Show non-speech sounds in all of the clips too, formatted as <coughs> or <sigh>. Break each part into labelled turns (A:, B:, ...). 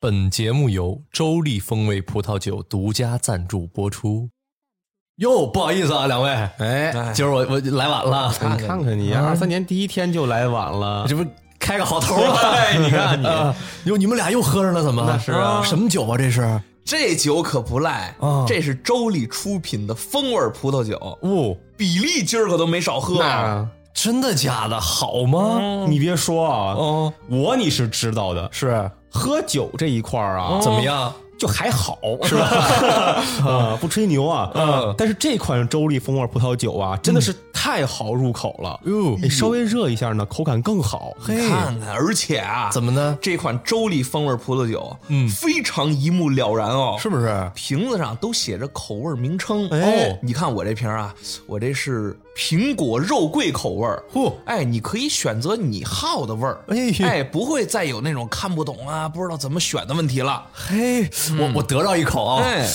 A: 本节目由周立风味葡萄酒独家赞助播出。哟，不好意思啊，两位，
B: 哎，
A: 今儿我我来晚了，
B: 你看看你，二三年第一天就来晚了，
A: 啊这不开个好头
B: <laughs>
A: 吗？
B: 哎你看你
A: 啊哟，你们俩又喝上了，怎么？
B: 那是啊
A: 什么酒啊？这是？
C: 这酒可不赖
A: 啊，
C: 这是周礼出品的风味葡萄酒，
A: 哦，
C: 比利今儿可都没少喝啊。
A: 嗯
B: 那嗯
A: 真的假的？好吗？
B: 你别说啊，
A: 哦，
B: 我你是知道的，
A: 是哦
B: 喝酒这一块儿啊，
A: 怎么样？
B: 就还好，是吧？ <laughs> 啊，不吹牛啊，
A: 嗯
B: 但是这款周立风味葡萄酒啊，真的是太好入口了，
A: 哟
B: 哎稍微热一下呢，口感更好。
A: 嘿，
C: 看看，而且啊，
A: 怎么呢？
C: 这款周礼风味葡萄酒，啊
A: 嗯
C: 非常一目了然哦，
A: 是不是？
C: 瓶子上都写着口味名称
B: 哎
C: 哦。你看我这瓶啊，我这是苹果肉桂口味儿。
B: 哦
A: 嚯，
C: 哎，你可以选择你好的味儿，
A: 哎呦
C: 哎，不会再有那种看不懂啊，不知道怎么选的问题了。
A: 嘿，我我得着一口啊！
C: 哎，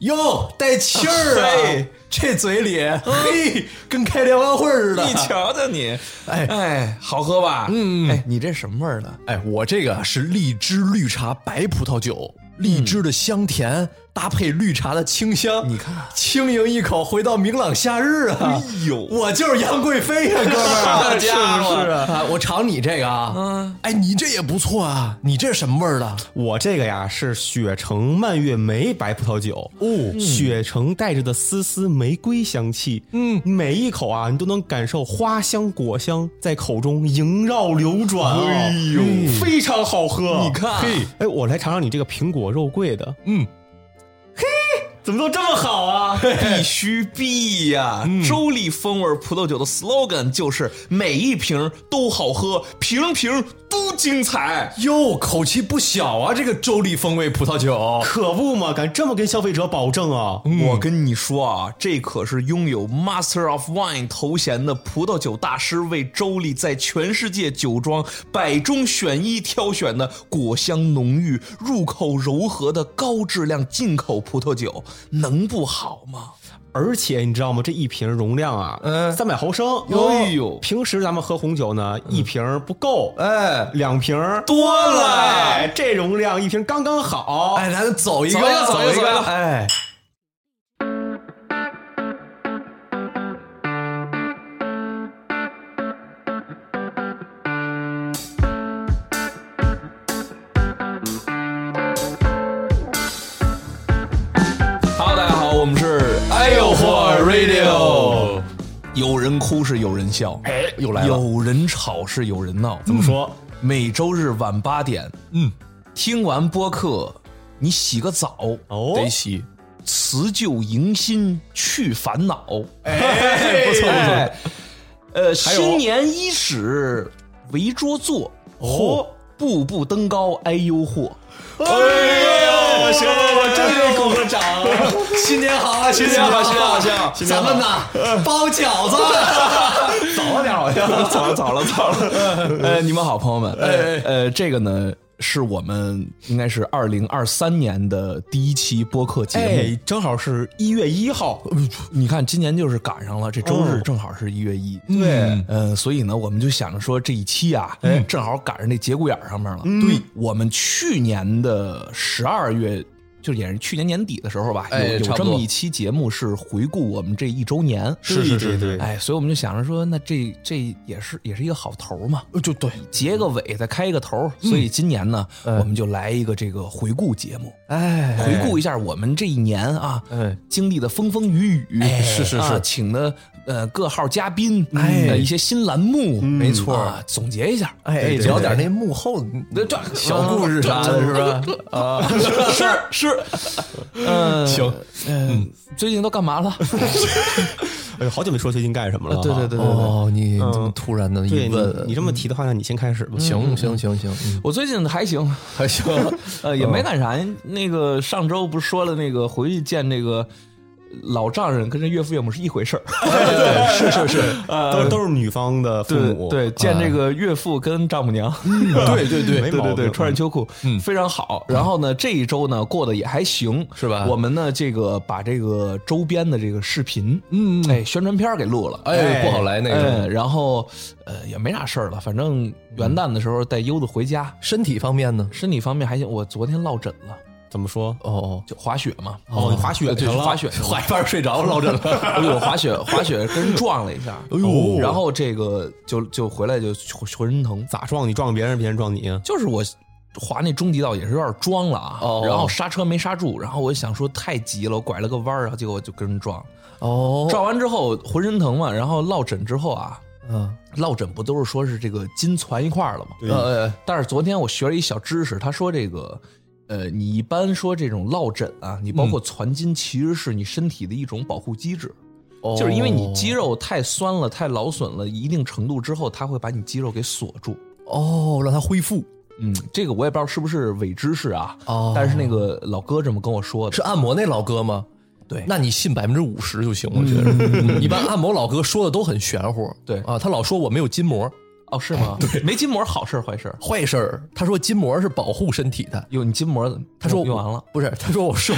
A: 哟，带气儿啊
C: <laughs> 嘿！嗯
A: 这嘴里，嘿，跟开联欢会儿似的。
C: 你瞧瞧你，
A: 哎
C: 哎，好喝吧？
A: 嗯
C: 哎，你这什么味儿的？
A: 哎，我这个是荔枝绿茶白葡萄酒，
C: 嗯
A: 荔枝的香甜搭配绿茶的清香，
C: 你看啊
A: 轻盈一口，回到明朗夏日啊！
C: 哎呦
A: 我就是杨贵妃呀、哥们儿，
C: <laughs> 好家伙
A: 哎是不是啊？我尝你这个啊，
C: 嗯
A: 哎，你这也不错啊，你这什么味儿的？
B: 我这个呀是雪城蔓越莓白葡萄酒哦，雪城带着的丝丝玫瑰香气，
A: 嗯
B: 每一口啊你都能感受花香果香在口中萦绕流转啊，哎呦，非常好喝。
C: 你，看，
A: 嘿，
B: 哎，我来尝尝你这个苹果肉桂的，
A: 嗯，
B: 怎么都这么好啊？
C: 必须必呀！周立风味葡萄酒的 slogan 就是每一瓶都好喝，瓶瓶都精彩。
A: 哟，口气不小啊，这个周丽风味葡萄酒，
B: <laughs> 可不嘛，敢这么跟消费者保证啊？
C: 我跟你说啊，这可是拥有 Master of Wine 头衔的葡萄酒大师为周立在全世界酒庄百中选一挑选的果香浓郁、入口柔和的高质量进口葡萄酒，能不好吗？
B: 而且你知道吗？这一瓶容量啊，
A: 嗯
B: 三百毫升。
C: 哎呦
B: 平时咱们喝红酒呢，一瓶不够，
A: 哎
B: 两瓶
C: 多了
B: 哎，这容量一瓶刚刚好。
A: 哎，咱走一个，
C: 走一个走一个
A: 一
C: 走一个
A: 哎，
C: Hello，大家好，我们是哎呦嚯 Radio。有人哭是有人笑，
A: 哎，又来了，
C: 有人吵是有人闹。
B: 怎么说？
C: 每周日晚八点
A: 嗯，
C: 听完播客，你洗个澡，
B: 哦
A: 得洗，
C: 辞旧迎新去烦恼。 <laughs>
A: 哎，不错不错，
C: 哎，呃，
A: 还有
C: 新年伊始围桌坐，嚯，步步登高，哎呦嚯。
A: 哎呦，行了，我真
B: 给鼓个掌。
A: 新年好啊，新年好，
C: 新年好新年好
A: 咱们呢，包饺子。
B: 早点好像。
C: <laughs> 早了，早了，早 <laughs> 了。呃，你们好，朋友们。呃，呃，这个呢，是我们应该是二零二三年的第一期播客节目。呃
B: 哎，正好是一月一号，
C: 你看，今年就是赶上了，这周日
B: 哦
C: 正好是一月一。
B: 对
C: 嗯，所以呢，我们就想着说这一期啊，正好赶上那节骨眼儿上面了。对，我们去年的十二月，就也是去年年底的时候吧，有
A: 哎
C: 有
A: 差不
C: 这
A: 多
C: 么一期节目是回顾我们这一周年。
B: 是是是对
C: 哎，所以我们就想着说，那这这也是也是一个好头儿嘛，
A: 嗯就对，嗯
C: 结个尾，再开一个头。所以今年呢，我们就来一个这个回顾节目，
A: 哎，
C: 回顾一下我们这一年啊，
A: 哎
C: 经历的风风雨雨，
A: 是是
C: 啊
A: 是
C: 请的呃各号嘉宾，
A: 哎嗯
C: 呃一些新栏目，
A: 没错
C: 啊，总结一下，
A: 哎，
C: 对
A: 聊点那幕后小故事啥的，是吧？啊，
C: 是是，嗯，
A: 行，
C: 嗯，最近都干
A: <laughs>
C: 嘛了？
B: 哎呦，好久没说最近干什么了。
C: 对对对对对，
A: 哦，你这么突然的
B: 嗯对，
A: 一
B: 你
A: 问，
B: 你这么提的话，那你先开始吧。
A: 行行行行，嗯
C: 我最近还行，
A: 还行，嗯
C: 呃，也没干啥。那个上周不是说了那个回去见那个老丈人跟这岳父岳母是一回事儿。
A: <laughs> 对，是是是，
B: 都是都是女方
C: <laughs>
B: 的父
C: 对
B: 母，
C: 对，见这个岳父跟丈母娘，
A: 对对啊嗯对
B: 没
C: 对
B: 毛
C: 对
B: 病
C: 对，穿上秋裤，
A: 嗯
C: 非常好。然后呢，这一周呢过得也还行，
A: 是吧
C: 我们呢这个把这个周边的这个视频，
A: 嗯
C: 哎，宣传片儿给录了，
A: 哎，不好来那
C: 哎，
A: 个
C: 然后呃也没啥事儿了，反正元旦的时候带悠子回家，
A: 嗯身体方面呢？
C: 身体方面还行。我昨天落枕了，
B: 怎么说？
A: 哦，呃
C: 就滑雪嘛，
B: 哦，你滑雪
C: 对
B: 去
C: 对，
B: 了，
C: 滑雪去哎了，
A: 滑一半睡着了，落枕了。
C: 哎呦，滑雪滑雪跟人撞了一下，
A: 哎呦
C: 然后这个就就回来就浑身疼，
B: 咋撞？啊你撞别人，别人撞你啊？
C: 就是我滑那中级道也是有点装了啊，
A: 哦
C: 然后刹车没刹住，然后我想说太急了，我拐了个弯儿，然后结果就跟人撞，
A: 哦，
C: 撞完之后浑身疼嘛，然后落枕之后啊，
A: 嗯，
C: 落枕不都是说是这个筋攒一块儿了吗？
B: 对
A: 呃，
C: 但是昨天我学了一小知识，他说这个。呃，你一般说这种落枕啊，你
A: 嗯
C: 包括攒筋，其实是你身体的一种保护机制，
A: 哦
C: 就是因为你肌肉太酸了、太劳损了，一定程度之后，它会把你肌肉给锁住。
A: 哦，让它恢复
C: 嗯，这个我也不知道是不是伪知识啊，
A: 哦
C: 但是那个老哥这么跟我说的，
A: 是按摩那老哥吗？
C: 对嗯
A: 那你信百分之五十就行，我觉得。 <laughs> 一般按摩老哥说的都很玄乎，
C: 对
A: 啊，他老说我没有筋膜，
C: 哦，是吗？ <laughs> 对，没筋膜好事儿坏事儿？
A: 坏事儿。他说筋膜是保护身体的，
C: 有你筋膜怎么，
A: 他说我
C: 用完了，
A: 不是，他说我瘦，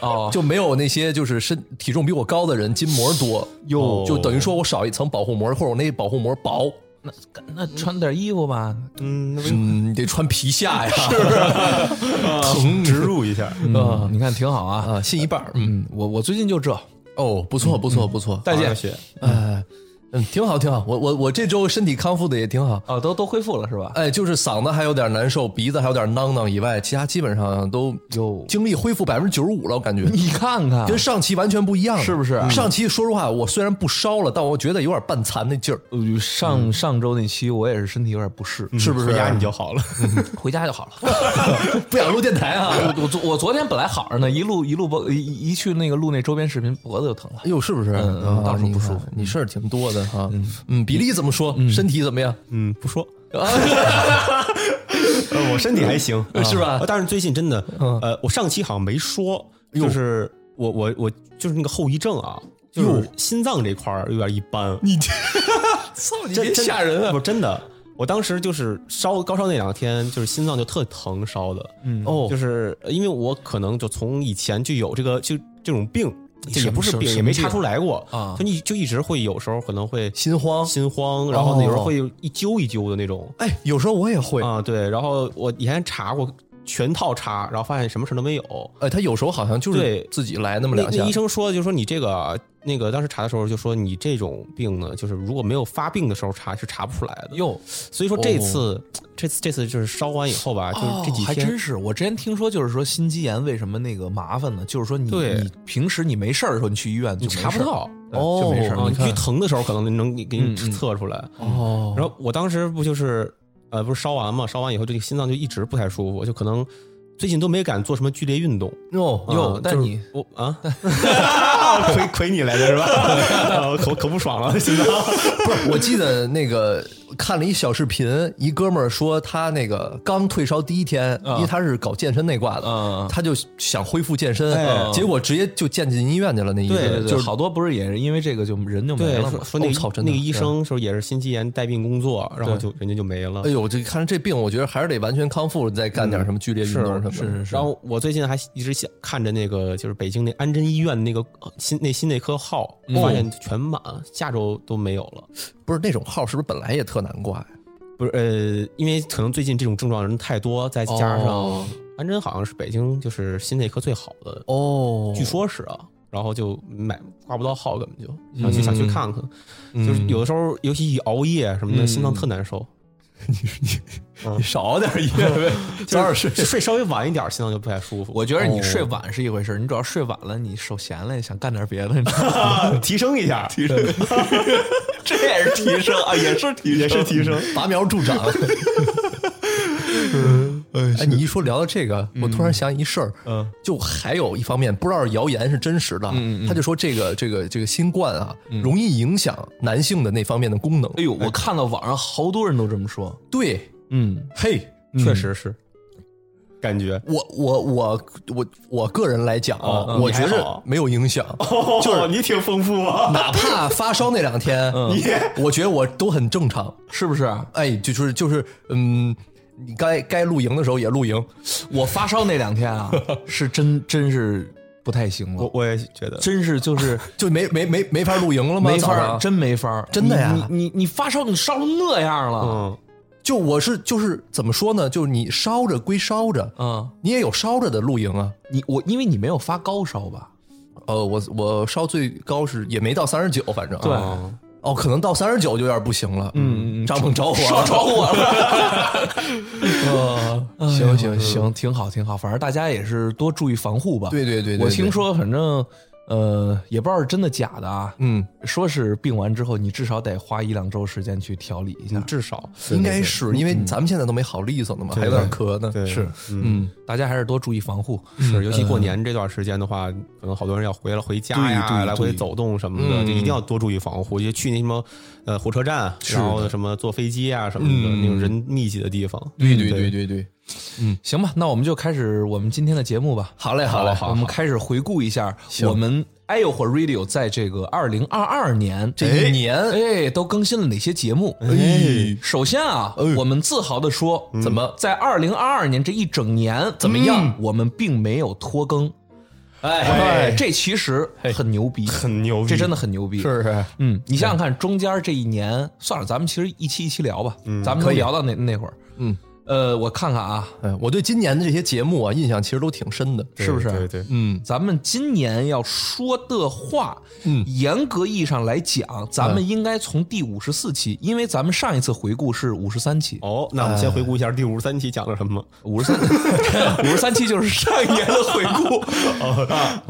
C: 哦，
A: 就没有那些就是身体重比我高的人筋膜多，
B: 哟
A: 就等于说我少一层保护膜，或者我那保护膜薄，
C: 那那穿点衣服吧，
B: 嗯，那不
A: 嗯，你得穿皮下呀，疼
B: <laughs> 植入一下。
C: 嗯，你看挺好啊。
A: 啊，信一半儿，嗯，
C: 嗯，我我最近就这，
A: <laughs> 哦，不错，不错，不错，
C: 再见
B: 滑雪，
A: 哎，嗯，挺好，挺好，我我我这周身体康复的也挺好。
C: 哦，都都恢复了是吧？
A: 哎，就是嗓子还有点难受，鼻子还有点囔囔以外，其他基本上都
C: 哟
A: 精力恢复百分之九十五了，我感觉
C: 你看看，
A: 跟上期完全不一样了，嗯
C: 是不是
A: 上期说实话，我虽然不烧了，但我觉得有点半残那劲儿，
C: 呃上上周那期我也是身体有点不适，
A: 是不是
B: 回家你就好了。
C: 回家就好了。
A: <laughs> 不想录电台啊。
C: <laughs> 我我昨我昨天本来好着呢，一路一路不一一去那个录那周边视频，脖子就疼了。
A: 哎呦，是不是？
C: 嗯
A: 啊
C: 到处不舒
A: 你看你事儿挺多的哈。嗯，比利怎么说？身体怎么样？
B: 嗯，不 <laughs> 说。呃我身体还行，
A: 是吧
B: 啊但是最近真的，呃，我上期好像没说，就是我我我就是那个后遗症啊，就是心脏这块儿有点一般。
A: 你操，你
B: 这
A: 别
B: 真
A: 吓人啊！
B: 不，真的，我当时就是烧高烧那两天，就是心脏就特疼，烧的。嗯
A: 哦
B: 就是因为我可能就从以前就有这个就这种病，这
C: 什
B: 也
C: 么
B: 不是
C: 什么
B: 病，
C: 什
B: 也
C: 么
B: 没查
C: 病
B: 出来过
C: 啊
B: 就你就一直会有时候可能会
A: 心慌。
B: 心慌，然后有时
A: 哦
B: 候会一揪一揪的那种。
A: 哎，有时候我也会。
B: 啊，对，然后我以前查过全套查，然后发现什么事儿都没有。
A: 哎，他有时候好像就是
B: 对
A: 自己来那么
B: 那
A: 两下
B: 那医。生说，就说你这个那个，当时查的时候就说你这种病呢，就是如果没有发病的时候查是查不出来的。
C: 哟，
B: 所以说这次、这次这次就是烧完以后吧，就是这几
C: 哦、还
B: 天、
C: 真是，我之前听说就是说心肌炎为什么那个麻烦呢？就是说你
B: 对
C: 你平时你没事儿的时候你去医院就
B: 你查不到，
C: 没事儿，哦、就没事儿。
B: 啊
A: 你
B: 你去
A: 看
B: 疼的时候可能能给
C: 嗯
B: 你
C: 嗯
B: 测出来。
A: 哦
B: 然后我当时不就是呃不是烧完嘛，烧完以后这个心脏就一直不太舒服，就可能最近都没敢做什么剧烈运动。
A: 哟
C: 哟
B: 啊
C: 但
B: 就是
C: 你
B: 我啊， <laughs> 亏亏你来的是吧？ <laughs> 啊可可不爽了，心脏。
A: 不是，我记得那个看了一小视频，一哥们儿说他那个刚退烧第一天，
C: 啊
A: 因为他是搞健身那挂
C: 嗯
A: 的，他就想恢复健身
B: 哎，
A: 结果直接就渐进医院去了。那意
B: 对
A: 思
B: 对
C: 对
A: 就
C: 就是好多不是也是因为这个就人就没
B: <laughs> 对，
C: 了
B: 说
C: 嘛。
B: 说那
A: 哦
B: 个医
A: 操真的
B: 那个医生说也是心肌炎带病工作，然后就人家就没了
A: 哎。呦，这看来这病，我觉得还是得完全康复了再干
C: 嗯
A: 点什么剧烈运动什么的。是
B: 然后我最近还一直想看着那个，就是北京那安贞医院的那个呃心那心内科号，发现全满，下周都没有了。
A: 不是那种号，是不是本来也特难挂呀？
B: 不是呃，因为可能最近这种症状的人太多，再加
A: 哦
B: 上安贞好像是北京就是心内科最好的
A: 哦
B: 据说是啊，然后就买挂不到号，根本就想去想去看看，
A: 嗯
B: 就是有的时候，尤其一熬夜什么的，
C: 嗯
B: 心脏特难受，
A: 你少熬点夜呗，早点睡。
B: <laughs> 就睡稍微晚一点，心脏就不太舒服。
C: 我觉得你睡晚是一回事儿，你主要睡晚了，你手闲了，想干点别的，你知道吗
B: <laughs> 提升一下， <laughs> 提升
C: 这也是提升啊，也是提
B: 也是提升。
A: 拔苗助长。
B: <laughs> 嗯
A: 哎，你一说聊到这个，我突然想起一事儿，嗯，就还有一方面，不知道是谣言是真实的，啊
B: 嗯
A: 他就说这个这个这个新冠啊，容易影响男性的那方面的功能。
C: 哎呦，我看到网上好多人都这么说，
A: 对，
C: 嗯，
A: 嘿，
B: 确实是，感觉。
A: 我我我我我个人来讲啊，
B: 哦
A: 我觉
B: 你还
A: 着
B: 好
A: 没有影响，就是
B: 哦，你挺丰富啊，
A: 哪怕发烧那两天，
B: 嗯
A: 我觉得我都很正常。
C: 是不是？啊
A: 哎，就就是就是，嗯，你该该露营的时候也露营，
C: 我发烧那两天啊，是真真是不太行
B: 我
C: 了，
B: 我也觉得，
C: 真
A: <laughs>
C: 是就是
A: 就没没没没法露营了吗？
C: 没法啊
A: 早
C: 儿，
A: 上
C: 真没法儿，
A: 真的呀
C: 你你你你发烧，你烧成那样了，
B: 嗯，
A: 就我是就是怎么说呢？就是你烧着归烧着，
C: 嗯，
A: 你也有烧着的露营啊。
C: 你我因为你没有发高烧吧？
A: 呃，我我烧最高是也没到三十九，反正
C: 对，
A: 啊
B: 嗯
A: 哦，可能到三十九就有点不行了。嗯，张鹏着火
C: 烧
A: 了，
C: 着火了。
A: <laughs> 嗯行行行，
C: 行，挺好挺好，反正大家也是多注意防护吧。
A: 对对对对
C: 我听
A: 对
C: 说反正呃也不知道是真的假的啊，
A: 嗯，
C: 说是病完之后你至少得花一两周时间去调理一下。
A: 嗯
B: 至少
A: 应该是嗯因为咱们现在都没好利索呢嘛，还有点咳呢。
B: 对
A: 是，
C: 嗯，大家还是多注意防护。
B: 是，尤其过年这段时间的话，可能好多人要回了回家呀，来回走动什么的，就一定要多注意防护。就去那什么呃火车站，然后什么坐飞机啊什么的那种人密集的地方。
A: 对对对对对，
C: 行吧，那我们就开始我们今天的节目吧。啊
A: 好嘞好嘞，
C: 我们开始回顾一下我们 Iowa Radio 在这个二零二二年这
A: 这一年
C: 哎都更新了哪些节目？
A: 哎嗯
C: 首先啊，我们自豪的说，
A: 怎么
C: 在二零二二年这一整年怎么样？我们并没有拖更，
A: 嗯哎，
C: 这其实很牛逼，
B: 很牛逼
C: 这真的很牛逼，
A: 是不是？
C: 嗯，你想想看，中间这一年，算了，咱们其实一期一期聊吧，咱们能聊到那那会儿。
A: 嗯，
C: 呃，我看看啊，
A: 哎，我对今年的这些节目啊，印象其实都挺深的。
B: 对
C: 是不是
B: 对对，
A: 嗯，
C: 咱们今年要说的话，
A: 嗯
C: 严格意义上来讲，咱们应该从第五十四期，因为咱们上一次回顾是五十三期，
B: 哦，那我们先回顾一下第五十三期讲了什么。
C: 五十三， <laughs> 五十三期就是上一年的回顾。啊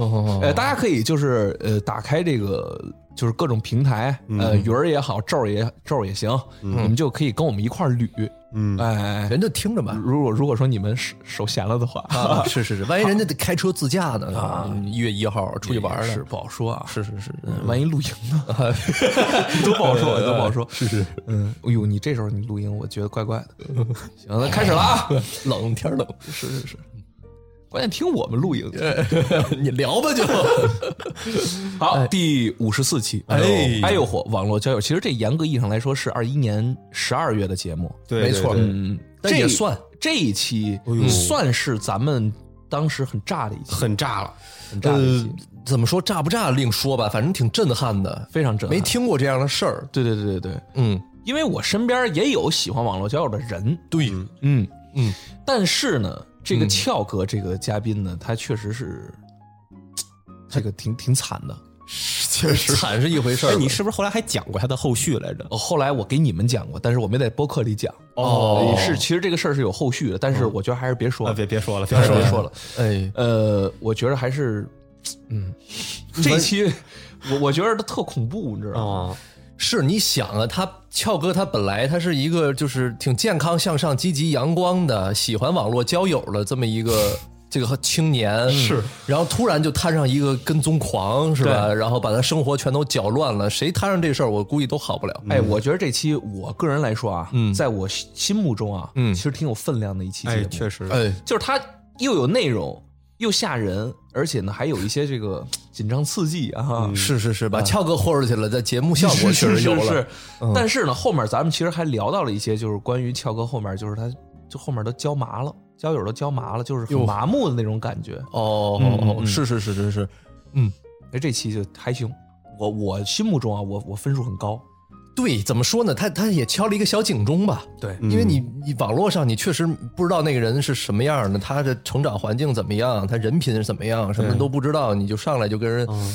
C: 呃，大家可以就是呃，打开这个就是各种平台，呃，鱼儿也好，咒儿也咒儿也行，你们就可以跟我们一块儿捋。
B: 嗯，
C: 哎哎，哎
A: 人就听着吧。
C: 如果如果说你们手手闲了的话，
A: <laughs> 啊，是是是，万一人家得开车自驾呢，啊一月一号出去玩儿呢
C: 是不好说啊。
A: 是是是，
C: 嗯万一露营呢， <laughs> 都不好 <laughs> 说，都不好说。是是，嗯，哎呦，你这时候你露营，我觉得怪怪的。 <laughs> 行，那开始了啊！
A: 冷天儿冷，
C: 是是是，关键听我们露营。
A: <laughs> 你聊 <laughs> 吧就。
C: 好，第五十四期，
A: 哎呦
C: 哎哎呦火网络交友，其实这严格意义上来说是二一年十二月的节目，
B: 对，
A: 没错
B: 对对
C: 嗯，
A: 但
C: 这
A: 也算
C: 这一期
B: 哎呦
C: 算是咱们当时很炸的一期，
B: 呃很炸了。
C: 很炸的一
A: 呃
C: 期，，
A: 怎么说炸不炸另说吧，反正挺震撼的，
C: 非常震撼。
A: 没听过这样的事儿。
C: 对对对对对，
A: 嗯，
C: 因为我身边也有喜欢网络交友的人，
A: 对，
C: 嗯
A: 嗯，
C: 但是呢，这个俏哥这个嘉宾呢，他确实是这个挺挺惨的。
A: 确实惨是一回事儿
B: 哎，
A: 吧。
B: 你是不是后来还讲过他的后续来着？
C: 呃后来我给你们讲过，但是我没在播客里讲。
A: 哦
C: 呃是其实这个事儿是有后续的，但是我觉得还是嗯别说
B: 啊，
C: 了，
B: 别别说了，别
C: 还是
B: 说
C: 别
B: 了。
C: 说了。
A: 哎，
C: 呃，我觉得还是，嗯，这期 <laughs> 我我觉得特恐怖，你知道吗？
B: 哦，
A: 是你想啊，他俏哥他本来他是一个就是挺健康向上、积极阳光的，喜欢网络交友的这么一个 <laughs> 这个青
C: 嗯
A: 年，是。然后突然就摊上一个跟踪狂，是吧？然后把他生活全都搅乱了，谁摊上这事儿，我估计都好不了。
C: 哎，我觉得这期我个人来说啊，在我心心目中啊，其实挺有分量的一期节
B: 哎，
C: 目，
B: 确实，
A: 哎，
C: 就是它又有内容，又吓人，而且呢还有一些这 <laughs> 个紧张刺激啊。
A: 是是是，把俏哥豁出去了，在节目效果
C: 是
A: 确
C: 是
A: 实有
C: 是
A: 了。
C: 是，但是呢，后面咱们其实还聊到了一些，就是关于俏哥后面，就是他就后面都焦麻了，交友都焦麻了，就是很麻木的那种感觉。
A: 哦
C: 嗯
A: 哦哦，是是是是是，
C: 哎，这期就还行，我我心目中啊，我我分数很高。
A: 对，怎么说呢？他他也敲了一个小警钟吧。
C: 对
A: 因为你你网络上你确实不知道那个人是什么样的，他的成长环境怎么样，他人品是怎么样，什么都不知道，你就上来就跟人
C: 嗯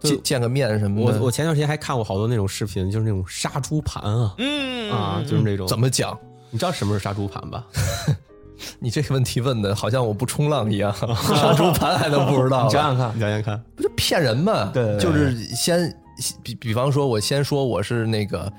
A: 见见个面什么
B: 我
A: 的。
B: 我前段时间还看过好多那种视频，就是那种杀猪盘啊，
C: 嗯
B: 啊，就是那种
A: 怎么讲？
B: 你知道什么是杀猪盘 <laughs> 吧？
A: 你这个问题问的好像我不冲浪一
C: <laughs>
A: 样，杀猪盘还都不知道
C: 你想
A: 了，
C: 想看，
B: 你想想看，
A: 不就骗人嘛？
C: 对对对
A: 就是先比比方说，我先说我是那个。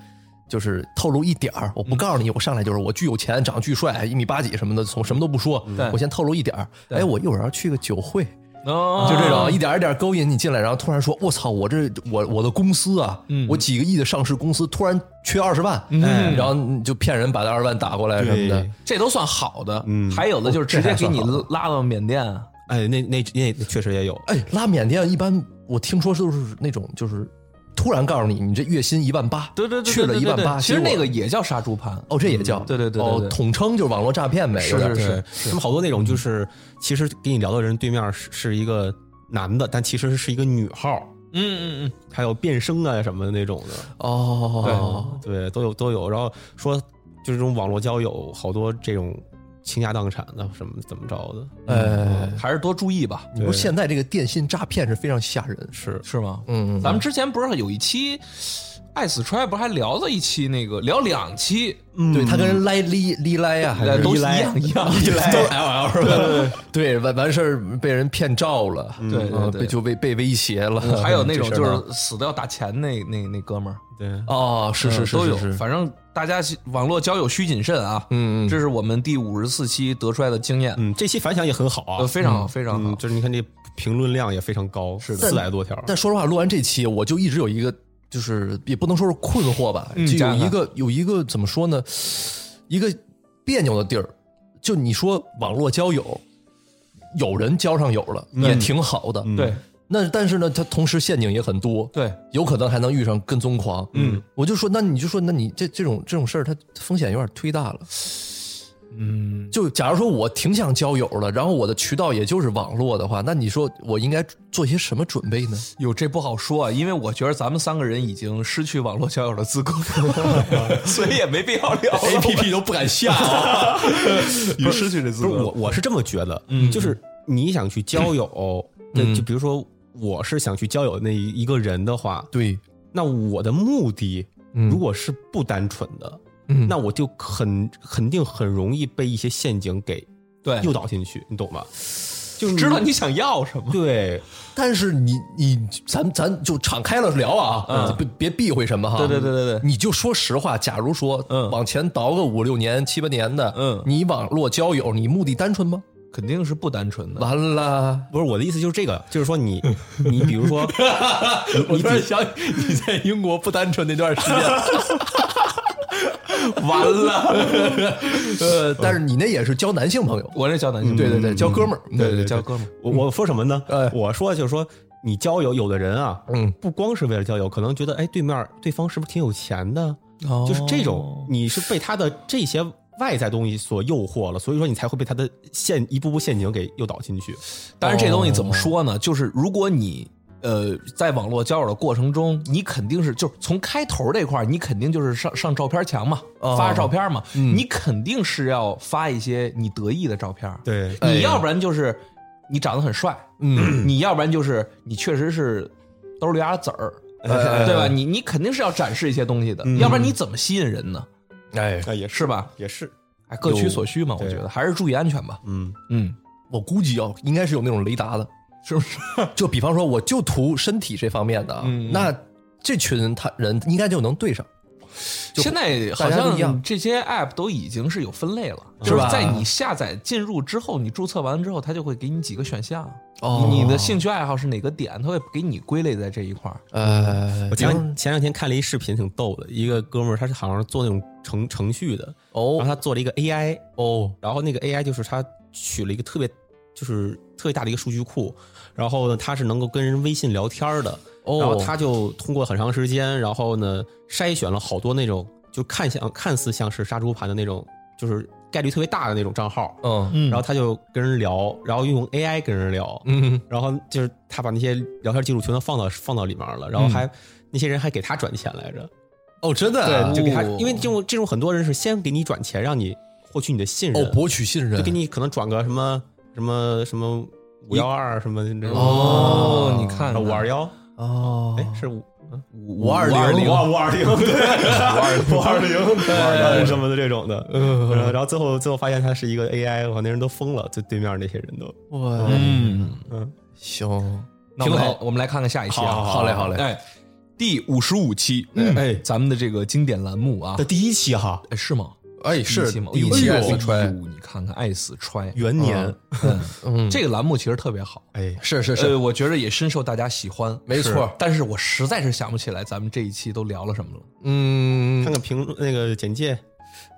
A: 就是透露一点儿，我
C: 嗯
A: 不告诉你，我上来就是我巨有钱，长得巨帅，一米八几什么的，从什么都不说
C: 对，
A: 我先透露一点儿。哎，我一会儿要去个酒会，
C: 哦
A: 就这种一点一点勾引你进来，然后突然说：“我操，我这我我的公司啊，
C: 嗯
A: 我几个亿的上市公司突然缺二十万，
B: 嗯
A: 然后你就骗人把那二十万打过来什么的
B: 对。
C: 这都算好的。
B: 嗯
C: 哦还有的就是直接给你拉到缅甸啊，
B: 哎，那那那那确实也有，
A: 哎，拉缅甸一般我听说都是那种就是突然告诉你，你这月薪一万八，
C: 对对对，
A: 去了一万八，
C: 其实
A: 结果
C: 那个也叫杀猪盘。嗯
A: 哦，这也叫、
C: 对对对对
A: 哦
C: 对，
A: 统称就是网络诈骗呗，有点
C: 是
A: 对
C: 是
B: 他们好多那种就是，其实跟你聊的人对面是是一个男的，但其实是一个女号，
C: 嗯嗯嗯，
B: 还有变声啊什么的那种的，
A: 哦，
B: 对，都有都有。然后说就是这种网络交友，好多这种倾家荡产的什么怎么着的，
A: 哎，
C: 还是多注意吧，
A: 你说现在这个电信诈骗是非常吓人，
B: 是
C: 是吗？
A: 嗯，嗯
C: 咱们之前不是有一期爱死揣不是还聊了一期那个聊两期，
A: 嗯对他跟人lai 哩哩来呀，啊还
C: 呃
A: 是
C: 都是一
B: 一来
C: 样一样，一
A: <laughs>
C: 来
A: 都是 L L 吧？对，完完事儿被人骗照了，
C: 对对
A: 嗯
C: 对嗯
A: 被就被被威胁了，
C: 还有那种
A: 嗯这事
C: 就
A: 儿呢
C: 是死都要打钱那那那哥们儿，
B: 对，
A: 哦，是是是
C: 嗯都有
A: 是，是
C: 反正大家网络交友需谨慎啊。
A: 嗯嗯
C: 这是我们第五十四期得出来的经验，
B: 嗯，这期反响也很好
C: 呃，
B: 啊，
C: 非常好，非常
B: 嗯，
C: 好。
B: 就是你看这评论量也非常高，是
A: 的
B: 四百多条，
A: 但说实话，录完这期，我就一直有一个，就是也不能说是困惑吧，
C: 嗯
A: 就有
C: 讲
A: 一
C: 讲
A: 个有一个怎么说呢，一个别扭的地儿。就你说网络交友，有人交上友了，也挺好的。
B: 嗯
C: 对
A: 那但是呢，它同时陷阱也很多，
C: 对，
A: 有可能还能遇上跟踪狂。嗯，我就说，那你就说，那你这这种这种事儿，它风险有点忒大了。
C: 嗯，
A: 就假如说我挺想交友的，然后我的渠道也就是网络的话，那你说我应该做些什么准备呢？
C: 有这不好说啊，因为我觉得咱们三个人已经失去网络交友的资格， <laughs> 所以也没必要聊
A: <laughs> A P P 都不敢下、啊，
C: 已经失去这资
B: 不是我，我是这么觉得，嗯，就是你想去交友，那、就比如说我是想去交友那一个人的话，
A: <laughs> 对，
B: 那我的目的
A: 嗯
B: 如果是不单纯的，
A: 嗯
B: 那我就很肯定很容易被一些陷阱给
C: 对，
B: 诱导进去，你懂吗？就是
C: 知道你想要什么。
B: 对，
A: 但是你你咱咱就敞开了聊啊，别别避讳什么哈。
C: 对对对对对
A: 你就说实话。假如说，
C: 嗯
A: 往前倒个五六年、七八年的，
C: 嗯
A: 你网络交友，你目的单纯吗？
C: 肯定是不单纯的。
A: 完了，
B: 不是我的意思就是这个，就是
C: <laughs>
B: 说你你比如说，
A: 我突然想呃你在英国不单纯那段 <laughs> 时间，
C: 完了，
A: 呃，但是你那也是交男性朋友，
C: 我这交男性，
A: 对对对，交哥们儿，
C: 对对，交哥们儿，
B: 我我说什么呢？
A: 哎
B: 我说就是说你交友，有的人啊，
A: 嗯，
B: 不光是为了交友，可能觉得哎，对面儿对方是不是挺有钱的？
C: 哦
B: 就是这种，你是被他的这些外在东西所诱惑了，所以说你才会被他的陷一步步陷阱给诱导进去。
C: 但是这东西怎么说呢？就是如果你呃在网络交友的过程中，你肯定是就是从开头这块儿，你肯定就是上上照片墙嘛，
A: 哦
C: 发照片嘛，你肯定是要发一些你得意的照片。
B: 对
A: 哎呀
C: 你要不然就是你长得很帅，
A: 嗯，
C: <clears throat> 你要不然就是你确实是兜里俩子儿，
A: 哎嗯
C: 对吧？你你肯定是要展示一些东西的，要不然你怎么吸引人呢？
A: 哎，
B: 啊，也
C: 是吧？
B: 也是，
C: 哎，各取所需嘛，我觉得还是注意安全吧。
B: 嗯，
C: 嗯，
A: 我估计啊，应该是有那种雷达的，
C: 是不是？
A: 就比方说，我就图身体这方面的啊，那这群他人应该就能对上。
C: 现在好
A: 大家都一
C: 像
A: 样
C: 这些 app 都已经是有分类了，
A: 是
C: 就
A: 吧
C: 在你下载进入之后，你注册完之后，它就会给你几个选项，
A: 哦
C: 你你的兴趣爱好是哪个点，它会给你归类在这一块儿。
A: 呃
B: 我前前两天看了一视频，挺逗的，一个哥们儿他是好像是做那种程程序的，然后
A: 哦
B: 他做了一个 AI，
A: 哦，
B: 然后那个 AI 就是他取了一个特别就是特别大的一个数据库，然后呢，他是能够跟人微信聊天儿的，
A: 哦
B: 然后他就通过很长时间，然后呢筛选了好多那种就看像看似像是杀猪盘的那种，就是概率特别大的那种账号，
A: 嗯
C: 嗯
B: 然后他就跟人聊，然后用 AI 跟人聊，
A: 嗯，
B: 然后就是他把那些聊天记录全都放到放到里面了，然后还、那些人还给他转钱来着，
A: 哦，真的啊、
C: 对
B: 就给他，
C: 哦
B: 因为这种这种很多人是先给你转钱，让你获取你的信任，
A: 哦，博取信任
B: 就给。你可能转个什么什么什么五幺二什么那种
C: 哦，你看
B: 五二幺，
A: 哦
B: 哎，是五
A: 520
C: 五五
B: 五二零，对，五二零，对什么的这种的，嗯，然后最后最后发现他是一个 AI，我那人都疯了，就对面那些人都，
A: 哇，
C: 嗯，
A: 行，
C: 那我们来，我们来看看下一期啊，
B: 好
A: 好嘞，好嘞，
C: 哎，嗯第五十五期，哎，咱们的这个经典栏目啊，
B: 第一期哈，
C: 哎是吗？
A: 哎，是
C: 第一期嘛，
A: 第一期
C: 哎呦
A: 爱死揣
C: 哎 <laughs> 呦你看看爱死揣，
B: 元年，
C: 嗯，这个栏目其实特别好，
B: 哎，
A: 是是是，
C: 呃，我觉得也深受大家喜欢，
A: 没错
C: 是但是我实在是想不起来咱们这一期都聊了什么了。
A: 嗯
B: 看，看评那个简介，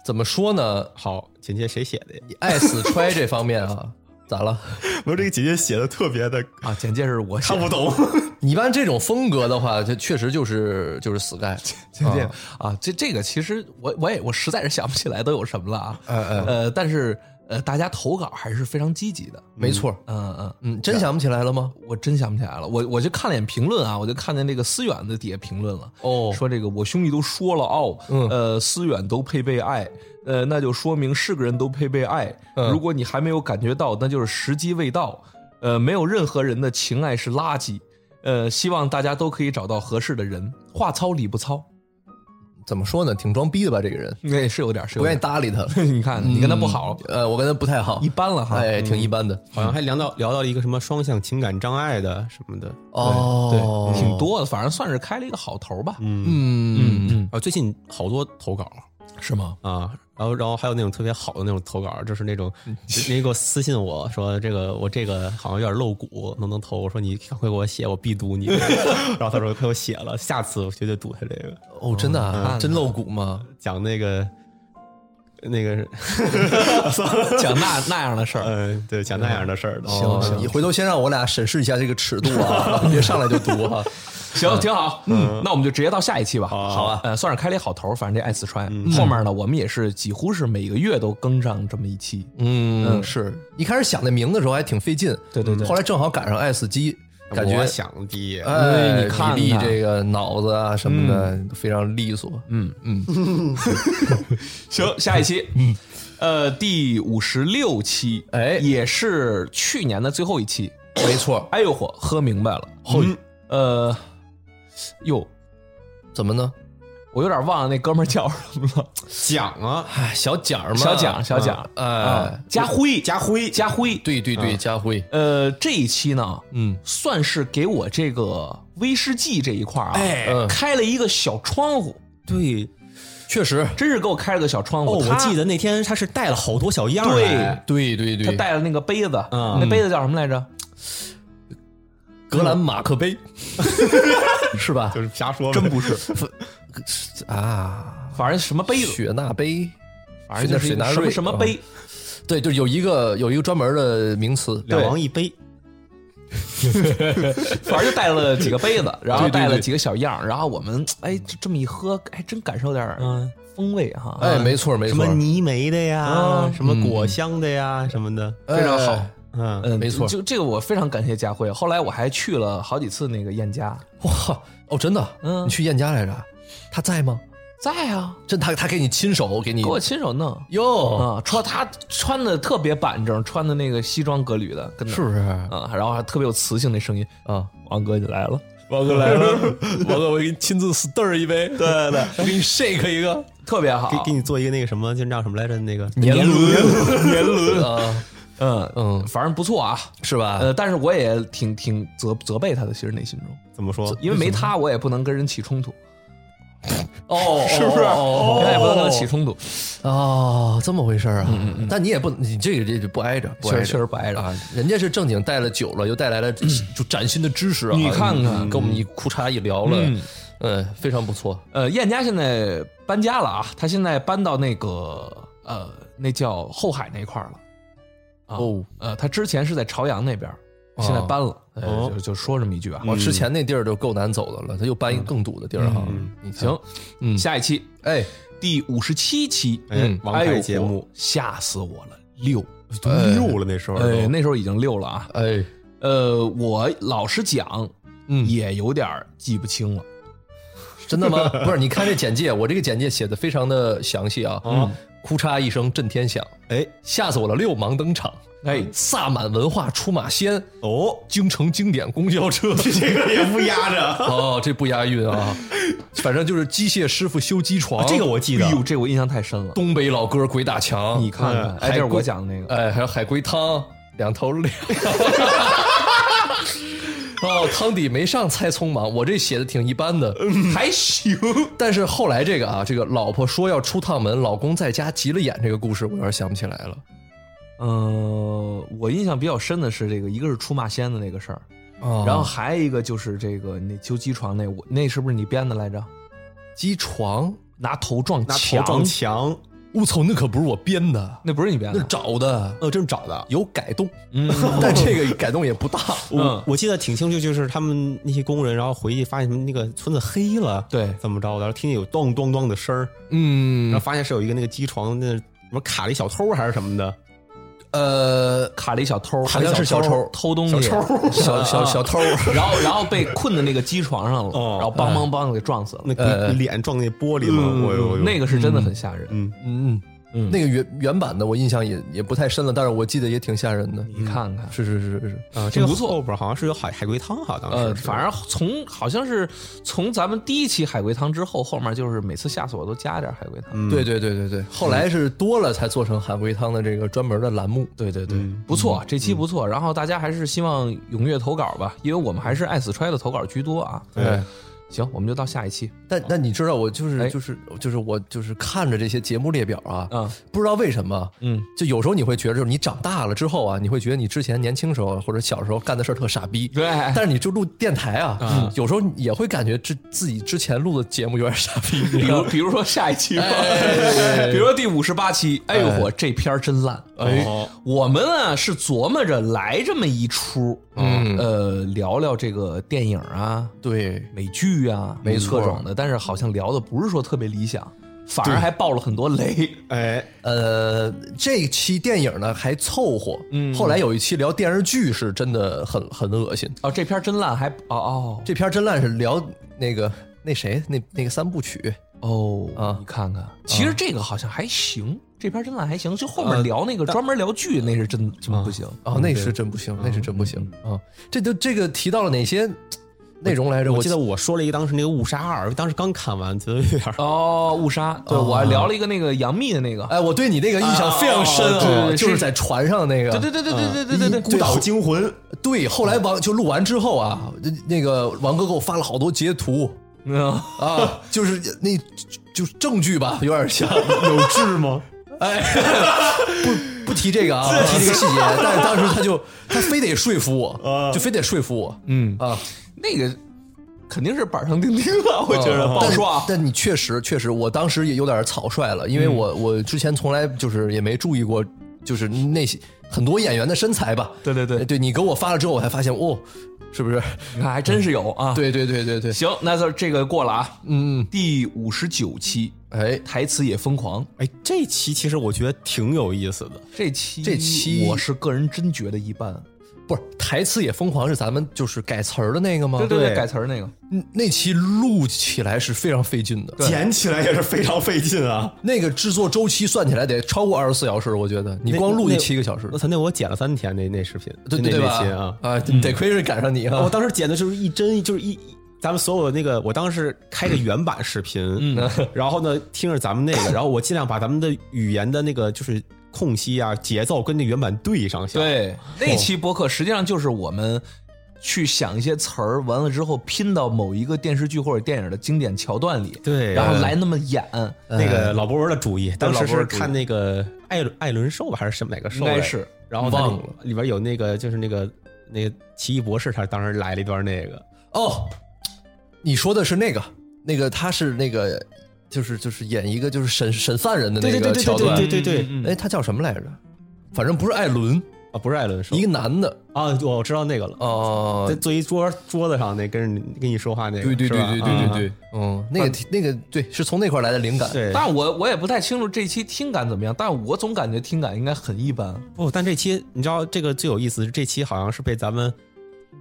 A: 怎么说呢？
B: 好，简介谁写的呀？
A: 爱死揣这方面啊，咋了？
B: <laughs> 我这个简介写的特别的
C: <laughs> 啊，简介是我写
B: 看
C: 的
B: 不懂，
A: 你一般这种风格的话，就确实就是就是
C: <laughs>
A: Sky，
C: 简介啊，这这个其实我我也我实在是想不起来都有什么了啊，
A: 嗯
C: 呃，但是呃，大家投稿还是非常积极的，
A: 没错，
C: 嗯嗯。
A: 嗯，真想不起来了吗？
C: 我真想不起来了，我我就看了眼评论啊，我就看见这个思远的底下评论了，
A: 哦，嗯
C: 说这个我兄弟都说了哦，呃，思远都配备爱，呃，那就说明是个人都配备爱。
A: 嗯
C: 如果你还没有感觉到，那就是时机未到。呃，没有任何人的情爱是垃圾。呃，希望大家都可以找到合适的人。话糙理不糙，
A: 怎么说呢？挺装逼的吧，这个人
C: 那也是有点，是有
A: 不愿意
C: 点。
A: 搭理他，
C: 你看， <laughs> 你跟他不好，
A: 呃，我跟他不太好
C: 一，般嗯了哈。
A: 哎，挺一般的。
B: <laughs> 好像还聊到聊到了一个什么双向情感障碍的什么的
A: 哦，
C: 挺多的，反正算是开了一个好头吧，
A: 嗯，
C: 嗯
B: 啊，最近好多投稿
C: 是吗？
B: 啊，然后然后还有那种特别好的那种投稿，就是那种那个私信我说这个我这个好像有点露骨，能不能投？我说你赶快给我写，我必读 <laughs> 你。然后他说给我写了，下次我绝对读他这个，
A: 哦，真的啊，
C: 嗯
A: 真露骨吗？
B: 讲那个那个，
C: 讲那那样的事儿，
B: 呃，对，讲那样的事儿的。
A: 哦
B: 哦
A: 你回头先让我俩审视一下这个尺度啊，
C: <laughs>
A: 别上来就读啊。
C: 行，挺好。嗯，那我们就直接到下一期吧。
B: 好
C: 啊，嗯呃，算是开了一好头，反正这爱四川，后面呢，我们也是几乎是每个月都更上这么一期。
A: 嗯，是一开始想那名字的时候还挺费劲，
C: 对对对
A: 后来正好赶上爱死机，感觉
B: 我想啊的，
A: 哎，
C: 你看看
A: 米粒这个脑子啊什么的非常利索，嗯嗯，
C: 行，下一期，嗯，呃，第五十六期，
A: 哎
C: 也是去年的最后一期。
A: 没错。
C: 哎呦嚯，喝明白了。嗯呃，哟，
A: 怎么呢？
C: 我有点忘了那哥们儿叫什么了，
B: 讲啊，
A: 哎，小蒋嘛，
C: 小蒋，小蒋，
A: 哎，
C: 家辉，家
B: 哦
C: 辉，家辉。
A: 对对对，家辉，
C: 呃，这一期呢，
A: 嗯，
C: 算是给我这个威士忌这一块儿啊，
A: 嗯
C: 开了一个小窗户，
B: 对
A: 确实，
C: 真是给我开了个小窗
B: 哦，
C: 户。
B: 我
C: 他
B: 记得那天他是带了好多小样儿
C: 对
B: 来，
A: 对对
C: 他
A: 对，
C: 带了那个杯子，
B: 嗯
C: 那杯子叫什么来着？
A: 格兰马克杯是吧？
B: 就是瞎说呗，
C: 真不
B: <laughs>
C: 是，
A: 啊，
C: 反正什么杯子，
A: 雪纳杯，
C: 反正就是一
A: 水纳
C: 个
A: 瑞
C: 什么什么杯，
A: 对，就是有一个有一个专门的名词，
B: 两王一杯，
C: 反正就带了几个杯子，然后
A: 对对
C: 带了
A: 对
C: 几个小样儿，然后我们哎这这么一喝，还真感受点儿
B: 嗯
C: 风味哈。
A: 哎，没错没
B: 什
A: 错
B: 么，泥煤的呀
C: 啊，
B: 什么果香的呀，什么的，
A: 非常好。
B: 嗯，
C: 嗯，
A: 没错
C: 就这个我非常感谢佳慧。后来我还去了好几次那个燕家，
A: 哇，哦，真的，
C: 嗯
A: 你去燕家来着？他在吗？
C: 在啊，
A: 真他他给你亲手给你
C: 给我亲手弄。
A: 哟，
C: 啊，穿他穿的特别板正，穿的那个西装革履的，跟那
A: 是不是
C: 啊，然后还特别有磁性那声音。
A: 啊？
C: 王哥你来了，
A: 王哥来了， <laughs> 王哥，我给你亲自 stir 一杯，对对对，我给你 shake 一个
C: 特别好
B: 给，给你做一个那个什么，就叫什么来着？那个
A: 年
C: <laughs>
A: 轮年轮啊，
C: 嗯
A: 嗯
C: 嗯，反正不错啊。
A: 是吧？
C: 呃，但是我也挺挺责责备他的，其实内心中，
B: 怎么说？
C: 因为没他我也不能跟人起冲突，
A: <laughs> 哦，
C: <laughs> 是不是？
A: 哦
C: 他也不能跟人起冲突，
A: 哦，这么回事儿啊？但你也不，你这个这就不挨着，不
C: 确
A: 挨着
C: 实确实不挨着。
A: 啊，人家是正经带了酒了，又带来了就崭新的知识啊，
C: 你看看
A: 嗯跟我们一裤衩一聊了，嗯，非常不错。
C: 呃，燕家现在搬家了啊，他现在搬到那个呃，那叫后海那块儿了。啊
A: 哦，
C: 呃，他之前是在朝阳那边儿，现在搬了，呃
B: 哦
C: 就就说这么一句啊。
A: 哦，之前那地儿就够难走的了，他又搬一个更堵的地儿哈。你看，
C: 行，
A: 嗯
C: 下一期
A: 哎，
C: 第五十七期，
B: 哎
A: 嗯，
B: 王
C: 哎呦
B: 牌
C: 嚯
B: 节目
C: 吓死我了，六，
B: 都六了那时候都，
C: 呃，那时候已经六了啊。
A: 哎，
C: 呃，我老实讲，
A: 嗯
C: 也有点儿记不清了。
A: 真的吗？不是，你看这简介，我这个简介写的非常的详细啊。嗯，哭嚓一声震天响，
B: 哎
A: 吓死我了！六盲登场，
C: 哎，
A: 萨满文化出马仙，
B: 哦，
A: 京城经典公交车。
B: <laughs> 这个也不压 <laughs> 着，
A: 哦，这不押韵啊，反正就是机械师傅修机床，
B: 哦啊这个我记得
C: 哎。呦，这我印象太深了。
A: 东北老歌鬼打墙，哎
C: 你哎看看，哎，这是我讲的那个。
A: 哎，还有海龟汤，两头两，哦，汤底没上猜匆忙，我这写的挺一般的。
C: 还行，
A: 但是后来这个啊，这个老婆说要出趟门，老公在家急了眼这个故事，我有点想不起来了。
C: 呃，我印象比较深的是这个，一个是出马仙的那个事儿，
B: 哦
A: 啊
C: 然后还有一个就是这个那修机床那我那是不是你编的来着？
A: 机床，
C: 拿头撞
B: 拿头
C: 墙
B: 撞墙，
A: 我哦操，那可不是我编的，
C: 那不是你编
A: 那是
C: 的，
A: 找的，
B: 呃，这么找的。
A: 有改动，
C: 嗯，
A: <laughs> 但这个改动也不大。
B: 我我记得挺清楚，就是他们那些工人，然后回去发现什么那个村子黑了，
C: 对
B: 怎么着的，然后听见有咚咚咚的声儿，然
A: 嗯
B: 后，发现是有一个那个机床那什么卡了一小偷还是什么的，
A: 呃，
C: 卡了一小偷，
A: 好像是
C: 小
A: 小偷
C: 偷东西，
B: 小偷
A: 小小
C: 啊
A: 小偷，
C: <laughs> 然后然后被困在那个机床上了，
B: 哦
C: 然后梆梆梆给撞死了。
B: 那个脸撞那玻璃嘛，哎我有
C: 嗯那
B: 个
C: 个是真的很吓人。
B: 嗯
A: 嗯嗯，那个原原版的我印象也也不太深了，但是我记得也挺吓人的。
C: 你看看，
A: 是是是是是，
B: 啊，这个不错，后边好像是有海海龟汤哈，当
C: 呃，
B: 时嗯是
C: 反正从好像是从咱们第一期海龟汤之后，后面就是每次吓死我都加点海龟汤。
B: 嗯
A: 对对对对对，后来是多了才做成海龟汤的这个专门的栏目。
C: 对对对，
B: 嗯
C: 不错，这期不错。然后大家还是希望踊跃投稿吧，因为我们还是爱死揣的投稿居多啊。
B: 哎，
C: 行，我们就到下一期。
A: 但但你知道，我就是
C: 哎
A: 就是就是我就是看着这些节目列表啊，
C: 嗯
A: 不知道为什么，
C: 嗯，
A: 就有时候你会觉得，就是你长大了之后啊，你会觉得你之前年轻时候或者小时候干的事儿特傻逼，
C: 对
A: 但是你就录电台啊，
C: 哎嗯
A: 有时候也会感觉这自己之前录的节目有点傻逼，你
C: <laughs> 比
A: 知道
C: <laughs> 如
A: 吗
C: 比如说下一期吧， <laughs> 比如说第五十八期，哎呦我这片儿真烂。
A: 哎
B: 哦
C: 我们啊是琢磨着来这么一出，
A: 嗯
C: 呃，聊聊这个电影啊、
A: 对，
C: 美剧啊，
A: 没错
C: 各种的，但是好像聊的不是说特别理想，反而还爆了很多雷。
B: 哎，
A: 呃，这期电影呢还凑合，
C: 嗯
A: 后来有一期聊电视剧是真的很很恶心，
C: 哦，这片儿真烂，还哦
A: 这片儿真烂是聊那个那谁那那个三部曲，
C: 哦哦
A: 啊
C: 你看看，其实这个好像还行，这片儿真烂还行，就后面聊那个专门聊剧那是真真不行。
A: 哦，那是真不
C: 嗯
A: 行，那是真不行啊！这都这个提到了哪些内容来着？
B: 我
A: 我
B: 记得我说了一个当时那个误杀二，当时刚看完，觉得有点儿
C: 哦，误杀，对我还聊了一个那个杨幂的那个，
A: 哎，我对你那个印象非常深
C: 啊啊啊
A: 啊，
C: 对
A: 就是
C: 是
A: 在船上那个，
C: 对对对对对对对对
A: 孤
C: 对，
A: 岛
B: 惊魂，
A: 对，后来王就录完之后啊，那个王哥给我发了好多截图
C: 嗯。
A: 啊，就是那就是证据吧，有点像。
B: 有痣吗？
A: 哎， <laughs> 不不提这个啊，不提这个细节。但是当时他就他非得说服我，就非得说服我
C: 嗯，
A: 啊。
C: 那个肯定是板上钉钉了，我觉得不好
A: 嗯但
C: 说啊。
A: 但你确实确实，我当时也有点草率了，因为我、我之前从来就是也没注意过，就是那些很多演员的身材吧。
C: 对对对
A: 对你给我发了之后，我才发现哦，是不是？
C: 哎你看还真是有啊。，
A: 对对对对对，
C: 行，那这这个过了啊。
A: 嗯，
C: 第五十九期
A: 哎，
C: 台词也疯狂，
B: 哎，这期其实我觉得挺有意思的，
C: 这期
A: 这期
C: 我是个人真觉得一般。
A: 不是台词也疯狂是咱们就是改词儿的那个吗？
C: 对对，
B: 对
C: 改词儿那个，
A: 嗯那期录起来是非常费劲的，
B: 剪起来也是非常费劲啊。
A: 那个制作周期算起来得超过二十四小时，我觉得你光录就
B: 那
A: 七个小时
B: 我，操，那我剪了三天那那视频，
A: 对
B: 那
A: 对对
B: 那
A: 吧
B: 期啊？，哦
A: 啊，得亏是赶上你
B: 我
A: 啊，
B: 当时剪的就是一帧，就是一。一咱们所有的那个，我当时开着原版视频，嗯，然后呢听着咱们那个，然后我尽量把咱们的语言的那个就是空隙啊、节奏跟那原版对上下。，
C: 对，
A: 哦
C: 那期播客实际上就是我们去想一些词儿，完了之后拼到某一个电视剧或者电影的经典桥段里，
B: 对
C: 然后来那么演，
A: 嗯
B: 那个老博文的主意，当
C: 老
B: 时
C: 博
B: 是
C: 文主意
B: 看那个艾伦艾伦兽吧，还是什么哪个兽
C: 应
B: 来着？
C: 该是
B: 然后在里
A: 忘了
B: 里边有那个就是那个那个奇异博士，他当时来了一段那个，
A: 哦，你说的是那个，那个他是那个，就是就是演一个就是审审犯人的那个桥段
B: 对，对对
C: 嗯嗯嗯
A: 哎，他叫什么来着？反正不是艾伦，
B: 啊，不是艾伦兽，
A: 一个男的
B: 啊，我知道那个了，
A: 哦
B: 在，坐一桌桌子上那跟人跟你说话那个，
A: 对对对
B: 是吧
A: 对对对
B: 啊
A: 对，嗯，那个挺那个对，是从那块儿来的灵感，
B: 对，
C: 但我我也不太清楚这期听感怎么样，但我总感觉听感应该很一般。
B: 不，但这期你知道这个最有意思是，这期好像是被咱们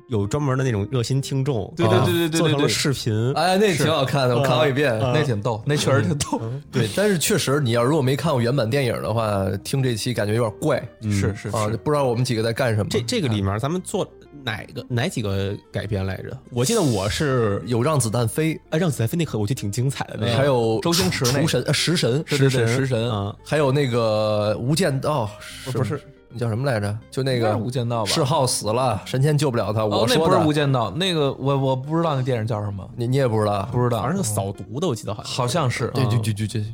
B: 有专门的那种热心听众，
C: 对对
B: 啊
C: 对对对对
B: 做成
C: 对
B: 了视频，
A: 哎，那挺好看的，我看好几遍，
C: 嗯
A: 嗯
C: 那挺逗，那确实挺逗，
A: 对，但是确实，你要如果没看过原版电影的话，听这期感觉有点怪
C: 嗯是是
A: 啊
C: 是，，
A: 不知道我们几个在干什么。
B: 这这个里面咱们做哪个哪几个改编来着？我记得我是
A: 有让子弹飞，
B: 哎，让子弹飞那刻我觉得挺精彩的那个，
A: 嗯还有
C: 哎周星驰那个
A: 厨神、呃食神、
C: 对对
A: 食
C: 对食神
B: 啊
A: 还有那个《无间道》，
B: 不是
A: 你叫什么来着？就那
C: 那
A: 个
C: 是无间道吧
A: 世浩死了，神仙救不了他。
C: 哦
A: 我，
C: 那
A: 说
C: 不
A: 的，
C: 是《无间道》，那个我我不知道那电影叫什么，
A: 你你也不知道，
C: 不知道
B: 反，正扫毒的，我记得好像。
C: 好像是。
A: 对
C: 嗯
A: 对对对对，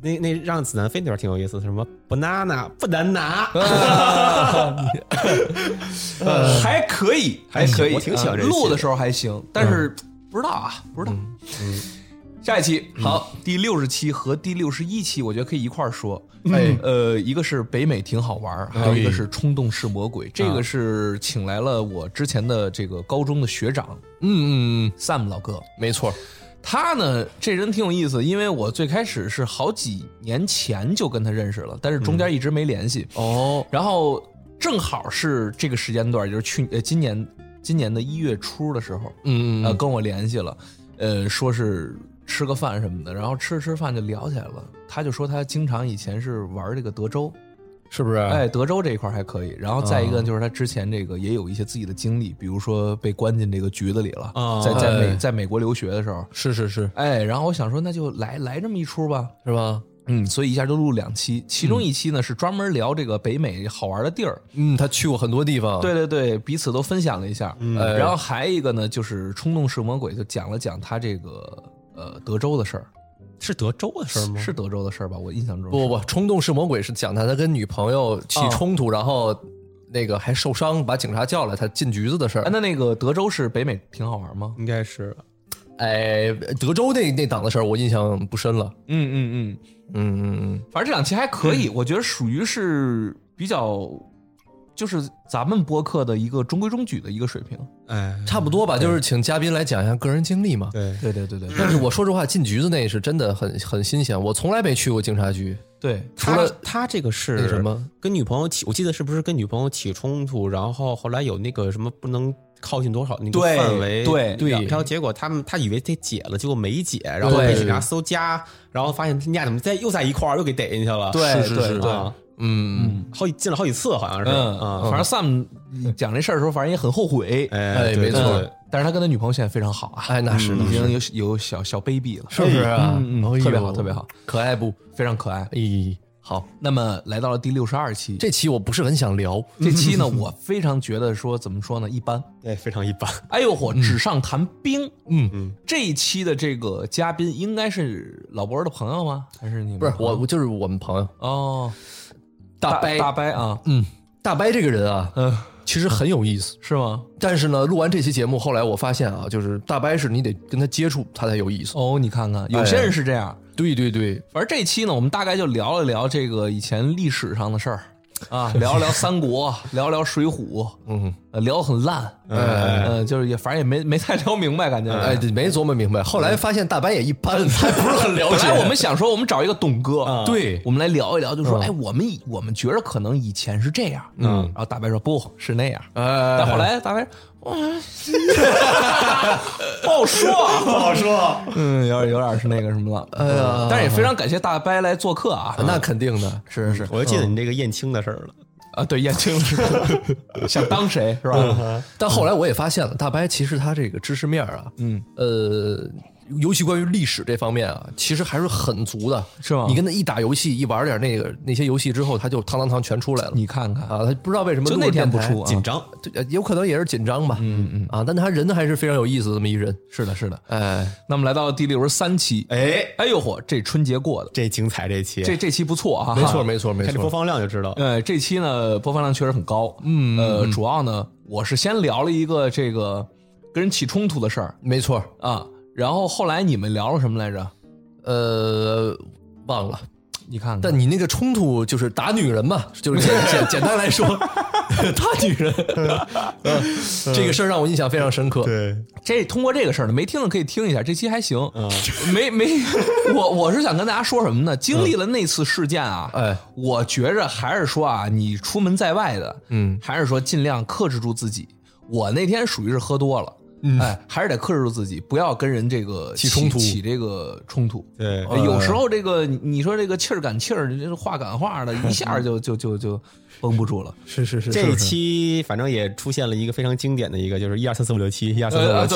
B: 那那让子弹飞那边挺有意思，什么不拿拿不难拿，
A: 嗯
B: <laughs>
C: 呃还可以，还可以，
B: 嗯我挺喜欢
C: 啊
B: 这嗯系列
C: 录的时候还行，但是不知道啊，不知道。
B: 嗯
C: 下一期好，第六十期和第六十一期，我觉得可以一块儿说。
B: 嗯
C: 哎，呃，一个是北美挺好玩
B: 哎
C: 儿，还有一个是冲动是魔
B: 啊
C: 鬼。这个是请来了我之前的这个高中的学长
A: 嗯嗯嗯，
C: Sam 老哥，
A: 没错，
C: 他呢，这人挺有意思，因为我最开始是好几年前就跟他认识了，但是
B: 嗯
C: 中间一直没联系。
A: 哦，
C: 然后正好是这个时间段，就是去呃今年今年的一月初的时候，
A: 嗯
C: 呃
A: 嗯
C: 跟我联系了，呃说是吃个饭什么的，然后吃着吃着饭就聊起来了。他就说他经常以前是玩这个德州，
A: 是不是？啊
C: 哎，德州这一块还可以。然后再一个就是他之前这个也有一些自己的经历，比如说被关进这个局子里了，
B: 哦
C: 在在
A: 哎
C: 美在美国留学的时候，
A: 是是是，
C: 哎，然后我想说那就来来这么一出吧，
A: 是吧？
C: 嗯，所以一下就录两期，其中一期呢是专门聊这个北美好玩的地儿，
A: 嗯，他去过很多地方，
C: 对对对，彼此都分享了一下。
A: 嗯
C: 呃然后还一个呢，就是冲动是魔鬼，就讲了讲他这个呃德州的事儿，
B: 是德州的事儿吗？
C: 是德州的事儿吧？我印象中
A: 嗯不不不，冲动是魔鬼是讲他他跟女朋友起
C: 啊
A: 冲突，然后那个还受伤，把警察叫来，他进局子的事
C: 哎，
A: 儿。
C: 那那个德州是北美挺好玩吗？
B: 应该是
A: 哎，德州那那档的事儿我印象不深了。
C: 嗯嗯嗯，
A: 嗯嗯
C: 反正这两期还可以，我觉得属于是比较。就是咱们播客的一个中规中矩的一个水平，
B: 哎
A: 嗯，，差不多吧，就是请嘉宾来讲一下个人经历嘛。
B: 对，
C: 对对对对
A: 但是我说实话，进局子那是真的很很新鲜，我从来没去过警察局。
C: 对，
A: 除了
B: 他他这个是
A: 那什么？
B: 跟女朋友起，我记得是不是跟女朋友起冲突，然后后来有那个什么不能靠近多少那个
C: 对
B: 范围，
C: 对
A: 对
B: 然后结果他们他以为他解了，结果没解，然后被警察搜家，然后发现人家怎么在又在一块儿又给逮进去了，
C: 对
A: 是是
C: 对
A: 是
C: 对，
B: 啊
A: 嗯，
B: 好几进了好几次好像是，
C: 嗯，
B: 啊，
C: 反正 Sam 讲这事儿的时候，反正也很后悔，
A: 哎
B: 哎，
A: 没
B: 对
A: 错，
B: 对
C: 嗯但是他跟他女朋友现在非常好啊，
A: 哎那是
C: 已经有有小小 baby 了，
A: 是不是啊？
C: 嗯嗯嗯
A: 哎呦
C: 特别好特别好，
A: 可爱不？
C: 非常可爱。
A: 咦，好，
C: 那么来到了第六十二期，
A: 哎这期我不是很想聊。
C: 这期
A: <laughs>
C: 呢，我非常觉得说怎么说呢，一般。
B: 对，非常一般，
C: 哎呦嚯，纸上谈兵。
A: 嗯
B: 嗯，
C: 这一期的这个嘉宾应该是老博的朋友吗？还是你们
A: 不是我，我就是我们朋友
C: 哦，
A: 大
C: 大
A: 白，
C: 大白啊，
A: 嗯，大白这个人啊，
C: 嗯，
A: 其实很有意思。
C: 是吗？
A: 但是呢，录完这期节目，后来我发现啊，就是大白是你得跟他接触，他才有意思。
C: 哦，你看
A: 哎
C: 看，有些人是这样。
A: 对对对，
C: 反正这期呢，我们大概就聊了聊这个以前历史上的事儿啊，聊聊三国，聊聊水浒，
A: 嗯，
C: 呃，聊得很烂，
B: 哎哎
C: 呃，就是也反正也没没太聊明白，感觉。
A: 哎，这没琢磨明白。后
C: 嗯
A: 来发现大白也一般，
C: <laughs>
A: 他不是很了
C: 本
A: 解。啊
C: 来我们想说，我们找一个董哥，
A: 对嗯
C: 我们来聊一聊，就说，哎，我们以我们觉着可能以前是这样，嗯，然后大白说不是那样，
A: 哎，
C: 但后来大白，哇， <laughs> 不好说，不好说，嗯，有点有点是那个什么了，
A: 哎呀哎
C: 嗯但是也非常感谢大白来做客啊，
A: 那肯定的，嗯
C: 是是是，
B: 我就记得你这个燕青的事儿了，
C: 啊，对，燕青是
A: <laughs>
C: 想当谁是吧？
A: 但后来我也发现了，大白其实他这个知识面啊，
C: 嗯，
A: 呃，尤其关于历史这方面啊，其实还是很足的，
C: 是吗
A: 你跟他一打游戏，一玩点那个那些游戏之后，他就堂堂堂全出来了
C: 你看看，
A: 啊！他不知道为什么
C: 嗯就
A: 录
C: 那
A: 了电
C: 天不
A: 台
C: 出，啊，
B: 哎紧张，
A: 对呃有可能也是紧张吧，嗯嗯啊，但他人还是非常有意思的这么一人，
C: 是的，是的。
A: 哎，
C: 那么来到第六十三期，
A: 嗯
B: 哎，
C: 哎呦嚯，这春节过的，
B: 这精彩这期，
C: 这这期不错啊，
A: 哎没错没错没嗯
B: 看这播
A: 错，
B: 放量就知道，
C: 呃，这期呢播放量确实很高，嗯，呃，主要呢我是先聊了一个这个跟人起冲突的事儿
A: 没错，
C: 啊，然后后来你们聊了什么来着？
A: 呃，忘了，
C: 你看看，
A: 但你那个冲突就是打女人嘛，就是简简简单来说，打女人，嗯这个事儿让我印象非常深刻，
B: 对，
C: 这通过这个事儿呢，没听的可以听一下，这期还行。
A: 嗯
C: 没没， <laughs> 我我是想跟大家说什么呢？经历了那次事件啊，
A: 哎
C: 我觉着还是说啊，你出门在外的，
A: 嗯，
C: 还是说尽量克制住自己。我那天属于是喝多了，嗯、哎，还是得克制住自己，不要跟人这个
A: 起冲突呃
C: 起这个冲突。
B: 对，
C: 哎有时候这个你你说这个气儿赶气儿，这话赶
A: <laughs>
C: 话的，一下就就就就绷不住了。
A: 是是
C: <laughs>
A: 是
B: 这一期反正也出现了一个非常经典的一个，就是一二三四五六七，一二三四五
C: 呃
B: 六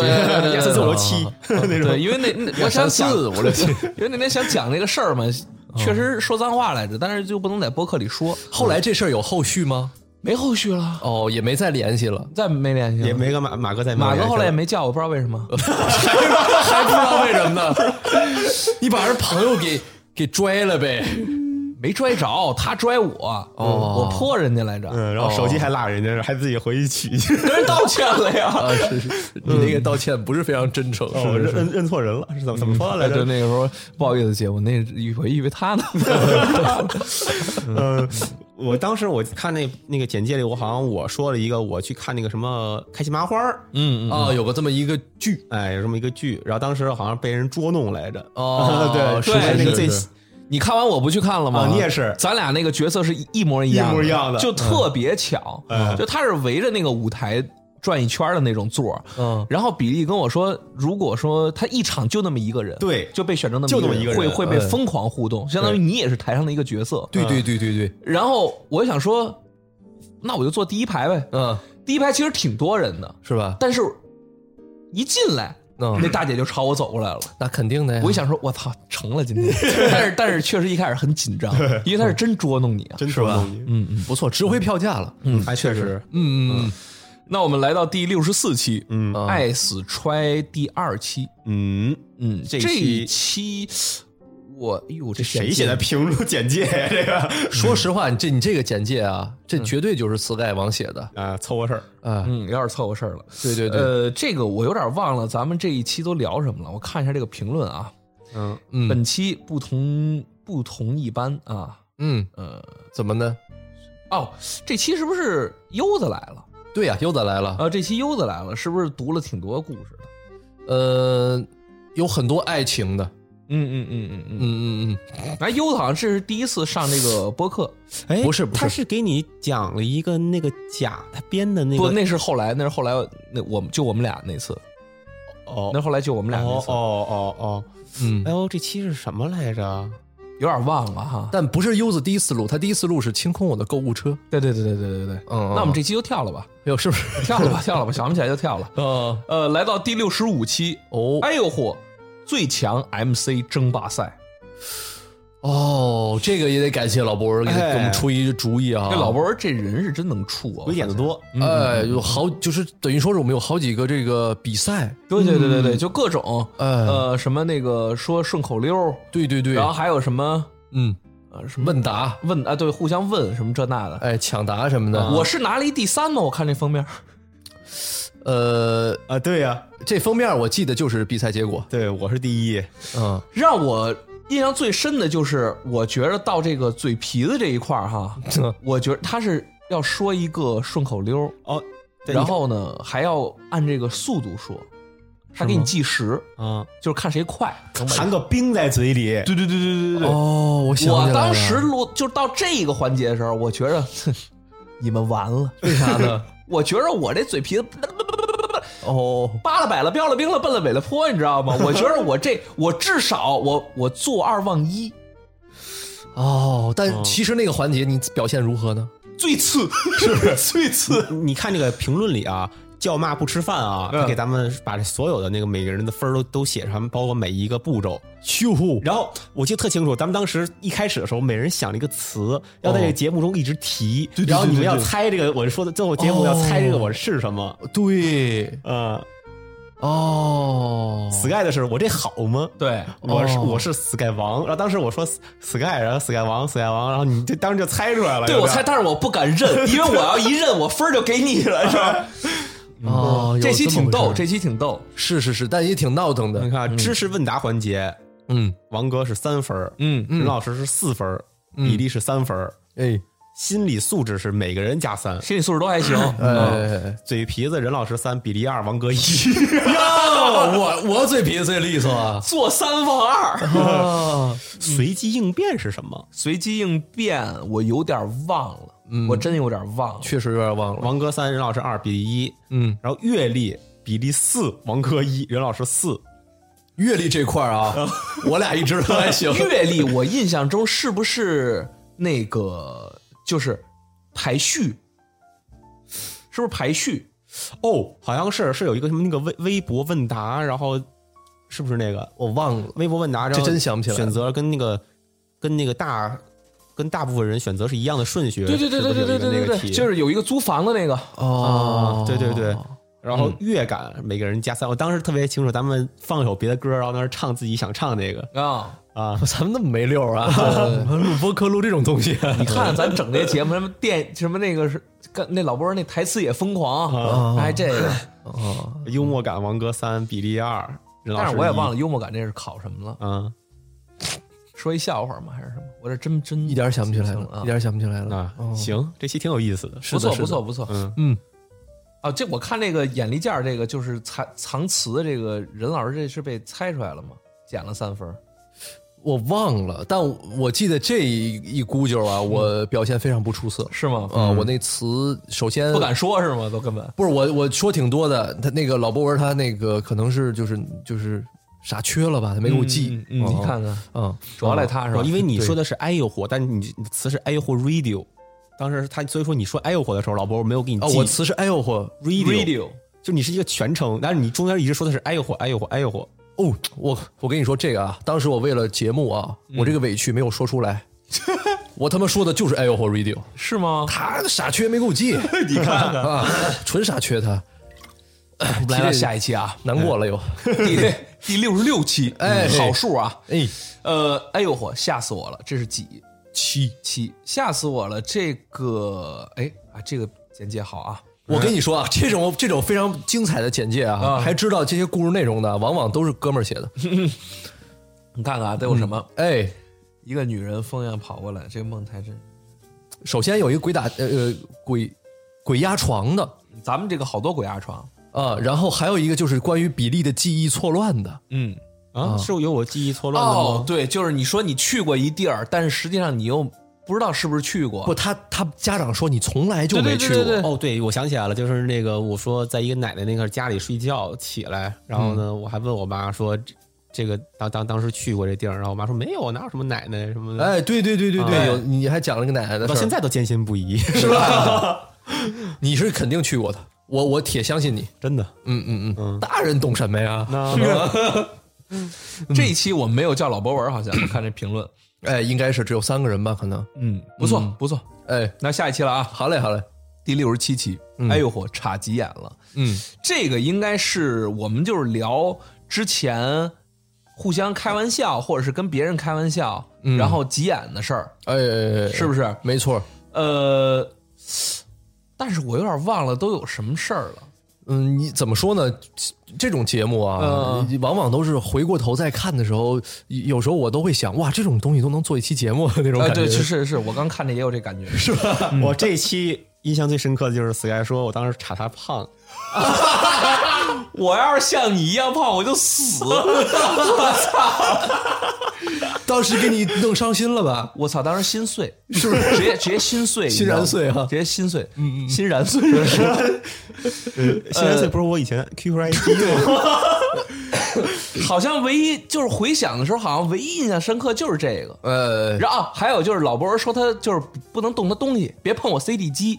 C: 对
B: 七，
C: 对对对对
A: <laughs>
B: 一二三四五
C: <laughs> 对，因
B: 六七，
C: 为那那我想
A: 三
C: 讲 <laughs>
A: 四五六七，嗯
C: 因为那天想讲那个事儿嘛，确实说脏话来着，但是就不能在播客里说。
A: 后来这事儿有后续吗？
C: 没后续了，
A: 哦，也没再联系了，
C: 再没联系了。
B: 也没跟马马哥在
C: 马哥
B: 面
C: 后来也
B: 前
C: 没叫我，不知道为什
B: <laughs>
C: 么。
A: 还不知道为什么呢？你把人朋友给给拽了呗？
C: 没拽着，他拽我，我泼人家来着，
B: 哦嗯，然后手机还落人家，还自己回
C: <laughs>
B: 去取去，
C: 跟人 <laughs> 道歉了呀。
A: 啊，是是，你那个道歉不是非常真诚，
B: 哦我
A: 是
B: 认认认错人了，是怎么怎么说的来
C: 哎对，
B: 着？
C: 那个时候不好意思，姐，我那我以为他
B: <laughs>
C: 呢。
B: 嗯，我当时我看那那个简介里，我好像我说了一个，我去看那个什么开心麻花儿
C: 嗯，
A: 啊，有个这么一个剧
B: 哎，有这么一个剧，然后当时好像被人捉弄来着。
A: 哦
B: <laughs> 对，
A: 是
B: 说
C: 是
B: 那个
A: 是
B: 最
A: 是
C: 你看完我不去看了吗？
B: 啊你也是
C: 咱俩那个角色是一一模一样，
B: 一模一样的
C: 就特别巧。
B: 嗯
C: 就他是围着那个舞台转一圈的那种座儿。
A: 嗯
C: 然后比利跟我说，如果说他一场就那么一个人，
B: 对
C: 就被选中
B: 就那么
C: 一
B: 一个
C: 会
B: 人
C: 会被
A: 嗯
C: 疯狂互动，相当于你也是台上的一个角色。
A: 对对对对对，
C: 然后我想说，那我就坐第一排呗。
A: 嗯，
C: 第一排其实挺多人的，
A: 是吧？
C: 但是一进来，
A: 嗯
C: 那大姐就朝我走过来了。
A: 那肯定的呀
C: 我一，想说，我操，成了今天。但是但是确实一开始很紧张，因为他是真捉弄你啊。
B: 真捉弄你，
C: 嗯嗯
A: 不错，值回票价了。
B: 嗯，哎，确实，
C: 嗯嗯。那我们来到第六十四期，
B: 嗯
C: 《爱死揣》第二期。
B: 嗯，
C: 嗯，
B: 这一
C: 一期我，哎呦，这
B: 谁写的
C: 简介？
B: 评论简介呀？这个 <laughs>
A: 说实话，你这你这个简介啊，这绝对就是 Sky 王写的
B: 啊，凑合事儿，
A: 啊。
C: 嗯，有点凑合事儿了。
A: 对对对，
C: 呃，这个我有点忘了，咱们这一期都聊什么了？我看一下这个评论啊。
B: 嗯，
A: 嗯
C: 本期不同不同一般啊。
A: 嗯
C: 呃，
A: 怎么呢？
C: 哦，这期是不是优子来了？
A: 对呀，优子来了。
C: 啊，这期优子来了，是不是读了挺多故事的？
A: 呃，有很多爱情的，
C: 嗯嗯嗯嗯
A: 嗯嗯
C: 嗯。哎，优子好像这是第一次上这个播 <laughs> 客，
B: 哎，
A: 不是不是
B: 他是给你讲了一个那个甲他编的那
C: 不，
B: 个，
C: 那是后来，那是后来，那我们就我们俩那次，
B: 哦
C: 那是后来就我们俩那
B: 哦
C: 次，
B: 哦哦
A: 嗯
B: 哦，哎
A: 嗯，
B: 呦，这期是什么来着？
C: 有点忘了哈。
A: 但不是优子第一思路，他第一思路是清空我的购物车。
C: 对对对对对对对。哦
A: 嗯，
C: 那我们这期就跳了吧，
A: 这是不是？
C: 跳了吧，跳了吧，想不起来就 <laughs> 跳了。
A: 嗯
C: 呃，来到第六十五期，
A: 哦
C: 哎呦嚯，最强 MC 争霸赛，
A: 哦，这个也得感谢老博给
B: 哎
A: 给我们出一主意啊。
C: 这老伯嗯这人是真能处啊，
B: 鬼点子多，
A: 哎，有好就是等于说是我们有好几个这个比赛，
C: 对对对对对，就各种，
A: 哎
C: 呃，什么那个说顺口溜，
A: 对对对
C: 然，后还有什么
A: 嗯，
C: 呃什么
A: 问答，
C: 问啊，对，互相问什么这那的。啊
A: 哎，抢答什么的。
C: 我是拿了一第三吗？我看这封面，
A: 呃，
B: 啊，对呀，
A: 这封面我记得就是比赛结果，
B: 对，我是第一，
A: 嗯
C: 让我印象最深的就是，我觉得到这个嘴皮子这一块儿
A: <laughs>
C: 哈，
A: 嗯
C: 我觉得他是要说一个顺口溜，
B: 哦，对
C: 然后呢还要按这个速度说，他给你计时，
B: 啊，
C: 就是看谁快。
B: 嗯含个冰在嘴里，
C: 对对对对对对
A: 哦，我想起来
C: 我
A: 了
C: 当时录就到这个环节的时候，我觉着哼你们完了，为啥呢？我觉着我这嘴皮子。
A: 哦，
C: 扒了摆了，标了兵了，奔了北了坡，你知道吗？我觉得我这，我至少我我做二忘一，
A: 哦，
C: 嗯
A: 但其实那个环节你表现如何呢？
C: 最次是不是最次？
B: 你看这个评论里啊，叫骂不吃饭啊，
A: 嗯
B: 他给咱们把这所有的那个每个人的分儿都都写上，包括每一个步骤。
A: 咻，
B: 然后我记得特清楚，咱们当时一开始的时候，每人想了一个词，要在这个节目中一直提，
A: 对对
B: 然后你们
A: 对
B: 要
A: 对
B: 猜这个我说的最后节目要猜这个我是什
A: 哦
B: 么。
A: 对，
B: 呃
A: 哦，
B: ，Sky 的是我这好吗？
C: 对，
B: 我是
A: 哦
B: 我是 Sky 王，然后当时我说 Sky，然后 Sky 王 Sky 王，然后你这当时就猜出来了。
C: 对
B: 有
C: 我
B: 点
C: 猜，但是我不敢认，因为我要一认，我分儿就给你了，是吧？
A: 哦，有
C: 这期挺
A: 么
C: 逗，
A: 回事
C: 这期挺逗，
A: 是是是，但也挺闹腾
B: 你
A: 的，
B: 看知识问答环节，
A: 嗯，
B: 王哥是三分儿，
C: 嗯
B: 任老师是四分儿，比利是三分儿，
A: 哎，
B: 心理素质是每个人加三，
C: 心理素质都还行。
A: 哎，
B: 嘴皮子任老师三，比利二，王哥一。
C: 嗯
A: 哦，我我嘴皮子最利索啊，
C: 做三忘二，
A: 哦，
B: 随机应变是什么？
C: 随机应变，我有点忘了，我真有点忘了。
A: 确实有点忘了，
B: 王哥三，任老师二，比利一。
A: 嗯，
B: 然后阅历，比利四，王哥一，任老师四。
A: 阅历这块儿 <laughs> 啊，我俩一直都还行，
C: 阅历，我印象中是不是那个就是排序？是不是排序？
B: 哦，好像是是有一个什么那个微微博问答，然后是不是那个
A: 我忘了，
B: 微博问答？然后
A: 这真想不起来了
B: 选择跟那个跟那个大跟大部分人选择是一样的顺序。
C: 对对对对对对
B: 是
C: 对
B: 不是有一个那
C: 对
B: 个
C: 对，
B: 题
C: 就是有一个租房的那个
B: 啊
C: 哦，
B: 对对对。然后乐感，每个人加三。我当时特别清楚，咱们放一首别的歌，然后在那儿唱自己想唱那个
C: 啊！
B: 啊。
A: <laughs> 咱们那么没溜 <laughs> 儿啊，录播客录这种东西，啊
C: 你看咱整这节目，什么电什么那个是跟那老波那台词也疯狂，哎这个，
B: 幽默感，王哥三，比例二，任老
C: 但
B: 师
C: 是我也忘
B: 了。
C: 了幽默感这是考什么了，
B: 嗯
C: 说一笑话吗还是什么？我这真真
A: 一点儿 <laughs> 想不起来
C: 啊
A: 了，一点儿想不起来了。
B: 啊，行，这期挺有意思的。
C: 不
A: 是
C: 错
A: 的
C: 不错不错，
B: 嗯
A: 嗯，
C: 啊，这我看这个眼力见儿这个就是藏藏词的这个任老师，这是被猜出来了吗？减了三分儿，
A: 我忘了，但我我记得这一一咕啾啊，我表现非常不出色
C: 是吗？
A: 啊。我那词首先
C: 嗯不敢说是吗？都根本
A: 不是我我说挺多的，他那个老博文他那个可能是就是就是傻缺了吧，他没给我记。
C: 嗯嗯你看看，
A: 嗯，
C: 主要赖他是吧？
B: 哦因为你说的是哎呦火，但你你的词是哎呦火 radio，当时他所以说你说哎呦火的时候，老伯我没有给你
A: 啊，
B: 记
A: 我词是哎呦嚯
B: radio，
C: radio
B: 就你是一个全称，但是你中间一直说的是哎呦火哎呦火哎呦火，
A: 哦，我我跟你说这个啊，当时我为了节目啊，我这个委屈没有说出来，我他妈说的就是哎呦嚯 radio，
C: 是吗？
A: 他傻缺没给我记，你看看啊，纯傻缺他，
C: 我们来到下一期啊，
A: 难过了又。
C: 第第六十六期，
A: 哎
C: 好数啊，
A: 哎，
C: 呃，哎呦嚯，吓死我了，这是几
A: 七，
C: 期？吓死我了，这个哎啊，这个简介好啊，
A: 我跟你说啊，这种这种非常精彩的简介啊，
C: 啊
A: 还知道这些故事内容的，往往都是哥们儿写的。
C: 你看看啊，都有什么？
A: 哎，
C: 一个女人风一样跑过来，这个梦太真。
A: 首先有一个鬼打呃呃鬼鬼压床的
C: 咱们这个好多鬼压床，
A: 啊，然后还有一个就是关于比利的记忆错乱的，
C: 嗯，
B: 啊，是有我记忆错乱的
C: 哦
B: 吗，？
C: 对，就是你说你去过一地儿，但是实际上你又不知道是不是去过，
A: 不，他他家长说你从来就没去过，
C: 对对对对
B: 哦，对，我想起来了，就是那个我说在一个奶奶那个家里睡觉起来，然后呢，我还问我妈说这这个当当当时去过这地儿，然后我妈说没有，哪有什么奶奶什
C: 嗯
B: 么的，
A: 哎，对对对对对，
B: 啊
A: 有你还讲了个奶奶的事
B: 到
A: 儿，
B: 现在都坚信不疑，
A: 是吧？你是肯定去过的，我我铁相信你。
B: <laughs> 真的。
A: 嗯嗯
B: 嗯
A: 嗯，大人懂什么呀？
B: 那
C: 这一期我们没有叫老博文，好像我看这评论，
A: 哎，应该是只有三个人吧，可能。
C: 嗯，不错不错，
A: 哎，
C: 那下一期了啊，
A: 好嘞，好嘞。
C: 第六十七期，哎呦嚯，差急眼了，
A: 嗯，
C: 这个应该是我们就是聊之前互相开玩笑，或者是跟别人开玩笑，然后急眼的事儿，
A: 哎，哎哎
C: 是不是？
A: 没错。
C: 呃，但是我有点忘了都有什么事儿了。
A: 嗯，你怎么说呢？这这种节目
C: 嗯
A: 啊，往往都是回过头再看的时候，有时候我都会想，哇，这种东西都能做一期节目那种感
C: 啊，
A: 觉。 <laughs>
C: 对，是是是，我刚看着也有这感觉，是吧？
B: 我这一期印象最深刻的就是 Sky 说，我当时查他胖，
C: 我要是像你一样胖，我就死。 <laughs>
A: 当时给你弄伤心
C: <laughs>
A: 了吧？
C: 我操，当时心碎，是不是？直接直接心碎，
A: 心然碎啊
C: 你知道吗直接心碎，嗯嗯，心然碎是不是？
B: 现在这不是我以前 QQID 吗？
C: 好像唯一就是回想的时候，好像唯一印象深刻就是这个。
A: 呃，
C: 然后啊还有就是老博文说他就是不能动他东西，别碰我 CD 机，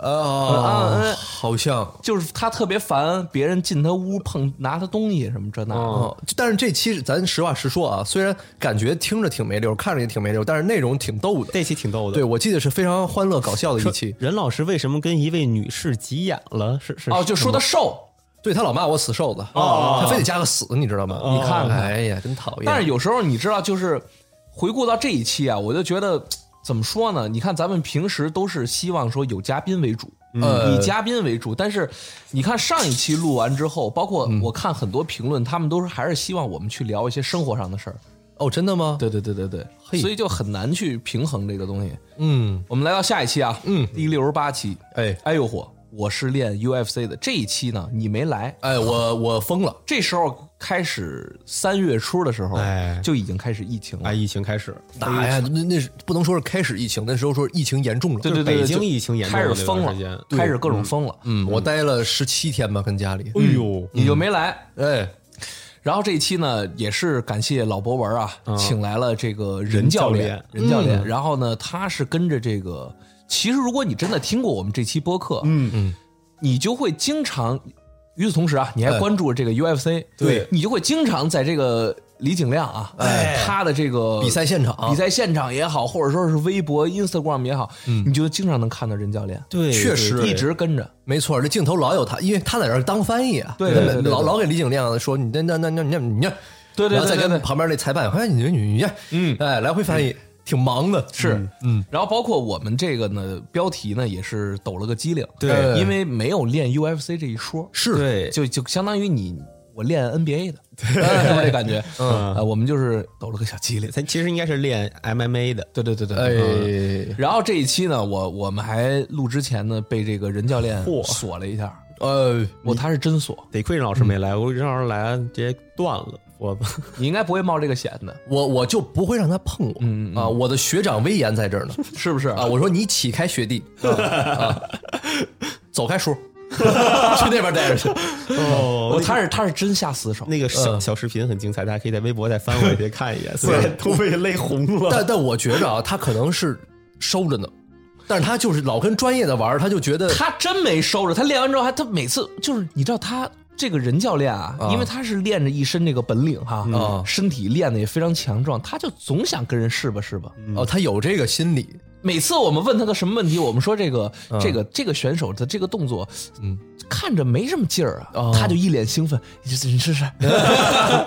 A: 啊
C: 嗯，
A: 好像。
C: 就是他特别烦别人进他屋碰拿他东西什么这那的。
A: 哦，就但是这期咱实话实说啊，虽然感觉听着挺没溜，看着也挺没溜，但是内容挺逗的。
B: 这期挺逗的。
A: 对，，我记得是非常欢乐搞笑的一
B: 说
C: 呃
A: 期。
B: 任老师为什么跟一位女士急眼了？是是
C: 哦，就说他瘦，
A: 对他老骂我死瘦子，他非得加个死，你知道吗？你看看，哎呀，真讨厌。
C: 哦但是有时候你知道，就是回顾到这一期啊，我就觉得怎么说呢？你看咱们平时都是希望说有嘉宾为主，
A: 呃
C: 以嘉宾为主。但是你看上一期录完之后，包括我看很多评论，他们都是还是希望我们去聊一些生活上的事儿。
A: 哦，真的吗？
C: 对对对对对，所以就很难去平衡这个东西。
A: 嗯，
C: 我们来到下一期啊，嗯，第六十八期，
A: 哎
C: 哎呦嚯，我是练 UFC 的这一期呢，你没来，
A: 哎，我我疯了。
C: 这时候开始三月初的时候，
B: 哎
C: 就已经开始疫情了
B: 啊，。疫情开始，
C: 哎
A: 打哎呀，那那是不能说是开始疫情，那时候说是疫情严重了。
C: 对对对，
B: 北
C: 对
B: 京
C: 就
B: 疫情严重
C: 开始
B: 的那段
C: 封
B: 时间
C: 了，开始各种封了，
A: 嗯，我待了十七天吧，跟家里。
C: 嗯
B: 哎呦，
C: 你就没来。
A: 哎，
C: 然后这一期呢，也是感谢老博文啊，请来了这个任教练，
A: 任
C: 任教
A: 教练
C: 练。然后呢，他是跟着这个，其实如果你真的听过我们这期播客，嗯嗯，你就会经常。与此同时啊，你还关注这个 UFC，
A: 对
C: 你就会经常在这个李景亮啊，哎，他的这个
A: 比赛现场
C: 比赛现场也好，或者说是微博、Instagram 也好，你就经常能看到任教练，
B: 对，
A: 确实
B: 对
C: 一直跟着。
A: 没错，这镜头老有他，因为他在这儿当翻译啊，
C: 对对对
A: 那么
C: 对
A: 老
C: 对
A: 老给李景亮说你那那那那那你那，
C: 对对对
A: 然后再
C: 对对
A: 跟
C: 对
A: 旁边那裁判，哎，你你你，嗯，哎，来回翻译，挺忙的，
C: 是，嗯，然后包括我们这个呢，标题呢也是抖了个机灵，
B: 对
C: 因为没有练 UFC 这一说，
A: 是
B: 对，
C: 就就相当于你我练 NBA 的， <laughs> 是吧？这感觉，嗯，啊我们就是抖了个小机灵，
B: 咱其实应该是练 MMA 的，呃
C: 对对对对，
A: 哎，
C: 然后这一期呢，我我们还录之前呢，被这个任教练
B: 嚯
C: 锁了一下，
A: 呃，
C: 我他是真锁，
B: 得亏任老师没来，我任老师来直接断了，我
C: 你应该不会冒这个险的，
A: 我我就不会让他碰我，啊，我的学长威严在这儿呢，
C: 是不是？
A: 啊，我说你起开学弟，啊啊走开叔，
C: <laughs>
A: 去那边待着去，
B: 哦
C: 嗯我他是他是真下死手，
B: <laughs> 那个小小视频很精彩，大家可以在微博再翻 <laughs> 回去看一眼，虽然都被累红了。
A: 但但我觉着啊，他可能是收着呢，但是他就是老跟专业的玩儿，他就觉得
C: 他真没收着，他练完之后还他每次就是你知道他这个任教练啊，因为他是练着一身这个本领哈，
A: 嗯
C: 身体练的也非常强壮，他就总想跟人试吧试吧。
A: 哦，他有这个心理，
C: 每次我们问他个什么问题，我们说这个、这个这个选手的这个动作，嗯，看着没什么劲儿啊，他就一脸兴奋，你试你试试，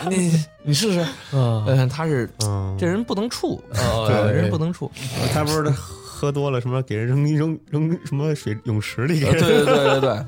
C: 你你试试，嗯、他是、
B: 嗯
C: 这人不能怵，
A: 哦
C: 这
A: 对
C: 人不能怵。
B: <laughs> 他不是喝多了什么，给人扔一扔扔什么水泳池里给
C: 对 <laughs> 对
B: 人。
C: 对对对，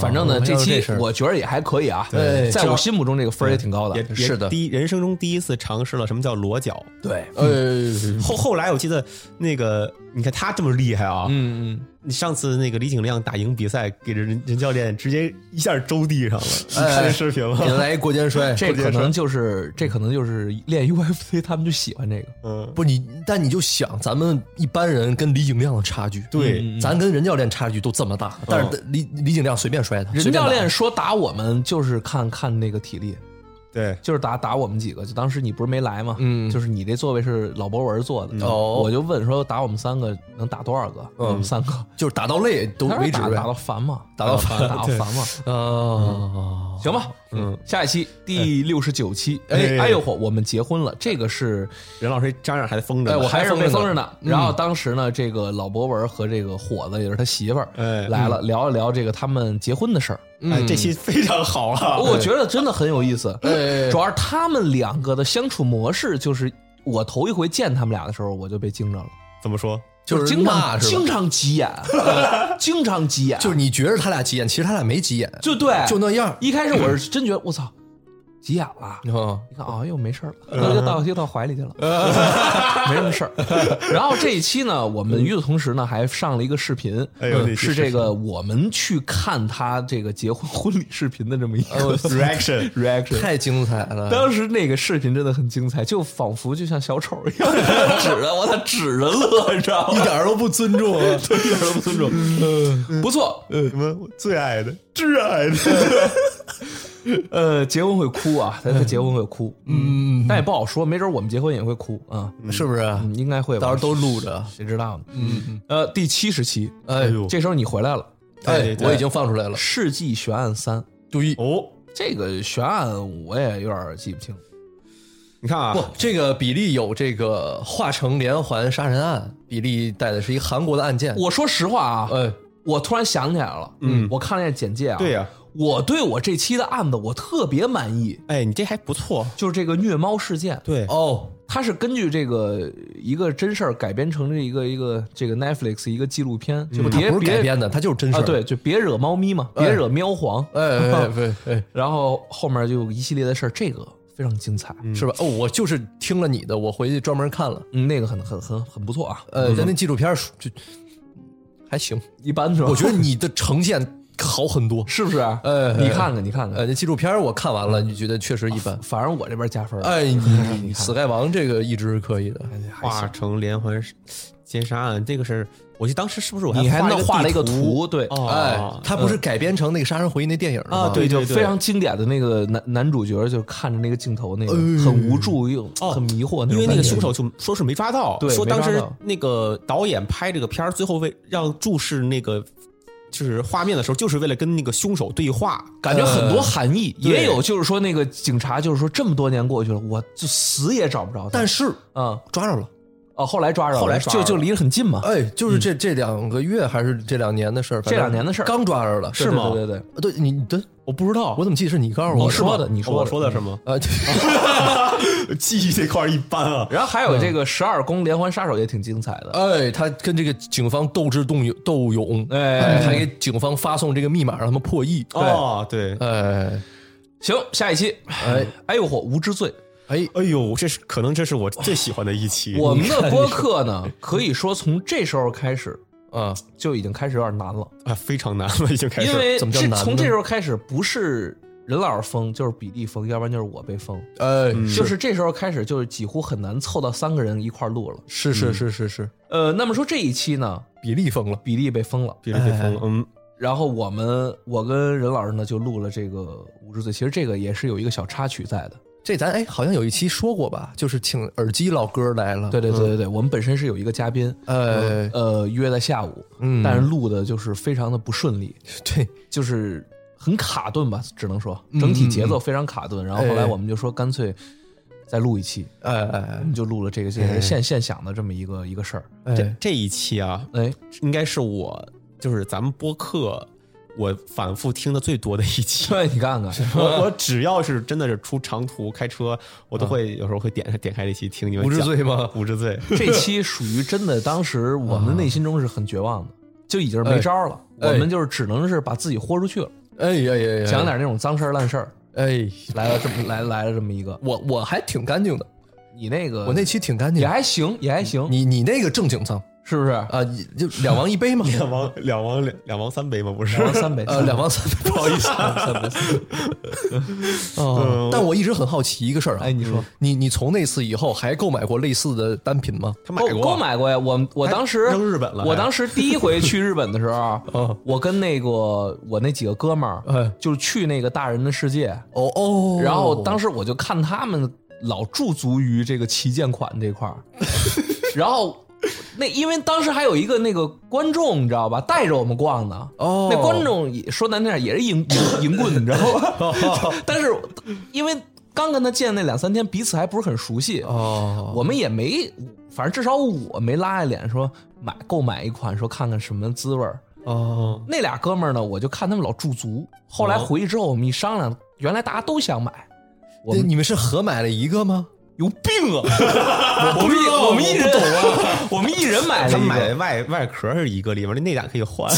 C: 反正呢，
A: 还
C: 这
A: 有这
C: 期
A: 事儿
C: 我觉得也还可以啊，
A: 对
C: 在我心目中这个分儿也挺高的
B: 也，也
A: 是的
B: 第一人生中第一次尝试了什么叫裸脚。
C: 对，
A: 呃，
B: <laughs> 后后来我记得那个，你看他这么厉害啊，
C: 嗯嗯，
B: 你上次那个李景亮打赢比赛，给人任教练直接一下周地上了，你看这视频
A: 给他
B: 了？
A: 来一过肩 <laughs> 摔，
C: 呃这可能就是这可能就是练 UFC <laughs> 他们就喜欢这个，
B: 嗯，
A: 不你，但你就想咱们一般人跟李景亮的差距，
B: 对
A: 嗯咱跟任教练差距都这么大，但是李李景亮随便摔他，
C: 嗯任
A: 随便
C: 教
A: 打
C: 练说打我们就是看看那个体力。
B: 对，
C: 就是打打我们几个，就当时你不是没来吗？
A: 嗯
C: 就是你这座位是老博文坐的，
A: 哦
C: 我就问说打我们三个能打多少个？我们三个
A: 就是打到累都
C: 他说
A: 为止
C: 打
A: 呗
C: 打，到烦嘛，
A: 打到
C: 烦，
A: 烦
C: 打到烦嘛，
A: 哦，
C: 行吧，嗯，下一期第六十九期，哎
B: 哎
C: 哎呦嚯，我们结婚了，这个是
B: 任老师照样还封着
C: 哎，
B: 呢，
C: 我还是
A: 封着呢嗯
C: 被封着呢。然后当时呢，这个老博文和这个伙子，也是他媳妇儿，
B: 哎
C: 来
A: 嗯
C: 了聊一聊这个他们结婚的事儿。
B: 哎，这期非常好啊！
C: 我觉得真的很有意思
A: 哎，
C: 主要是他们两个的相处模式，就是我头一回见他们俩的时候，我就被惊着了，
B: 怎么说？
A: 就是
C: 经常
A: 骂是吧
C: 经常急眼，经常急眼，
A: 就是你觉着他俩急眼，其实他俩没急眼，
C: 就对，
A: 就那样，
C: 一开始我是真觉得我操，急眼了。
A: 嗯
C: 一看啊，又没事儿
B: 嗯
C: 了，又到又到怀里去了， <laughs> 没什么事儿。然后这一期呢，我们与此同时呢，还上了一个视频，呃
B: 哎呦那期
C: 是
B: 视频
C: 这个我们去看他这个结婚婚礼视频的这么
B: 哎
C: 一个
B: <laughs> reaction
C: reaction。
A: 太精彩了，
C: <laughs> 当时那个视频真的很精彩，就仿佛就像小丑一样， <laughs> 指着我操指着乐，你知道
A: 一
C: 吗？
A: 点儿都不尊重啊，
B: 一点都不尊重。嗯
C: 不错，
B: 呃什么我最爱的、挚爱的，
C: 呃，结婚会哭啊，他他结婚会哭，嗯，但也不好说，没准我们结婚也会哭啊，
A: 是不是？
C: 嗯应该会吧，
A: 到时候都录着，
C: 谁知道呢？嗯，呃，第七十期，呃
A: 哎
B: 呦
C: 这时候你回来了，
A: 哎
B: 对，对
A: 我已经放出来了，
C: 《世纪悬案三》。
A: 注意。
B: <laughs> 哦，
C: 这个悬案我也有点记不清，
B: 你看啊
A: 不，，这个比利有这个化成连环杀人案，比利带的是一个韩国的案件。
C: 我说实话啊，
A: 嗯呃，
C: 我突然想起来了，嗯，我看了一下简介啊，
B: 对呀
C: 我对我这期的案子我特别满意，
B: 哎，你这还不错，
C: 就是这个虐猫事件，
B: 对，
A: 哦，
C: 它是根据这个一个真事儿改编成这一个一个这个 Netflix 一个纪录片，就
A: 嗯它
C: 别
A: 不是改
C: 别
A: 编的，它就是真事儿。
C: 啊，对，就别惹猫咪嘛，别惹喵皇，
A: 哎，哎哎哎
C: 然后后面就有一系列的事儿，这个非常精彩，
A: 哎，是吧？哦，我就是听了你的，我回去专门看了。
C: 嗯，那个很很很很不错啊，
A: 呃，但那纪录片儿就还行，
C: 一般是吧？。
A: 我觉得你的呈现好很多
C: <laughs> 是不是？
A: 呃
C: 你看看，你看看，
A: 呃，那纪录片儿我看完了，你觉得确实一般。
C: 反正我这边加分儿。
A: 哎，你你你 Sky 王这个一直是可以的。
B: 化成连环奸杀案这个事儿，我记得当时是不是我
C: 你还弄画
B: 画
C: 了
B: 了
C: 一
B: 一
C: 个
B: 个
C: 图，对，
B: 哦
A: 哎，它不是改编成那个《杀人回忆》那电影了吗？
B: 啊对对
C: 就
B: 对
C: 非常经典的那个男男主角，就看着那个镜头，那个很无助又很迷惑种感觉，
B: 因为那个凶手就说是没抓到，
C: 对
B: 说当
C: 没
B: 时
C: 抓到
B: 那个导演拍这个片儿，最后为让注视那个就是画面的时候，就是为了跟那个凶手对话，
C: 感觉很多含义，
B: 对
C: 也有就是说那个警察就是说这么多年过去了，我就死也找不着他。
A: 但是
C: 嗯
A: 抓着了。
C: 哦，后来抓着了，
B: 后来抓着
C: 就
B: 了
C: 就离得很近嘛。
A: 哎，就是这这两个月还是这两年的事儿，反正
C: 这两年的事儿
A: 刚抓着了，
C: 是
A: 对
C: 吗
A: 对对对，对你对，
B: 我不知道
A: 我怎么记得是你告诉我
C: 你
A: 的
C: 说的你
B: 你
C: 说的
B: 哦我说的是吗？
A: 啊？对
B: 记忆这块儿一般啊，
C: 然后还有这个十二宫连环杀手也挺精彩的，
A: 哎，他跟这个警方斗智斗勇，斗勇，
C: 哎
A: 还给警方发送这个密码，让他们破译。
B: 哦，对，
A: 哎，
C: 行，下一期，
A: 哎，
C: 哎呦嚯，无知罪。
A: 哎，
B: 哎呦，这是可能这是我最喜欢的一
C: <laughs>
B: 期。
C: 我们的播客呢，可以说从这时候开始嗯
A: 啊，
C: 就已经开始有点难了，
B: <laughs> 啊非常难了，已经开始。
C: 因为
A: 怎么叫
C: 这
A: 难呢
C: 从这时候开始不是任老师封，就是比利封，要不然就是我被封，
A: 哎，
C: 就是这时候开始就是几乎很难凑到三个人一块儿录了。
A: 是是是是是，
C: 呃，那么说这一期呢，
A: 比利疯了，
C: 比利被封了，
B: 比利被
C: 哎
B: 封了，嗯，
C: 然后我们我跟任老师呢就录了这个《无知罪》，其实这个也是有一个小插曲在的。
A: 这咱哎好像有一期说过吧，就是请耳机老哥来了，
C: 对，对对对嗯对，我们本身是有一个嘉宾，
A: 哎，
C: 呃，约在下午，
A: 嗯
C: 但是录的就是非常的不顺利，
A: 对，
C: 就是很卡顿吧，只能说整体节奏非常卡顿。然后后来
A: 嗯哎
C: 我们就说干脆再录一期，
A: 哎哎
C: 我们就录了这个这个现现想的这么一个一个事儿。
A: 哎
B: 这
A: 哎，
B: 这一期啊，
C: 哎，
B: 应该是我就是咱们播客我反复听的最多的一期。
C: 对你看看，
B: <laughs> 我我只要是真的是出长途开车，我都
C: 嗯
B: 会有时候会点点开这期听你们
A: 无
B: 讲。
A: 知罪吗？
B: 无知罪，
C: 这期属于真的，当时我们内心中是很绝望的，就已经是没招儿了。
A: 哎
C: 我们就是只能是把自己豁出去了，
A: 哎呀呀呀，
C: 讲点那种脏事儿烂事儿，
A: 哎，
C: 来了这么来来了这么一个。
A: 我我还挺干净的，
C: 你那个
A: 我那期挺干净
C: 也
A: 的，
C: 嗯还行，也还行，
A: 你你那个正经脏
C: 是不是？
A: 啊，你就两王一杯嘛，
B: <laughs> 两王两王两两王三杯吗？不是，
C: 王 <laughs> 三杯，
A: 呃，两王三杯，不好意思， <laughs> 哦，但我一直很好奇一个事儿啊，
C: 哎你说，
A: 你你从那次以后还购买过类似的单品吗？
B: 他买
C: 购
B: 过
C: 购买过呀，我我当时
B: 扔日本了还
C: 我当时第一回去日本的时候
A: 嗯，
C: 我跟那个我那几个哥们儿
A: 哎，
C: 就是去那个大人的世界，
A: 哦哦，
C: 然后当时我就看他们老驻足于这个旗舰款这块儿， <laughs> 然后那因为当时还有一个那个观众你知道吧，带着我们逛呢，
A: 哦
C: 那观众也说难听点也是淫淫淫棍你知道吧，
A: <laughs>
C: 但是因为刚跟他见那两三天，彼此还不是很熟悉，
A: 哦，
C: 我们也没，反正至少我没拉下脸说买购买一款，说看看什么滋味儿。
B: 哦，
C: 那俩哥们儿呢，我就看他们老驻足，后
A: 哦
C: 来回去之后我们一商量，原来大家都想买，我
A: 那
C: 们
A: 你们是合买了一个吗？
C: 有病啊！ <laughs> 我们一我们一人
A: 啊
C: <laughs> 我们一人买
B: 他
C: 了一
B: 买
C: 个，
B: 外外壳是一个，里面的内胆可以
C: <laughs>
B: 换。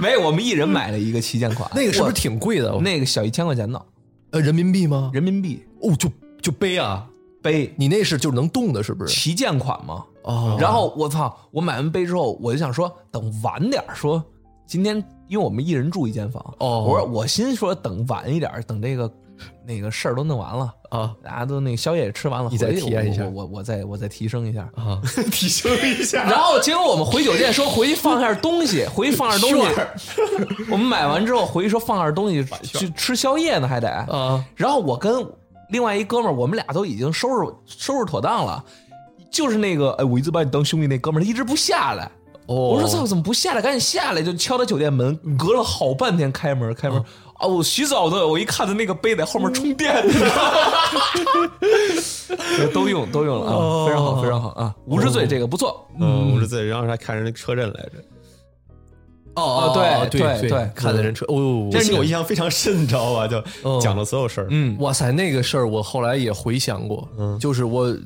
C: 没有，我们一人买了一个旗舰款，
A: 那个是不是
C: 我
A: 挺贵的？
C: 那个小一千块钱呢？
A: 呃，人民币吗？
C: 人民币
A: 哦，就就背啊，
C: 杯
A: 你那是就是能动的，是不是？
C: 旗舰款嘛？
A: 哦，
C: 然后我操，我买完杯之后，我就想说等晚点儿说，今天因为我们一人住一间房，
A: 哦
C: 我说我心说等晚一点儿，等这个那个事儿都弄完了。
A: 啊
C: 大家都那个宵夜也吃完了，
A: 你再
C: 回去
A: 体验一下
C: 我我我我再我再提升一下。
A: 啊，
B: 提升一下，
C: 然后结果我们回酒店说回去放下东西，回去放下东西。我们买完之后回去说放下东西去吃宵夜呢，还得
A: 啊。
C: 然后我跟另外一哥们儿，我们俩都已经收拾收拾妥当了，就是那个哎，我一直把你当兄弟那哥们儿，他一直不下来。
A: 哦，
C: 我说操，怎么不下来？赶紧下来！就敲他酒店门，隔了好半天开门，开门啊、我洗澡的，我一看他那个杯在后面充电， <laughs> 你知道吗都用都用了啊，非常好非常好啊！无知罪这个不错，
B: 嗯，无知罪，然后还看人那个车震来着。
A: 哦
C: 哦对
A: 对
C: 对对
A: 看的人车，哦，
B: 这是我印象非常深，你知道吧？就讲的所有事儿，
C: 嗯，
A: 哇塞，那个事儿我后来也回想过，就是我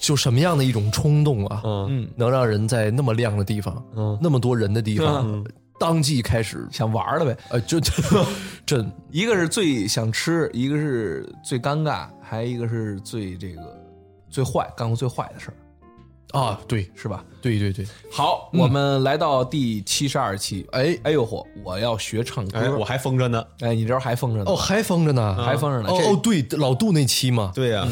A: 就什么样的一种冲动啊，
B: 嗯
A: 能让人在那么亮的地方，
B: 嗯
A: 那么多人的地方，当即开始，
C: 想玩儿了呗。
A: 呃，就 <laughs> 真
C: 一个是最想吃，一个是最尴尬，还有一个是最这个最坏，干过最坏的事儿，
A: 啊，对
C: 是吧？嗯
A: 对对对，
C: 好，我们来到第七十二期。哎哎呦嚯，我要学唱歌。
B: 哎，我还封着呢。
C: 哎你这还封着呢，
A: 哦，还封着呢，
C: 还封着呢。
A: 哦
C: 这
A: 哦，对，老杜那期嘛，
B: 对呀，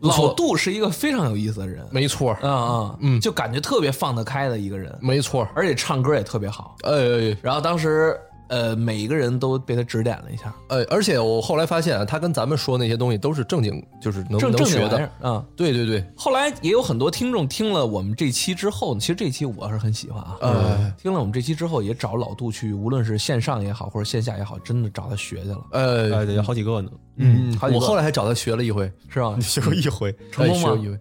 C: 老杜是一个非常有意思的人，
A: 没错儿，
C: 啊啊，嗯，就感觉特别放得开的一个人，
A: 没错儿，
C: 而且唱歌也特别好。
A: 哎哎，哎
C: 然后当时呃，每个人都被他指点了一下，
A: 呃，而且我后来发现啊，他跟咱们说那些东西都是正经，就是能
C: 正
A: 能
C: 正经
A: 学
C: 玩意
A: 的
C: 儿。啊。
A: 对对对，
C: 后来也有很多听众听了我们这期之后，其实这期我是很喜欢啊。
A: 呃
C: 听了我们这期之后，也找老杜去，无论是线上也好，或者线下也好，真的找他学去了，
A: 呃，
B: 呃，有好几 <laughs> 个呢，
A: 嗯，
C: 好几
A: 我
C: 个
A: 后来还找他学了一回，
C: 是吧？
B: 学过一回，
C: 成功吗
A: 哎学了一回，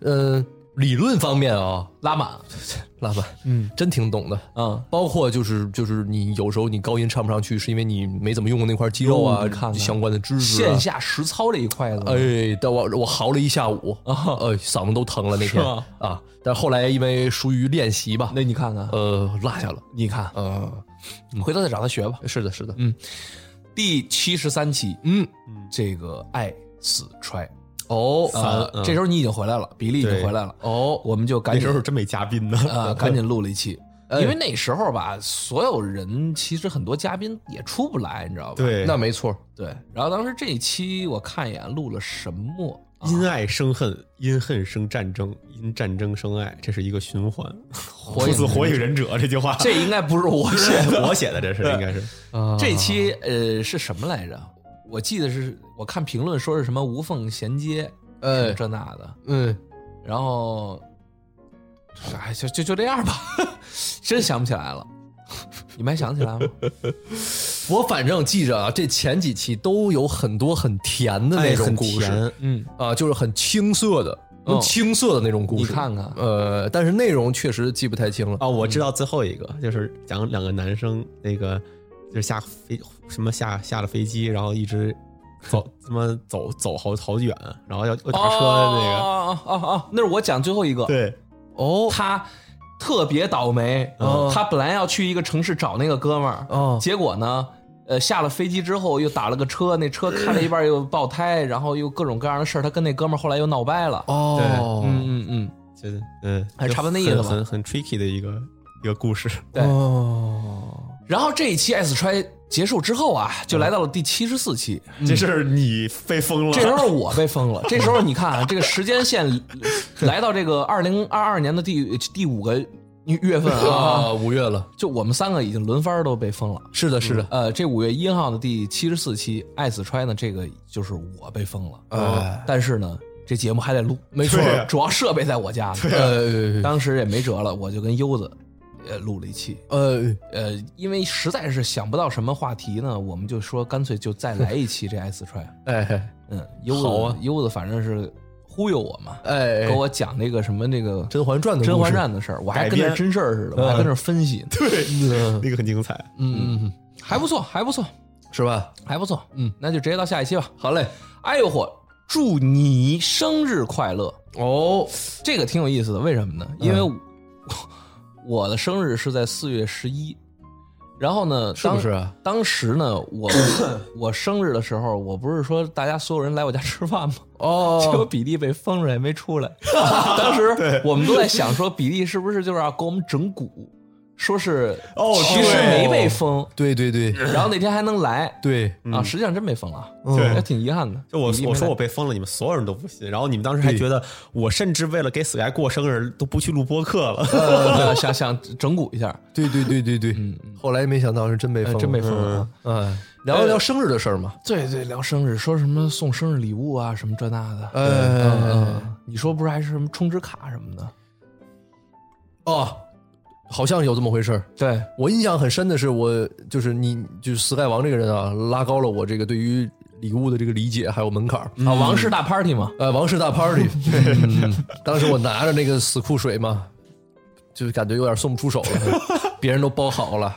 A: 呃，理论方面啊，
C: 拉满，
A: 老板，
C: 嗯
A: 真挺懂的。
C: 嗯，
A: 包括就是就是你有时候你高音唱不上去，是因为你没怎么用过那块肌肉
C: 哟
A: 啊，
C: 你看看
A: 相关的知识、啊。
C: 线下实操这一块子，
A: 哎，但我我嚎了一下午，
C: 啊
A: 呃，嗓子都疼了那
C: 是
A: 天
C: 吗
A: 啊。但后来因为疏于练习吧，
C: 那你看看，
A: 呃，落下了。
C: 你看，
A: 呃，
C: 回头再找他学吧。嗯
A: 是的，是的，
C: 第七十三期，
A: 嗯，
C: 这个爱死揣
A: 哦，
C: 啊、
B: 嗯
C: 这时候你已经回来了，比利已经
B: 对
C: 回来了，
A: 哦，
C: 我们就赶
B: 那
C: 紧
B: 时候真没嘉宾呢。
C: 啊，赶紧录了一期。因为那时候吧，所有人其实很多嘉宾也出不来，你知道吧？
B: 对，
A: 那没错，
C: 对。然后当时这一期我看一眼录了什么啊，
B: 因爱生恨，因恨生战争，因战争生爱，这是一个循环。
C: 影
B: 出自《火影忍者》这句话，
C: 这应该不是我写的。
B: <laughs> 我写的，这是应该是
A: 啊
C: 这期呃是什么来着？我记得是我看评论说是什么无缝衔接，
A: 哎
C: 什么这那的。
A: 嗯，
C: 然后，哎，就就就这样吧，真想不起来了。你们还想起来吗？
A: 我反正记着啊，这前几期都有很多很甜的那
B: 爱
A: 种
B: 很
A: 故事
B: 甜，
C: 嗯，
A: 啊，就是很青涩的，
C: 哎嗯
A: 青涩的那种故事。
C: 你看啊看
A: 呃，但是内容确实记不太清了。
B: 哦，我知道最后一个就是讲两个男生那个就是下飞什么下下了飞机，然后一直走他妈走走好好远，然后要要搭车的那个，
C: 哦哦哦哦，那是我讲最后一个。
B: 对，
A: 哦
C: 他特别倒霉，
A: 嗯
C: 他本来要去一个城市找那个哥们儿，
A: 哦
C: 结果呢，呃，下了飞机之后又打了个车，那车开了一半又爆胎，然后又各种各样的事儿，他跟那哥们儿后来又闹掰了。
A: 哦，
C: 嗯嗯嗯，
B: 就是嗯，
C: 还
B: 就
C: 差不多那意思吧
B: 很很很 tricky 的一个一个故事。
C: 对
A: 哦，
C: 然后这一期 S 揣结束之后啊，就来到了第七十四期。
B: <laughs> 这事儿你被封了，
C: 这时候我被
A: <laughs>
C: 封了。这时候你看啊，这个时间线来到这个二零二二年的第第五个月份啊，
A: 啊，五月了，
C: 就我们三个已经轮番都被封了。
A: 是的，是的，
C: 呃，这五月一号的第七十四期《爱死揣》呢，这个就是我被封了。呃
A: 哎
C: 但是呢，这节目还得录，
A: 没错对呀
C: 主要设备在我家呢。
A: 呃
C: 当时也没辙了，我就跟优子呃录了一期。
A: 呃，
C: 呃，因为实在是想不到什么话题呢，我们就说干脆就再来一期这《爱死揣》。
A: 哎
C: 嗯，优子、
A: 好啊
C: 优子反正是忽悠我嘛，
A: 哎，
C: 给我讲那个什么那个
A: 《甄嬛传》的
C: 甄嬛
A: 故事，
C: 传》的事儿，我还
B: 改
C: 跟那
B: 编
C: 真事儿似的，我还跟那儿分析呢。
B: 对，那个很精彩。
A: 嗯嗯，
C: 还不错，还不错，
A: 是吧？
C: 还不错。嗯，那就直接到下一期吧。
A: 好嘞，
C: 哎呦嚯！祝你生日快乐！
A: 哦，
C: 这个挺有意思的，为什么呢？因为我,、 <laughs> 的生日是在四月十一，然后呢，
A: 是
C: 当
A: 不是啊
C: 当时呢，我我生日的时候，我不是说大家所有人来我家吃饭吗？ <laughs> 结果
A: 哦，
C: 比利被封出来没出来。当时我们都在想说，比利是不是就是要给我们整蛊，说是
B: 哦
C: 其实
B: 对
C: 没被封，
A: 对对对
C: 然后那天还能来
A: <laughs> 对，
C: 啊，实际上真没封啊，
B: 对
C: 还挺遗憾的。
B: 就我
C: 比利没
B: 我说
C: 来
B: 我被封了，你们所有人都不信，然后你们当时还觉得我甚至为了给 Sky 过生日都不去录播客了。
C: 呃，想想整蛊一下，
A: 对对对对对，后来没想到是真被
C: 呃
A: 封，
C: 真没封啊。
A: 嗯，聊一聊生日的事儿嘛，
C: 对对，聊生日，说什么送生日礼物啊，什么这那的。
A: 哎
C: 嗯，你说不是还是什么充值卡什么的？
A: 哦，好像有这么回事儿。
C: 对，
A: 我印象很深的是，我就是你就是 Sky 王这个人啊，拉高了我这个对于礼物的这个理解还有门槛儿。
C: 啊，王室大 party 嘛，
A: 呃，王室大 <laughs> party，、嗯、当时我拿着那个死库水嘛，就是感觉有点送不出手 <laughs> 了，别人都包好了。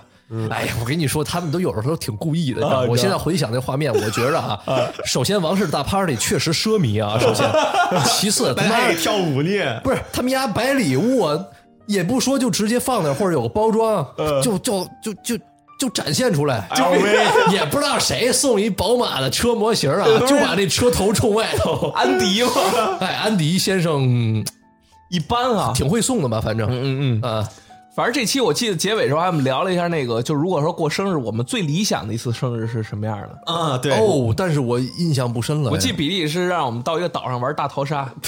A: 哎呀，我跟你说，他们都有时候挺故意啊的。你知道吗我现在回想那画面，我觉着啊，首先王室大 party 确实奢靡啊，首 <laughs> 先，其次他
B: <laughs> 大
A: 妈
B: 家也跳舞呢，
A: 不是他们家摆礼物啊，也不说就直接放那儿或者有个包装，就就就就就展现出来。
B: LV
A: 也不知道谁送一宝马的车模型啊，就把那车头冲外头。
C: 哦安迪嘛， <laughs>
A: 哎，安迪先生嗯
C: 一般啊。
A: 挺会送的吧？反正，嗯嗯啊，
C: 反正这期我记得结尾时候，我们聊了一下那个，就如果说过生日，我们最理想的一次生日是什么样的？
B: 啊，对，
A: 哦，但是我印象不深了。
C: 我记得比利是让我们到一个岛上玩大逃杀，
A: <laughs>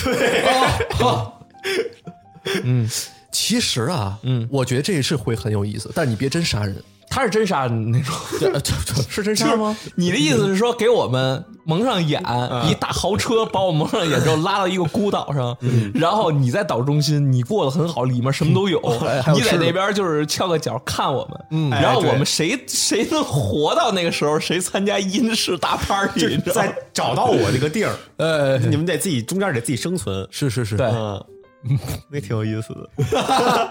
A: 其实啊，嗯，我觉得这一次会很有意思，但你别真杀人。
C: 他是真杀你那种，
B: 是真杀吗？
C: 你的意思是说给我们蒙上眼，一大豪车把我 <laughs> 蒙上眼之后拉到一个孤岛上，然后你在岛中心，你过得很好，里面什么都有，你在那边就是翘个脚看我们，然后我们谁谁能活到那个时候，谁参加英式大 party，你知道吗
B: 再找到我这个地 <laughs> 儿，
A: 呃，
B: 你们得自己中间得自己生存。
A: 是是是，
C: 对
B: 嗯，那挺有意思的。
C: <laughs>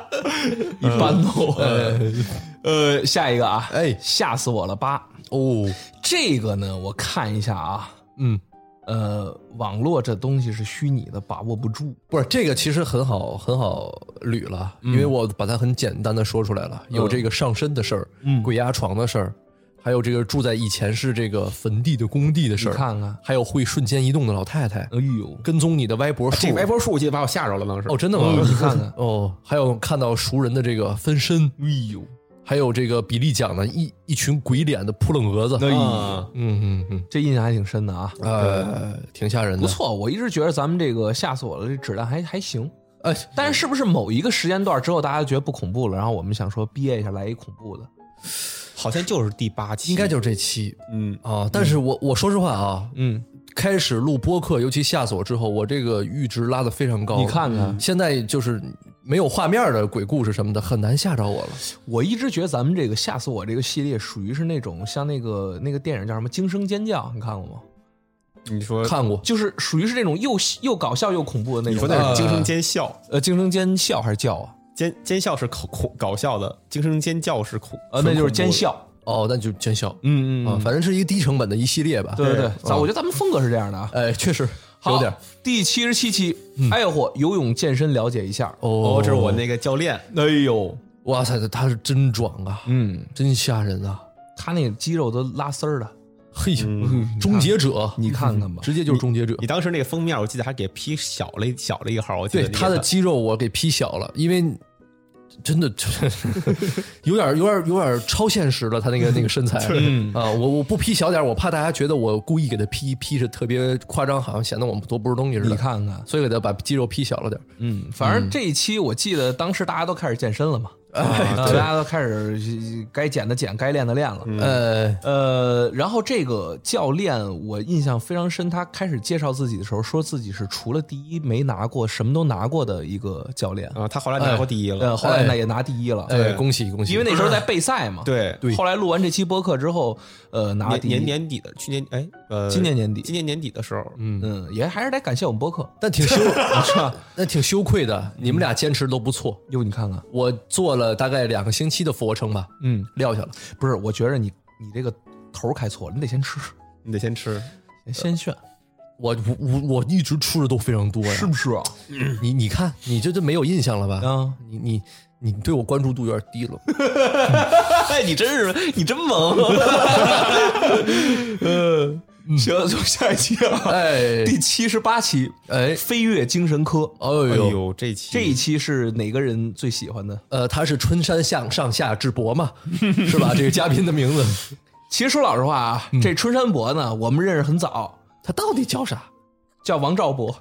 C: 一般都，呃，下一个啊，
A: 哎
C: 吓死我了八，
A: 哦，
C: 这个呢，我看一下啊，
A: 嗯，
C: 呃，网络这东西是虚拟的，把握不住。
A: 不是这个其实很好很好捋了，因为我把它很简单的说出来了，有这个上身的事儿，
C: 嗯
A: 鬼压床的事儿，还有这个住在以前是这个坟地的工地的事儿，
C: 你看看，
A: 还有会瞬间移动的老太太，
C: 哎呦，
A: 跟踪你的歪脖树，
B: 这歪脖 <laughs> 树，我记得把我吓着了，当时
A: 哦，真的吗？
C: 哎嗯你看看
A: 哦，还有看到熟人的这个分身，
C: 哎呦，
A: 还有这个比利讲的一一群鬼脸的扑棱蛾子，
C: 那
A: 嗯
B: 啊，
A: 嗯嗯，
C: 这印象还挺深的啊。
A: 呃，挺吓人的，
C: 不。错，我一直觉得咱们这个吓死我了，这质量还还行。
A: 哎，
C: 但是是不是某一个时间段之后，大家觉得不恐怖了，然后我们想说憋一下来一恐怖的？
B: 好像就是第八期，
A: 应该就是这期
B: 嗯，
A: 啊。但是我我说实话啊，
C: 嗯，
A: 开始录播客，尤其下锁之后，我这个阈值拉得非常高。
C: 你看看，
A: 现在就是没有画面的鬼故事什么的，很难吓着我了。
C: 我一直觉得咱们这个吓死我这个系列属于是那种像那个那个电影叫什么《惊声尖叫》，你看过吗？
B: 你说
A: 看过，
C: 就是属于是那种又又搞笑又恐怖的那
B: 你
C: 种
B: 说。那
A: 呃
B: 是惊声尖笑，
C: 呃，惊声尖笑还是叫啊？
B: 尖尖笑是恐恐搞笑的，惊声尖叫是恐
C: 呃，那就是
B: 纯
C: 尖
B: 恐怖的
C: 笑。
A: 哦，那就真笑
C: 嗯
A: 啊，，反正是一个低成本的一系列吧。
C: 对对对
B: 对，
C: 咱我觉得咱们风格是这样的啊。
A: 哎，确实有
C: 好
A: 点儿。
C: 第七十七期，爱火游泳健身了解一下。
A: 哦
B: 哦，这是我那个教练，
C: 哎呦，
A: 哇塞，他他是真壮啊，
C: 嗯，
A: 真吓人啊！
C: 他那个肌肉都拉丝儿的，
A: 嘿呀，终结者，
C: 嗯
A: 嗯
C: 你看看吧。
A: 直接就是终结者。
B: 你当时那个封面，我记得还给 P 小了一小了一号，我记
A: 对
B: 得
A: 他的肌肉我给劈小了，因为真的 <laughs> 有点有点有点超现实了，他
C: <laughs>
A: 那个那个身材啊，我我不劈小点儿，我怕大家觉得我故意给他劈劈着特别夸张，好像显得我们多不是东西似
C: 你
A: 的，
C: 看看，
A: 所以给他把肌肉劈小了点儿。
C: 嗯，反正这一期我记得当时大家都开始健身了嘛，
B: 啊
C: 大家都开始该减的减，该练的练了。
B: 嗯
A: 呃，
C: 呃，然后这个教练我印象非常深，他开始介绍自己的时候，说自己是除了第一没拿过，什么都拿过的一个教练。
B: 啊，他后来拿过第一
C: 呃，
B: 了，
C: 后来呢也拿第一了，
A: 哎，恭喜恭喜！
C: 因为那时候在备赛嘛。
B: 对，
C: 后来录完这期播客之后，呃，拿了
B: 年
C: 第一
B: 年年底的，去年哎呃，
C: 今年年底
B: 今年年底的时候，嗯，
C: 嗯，也还是得感谢我们播客。
A: 但挺
C: <laughs>
A: 羞， <laughs> 那挺羞愧的。你们俩坚持都不错，
C: 哟，你看看，
A: 我做了大概两个星期的俯卧撑吧，
C: 嗯，
A: 撂下了。
C: 不是，我觉着你你这个头儿开错了，你得先吃，
B: 你得先吃，
C: 先炫，
A: 我我我我一直吃的都非常多呀，
C: 是不是啊？
A: 你你看，你这就没有印象了吧？
C: 啊，
A: 你你你对我关注度有点低
C: <laughs>
A: 了。
C: 哎，你真是你真萌。 <laughs> 呃，行，就下一期啊，
A: 哎
C: 第七十八期，
A: 哎
C: 飞跃精神科。
A: 哎
B: 哎
A: 呦，
B: 呦，这期
C: 这一期是哪个人最喜欢的？
A: 呃，他是春山向上下智博嘛，是吧？这个嘉宾的
C: <laughs>
A: 名字，
C: 其实说老实话啊，
A: 嗯
C: 这春山博呢，我们认识很早，
A: 他到底叫啥？
C: 叫王
A: <laughs>
C: 兆博，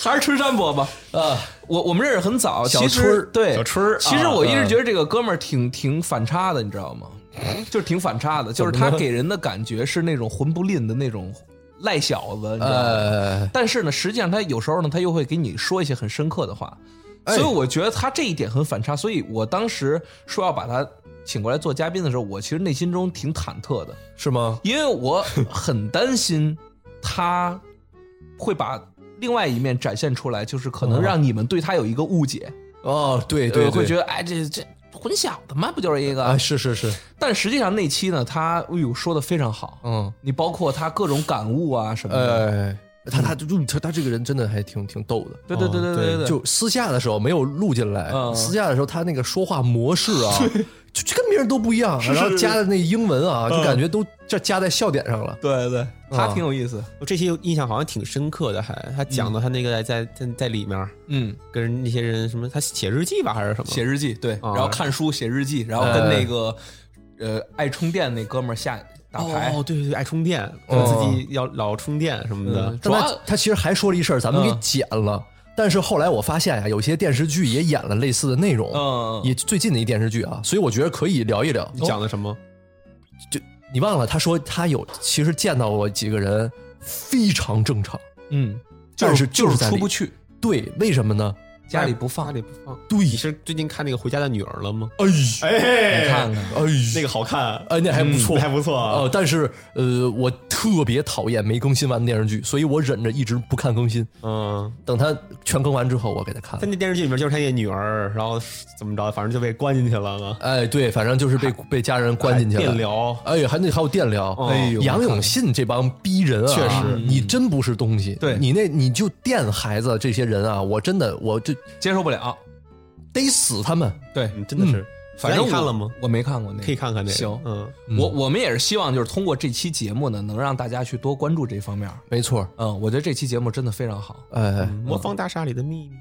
C: 还是春山博吧？呃
A: 啊，
C: 我我们认识很早，
A: 小
C: 其
A: 春
C: 实
A: 儿啊
C: 对
B: 小春儿
C: 其实我一直觉得这个哥们儿挺挺反差的，你知道吗？就是挺反差的，就是他给人的感觉是那种混不吝的那种赖小子，你知道吗？
A: 呃，
C: 但是呢，实际上他有时候呢，他又会给你说一些很深刻的话，
A: 哎
C: 所以我觉得他这一点很反差。所以我当时说要把他请过来做嘉宾的时候，我其实内心中挺忐忑的，
A: 是吗？
C: 因为我很担心他会把另外一面展现出来，就是可能让你们对他有一个误解，
A: 哦，对嗯对
C: 呃
A: 对，
C: 会觉得哎这这混小子嘛，不就是一个？
A: 啊，是是是，
C: 但实际上那期呢，他哎呦说的非常好，
A: 嗯，
C: 你包括他各种感悟啊什么的，
A: 呃，他他就他他这个人真的还挺挺逗的。
C: 对对对对对对，
A: 就私下的时候没有录进来，
C: 嗯
A: 私下的时候他那个说话模式啊，
C: <laughs>
A: 就就跟别人都不一样，然后加的那英文啊，
C: 嗯
A: 就感觉都这加在笑点上了。
C: 对对，他挺有意思，
B: 这期印象好像挺深刻的，还他讲到他那个在在在里面
C: 嗯。
B: 跟人那些人什么，他写日记吧还是什么，
C: 写日记，对，
B: 啊
C: 然后看书写日记，然后跟那个呃爱充电那哥们儿下打牌
B: 哦，，对对对，爱充电，
A: 哦
B: 自己要老充电什么的
C: 嗯，
A: 但
C: 主要
A: 他他其实还说了一事儿，咱们给
C: 嗯
A: 剪了。但是后来我发现呀、有些电视剧也演了类似的内容，
C: 嗯哦
A: 也最近的一电视剧啊，所以我觉得可以聊一聊。
B: 你讲的什么？
A: 就你忘了，他说他有其实见到过几个人非常正常，
C: 嗯，
A: 但是
C: 就是
A: 在
C: 出
A: 里
C: 不去，
A: 对，为什么呢？
C: 家里不放
B: 家。里不放。
A: 对，
B: 你是最近看那个《回家的女儿》了吗？
A: 哎
B: 哎，
C: 你看看
A: 哎，
B: 那个好看，
A: 哎，那还不错，
B: 嗯还不错啊
A: 呃，但是呃，我特别讨厌没更新完的电视剧，所以我忍着一直不看更新，
B: 嗯，
A: 等它全更完之后，我给他看
B: 他。那电视剧里面就是他那女儿，然后怎么着，反正就被关进去了嘛，
A: 哎，对，反正就是被被家人关进去了。
B: 电疗，
A: 哎，还那还有电疗，
B: 哎
C: 呦
A: 杨永信这帮逼人啊，
B: 确实
A: 你真不是东西。
C: 对
A: 你那你就电孩子这些人啊，我真的我这
C: 接受不了。
A: 得死他们。
C: 对，
B: 嗯，真的是。
C: 反正
B: 你
C: 我
B: 看了吗？？
C: 我没看过那个，
B: 可以看看那个。
C: 行，
B: 嗯，
C: 我我们也是希望就是通过这期节目呢，能让大家去多关注这方面。
A: 没错，
C: 嗯，我觉得这期节目真的非常好。
A: 哎，
B: 魔方大厦里的秘密，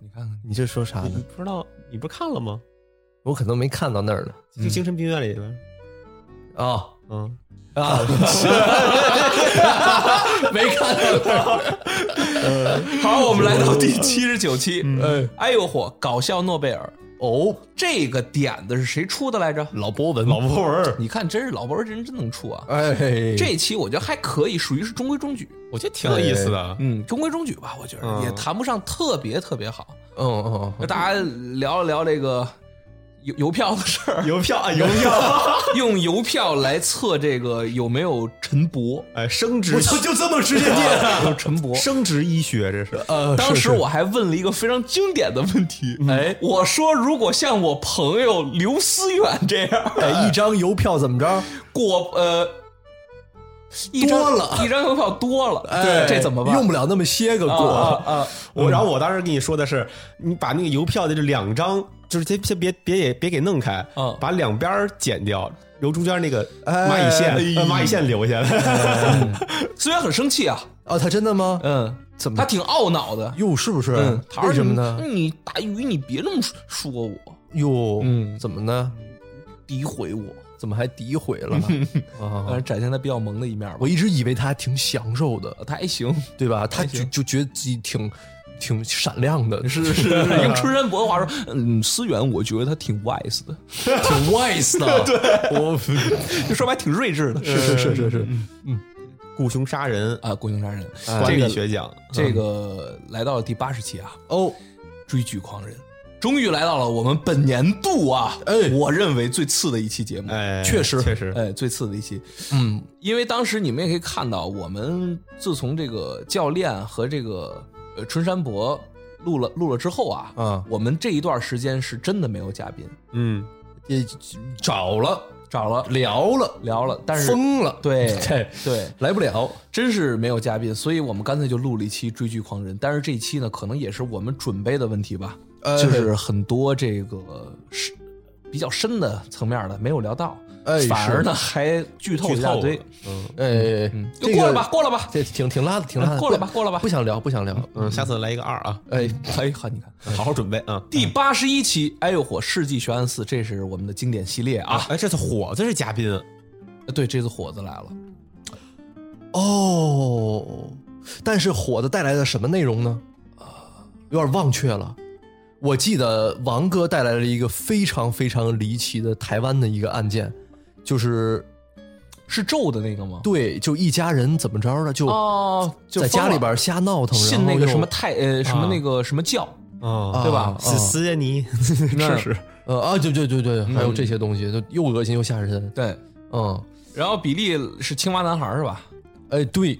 C: 你看看，
A: 你这说啥
B: 你
A: 呢？
B: 不知道？你不是看了吗？
A: 我可能没看到那儿呢。
B: 就精神病院里边，
A: 啊
B: 嗯，
A: 啊，没看到那儿。
C: 好，我们来到第七十九期。
A: 哎，
C: 哎呦嚯，搞笑诺贝尔
A: 哦，
C: 这个点子是谁出的来着？
A: 老博文，老
B: 老博文，
C: 你看，真是老博文人真能出啊！
A: 哎，
C: 这期我觉得还可以，属于是中规中矩。
B: 我觉得挺有意思的。
C: 嗯，中规中矩吧，我觉得
B: 嗯
C: 也谈不上特别特别好。
A: 嗯嗯
C: 那大家聊了聊这个邮邮票的事儿，
B: 邮票啊，邮票，
C: <laughs> 用邮票来测这个有没有
A: <laughs>
C: 陈勃。
B: 哎，生殖，
A: 就这么直接念。
C: <laughs> 有陈勃，
B: 生殖医学，这是
A: 呃，
C: 当
A: 是嗯
C: 时我还问了一个非常经典的问题，哎，我说如果像我朋友刘思远这样，
A: 哎一张邮票怎么着？
C: 果呃，一张
A: 多了
C: 一张邮票多了，
A: 哎
C: 这怎么办？
A: 用不了那么些个
C: 啊啊
A: 过。
C: 啊！
B: 我。然后我当时跟你说的是，你把那个邮票的这两张，就是先先别别也别给弄开
C: 嗯，
B: 把两边儿剪掉，留中间那个
A: 哎
B: 蚂蚁线，
A: 哎
B: 呃蚂蚁线留下
C: 哎
B: <laughs> 来。
C: 虽然很生气啊，
A: 啊，他真的吗？
C: 嗯，
A: 怎么
C: 他挺懊恼的，
A: 哟，是不是？
C: 嗯，他说
A: 为什么呢？
C: 你你大鱼，你别那么说说我，
A: 哟，
C: 嗯
A: 怎么呢？
C: 诋毁我，
A: 怎么还诋毁了？
C: <laughs> 反
A: 啊，
C: 正展现他比较萌的一面吧
A: 我。一直以为他还挺享受的，
C: 他还行，
A: 对吧？他就就觉得自己挺挺闪亮的，
C: 是是是，
A: 啊
C: <laughs> 用春山博的话说，嗯，思远，我觉得他挺 wise
A: <laughs>
C: 的，
A: 挺 wise 的。
C: <laughs>
A: 对，我
C: 就说白挺睿智的，
A: 是是是是，
B: 雇凶杀人，
C: 嗯啊，郭靖杀人，
B: 管
C: 这
B: 理
C: 个
B: 学奖，
C: 这个来到了第八十期啊，
A: 哦，
C: 追剧狂人。终于来到了我们本年度啊，
A: 哎
C: 我认为最次的一期节目，
B: 哎，
A: 确实
B: 确实，
C: 哎，最次的一期，
A: <laughs> 嗯，
C: 因为当时你们也可以看到，我们自从这个教练和这个呃春山博录了录了之后啊，
A: 嗯
C: 我们这一段时间是真的没有嘉宾，
B: 嗯，
A: 也找了
C: 找了
A: 聊了，
C: 聊了，但是
A: 疯了， <laughs> 哎
C: 对
A: 对，
C: 对，
A: 来不了。
C: 真是没有嘉宾，所以我们干脆就录了一期《追剧狂人》，但是这一期呢，可能也是我们准备的问题吧，
A: 哎
C: 就是很多这个是比较深的层面的没有聊到，
A: 哎是
C: 反而呢还剧透
B: 剧
C: 一大
B: 透
C: 堆
B: 了，，嗯
A: 哎，
C: 就
A: 这
C: 过了
A: 个
C: 吧，，过了吧，
A: 这挺挺拉的，挺拉的，
C: 过了吧
A: 不
C: 过了吧
A: 不想聊，不想聊。
B: 嗯，下次来一个二啊，
A: 哎，
C: 哎哈，你看。
B: 好好准备啊。
C: 第八十一期，哎呦火！世纪悬案四，这是我们的经典系列啊。
B: 哎，这次火，这是嘉宾，
A: 啊
C: 对，这次火子来了，
A: 哦，但是火的带来的什么内容呢？有点忘却了。我记得王哥带来了一个非常非常离奇的台湾的一个案件，就是
C: 是咒的那个吗？
A: 对，就一家人怎么着的，就
C: 哦，就
A: 在家里
C: 疯了
A: 边瞎闹腾，
C: 信那个什么
A: 然
C: 太呃什么
B: 啊
C: 那个什么教，
B: 啊，
A: 后又
C: 对
A: 啊
C: 吧
B: 死死呀 <laughs> 你，
C: 那
B: 是是，
A: 呃啊，对对对
C: 嗯
A: 对，还有这些东西，就又恶心又吓人。
C: 对。
A: 嗯，
C: 然后比利是青蛙男孩是吧？
A: 哎，对，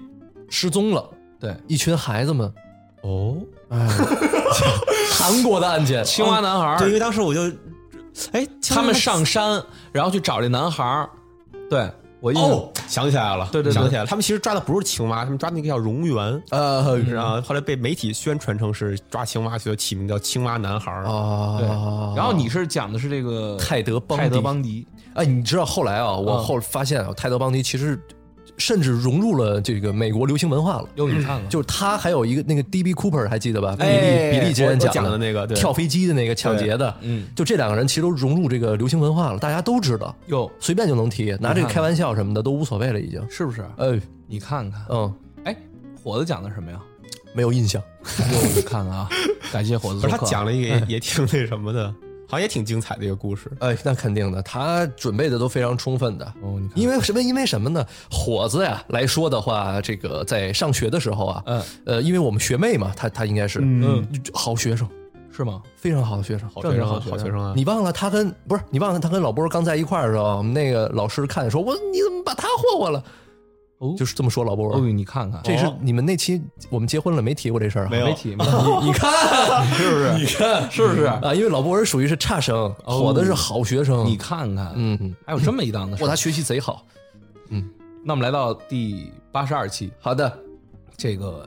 A: 失踪了
C: 对，
A: 一群孩子们，
B: 哦，
A: 哎，韩国的案件，
C: 青蛙男孩，
B: 对，因为当时我就，哎，
C: 他们上山，然后去找这男孩儿。对我印象，
B: 哦，想起来了，
C: 对对对
B: 想起来了，他们其实抓的不是青蛙，他们抓那个叫蝾螈。
A: 呃
C: 嗯
B: 是啊，后来被媒体宣传成是抓青蛙，所以起名叫青蛙男孩儿。
C: 哦
A: 啊，
C: 对。然后你是讲的是这个
A: 泰德邦迪
C: 泰德邦迪，
A: 哎，你知道后来啊，我
C: 嗯
A: 后发现啊，泰德邦迪其实甚至融入了这个美国流行文化了。
C: 哟，你看了？
A: 嗯就是他还有一个那个 D.B. Cooper 还记得吧？比
C: 哎
A: 利比利今
B: 我
A: 天
B: 我
A: 讲
B: 的那个对
A: 跳飞机的那个抢劫的，
C: 嗯，
A: 就这两个人其实都融入这个流行文化了，大家都知道，
C: 哟，
A: 随便就能提，拿
B: 嗯
A: 这个开玩笑什么的都无所谓了，已经。
C: 是不是？
A: 哎，
C: 你看看，
A: 嗯，
C: 哎，火子讲的什么呀？
A: 没有印象。
C: 我看看啊，感谢火子
B: 不
C: 做
B: 是他
C: 客。啊
B: 讲了一个也也挺那什么的，好像也挺精彩的一个故
C: <laughs>
B: 事。
A: 哎，那肯定的，他准备的都非常充分的。
C: 哦你看
A: 因为什么？因为什么呢？火子呀来说的话，这个在上学的时候啊，
C: 嗯，
A: 呃，因为我们学妹嘛，她她应该是
D: 嗯，
A: 好学生，
C: 是吗？
A: 非常好的学生，好
B: 学生好学生啊
A: 你忘了他跟不是你忘了他跟老波刚在一块儿的时候，我们那个老师看说，我你怎么把他霍霍了？
C: 哦
A: 就是这么说老波。啊
C: 哦，你看看，
A: 这是你们那期我们结婚了没提过这事儿啊？
B: 没有
C: 媒体
A: <laughs>
C: 嘛，嗯
A: 你你看
B: <laughs> 是不是？哦
D: 你看是不是？
A: 啊，因为老波儿属于是差生，火的是好学生。
C: 你看看，
A: 嗯，嗯，
C: 还有这么一档子事
A: 哇，
C: 儿。
A: 他学习贼好。
C: 那我们来到第八十二期，
A: 好的，
C: 这个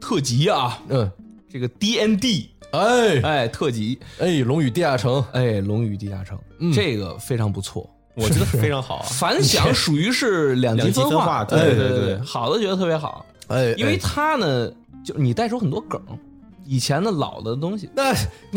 D: 特辑啊，
A: 嗯，
C: 这个 D N D，
A: 哎
C: 哎，特辑，
A: 哎，龙与地下城，
C: 哎，《龙与地下城》这个非常不错，
B: 我觉得非常好啊。
C: 反响属于是两极
B: 两极分
C: 化，
B: 化对
C: 对
B: 对对
C: 好的觉得特别好，
A: 哎，
C: 因为
A: 哎
C: 它呢，就你带出很多梗，以前的老的东西，
A: 那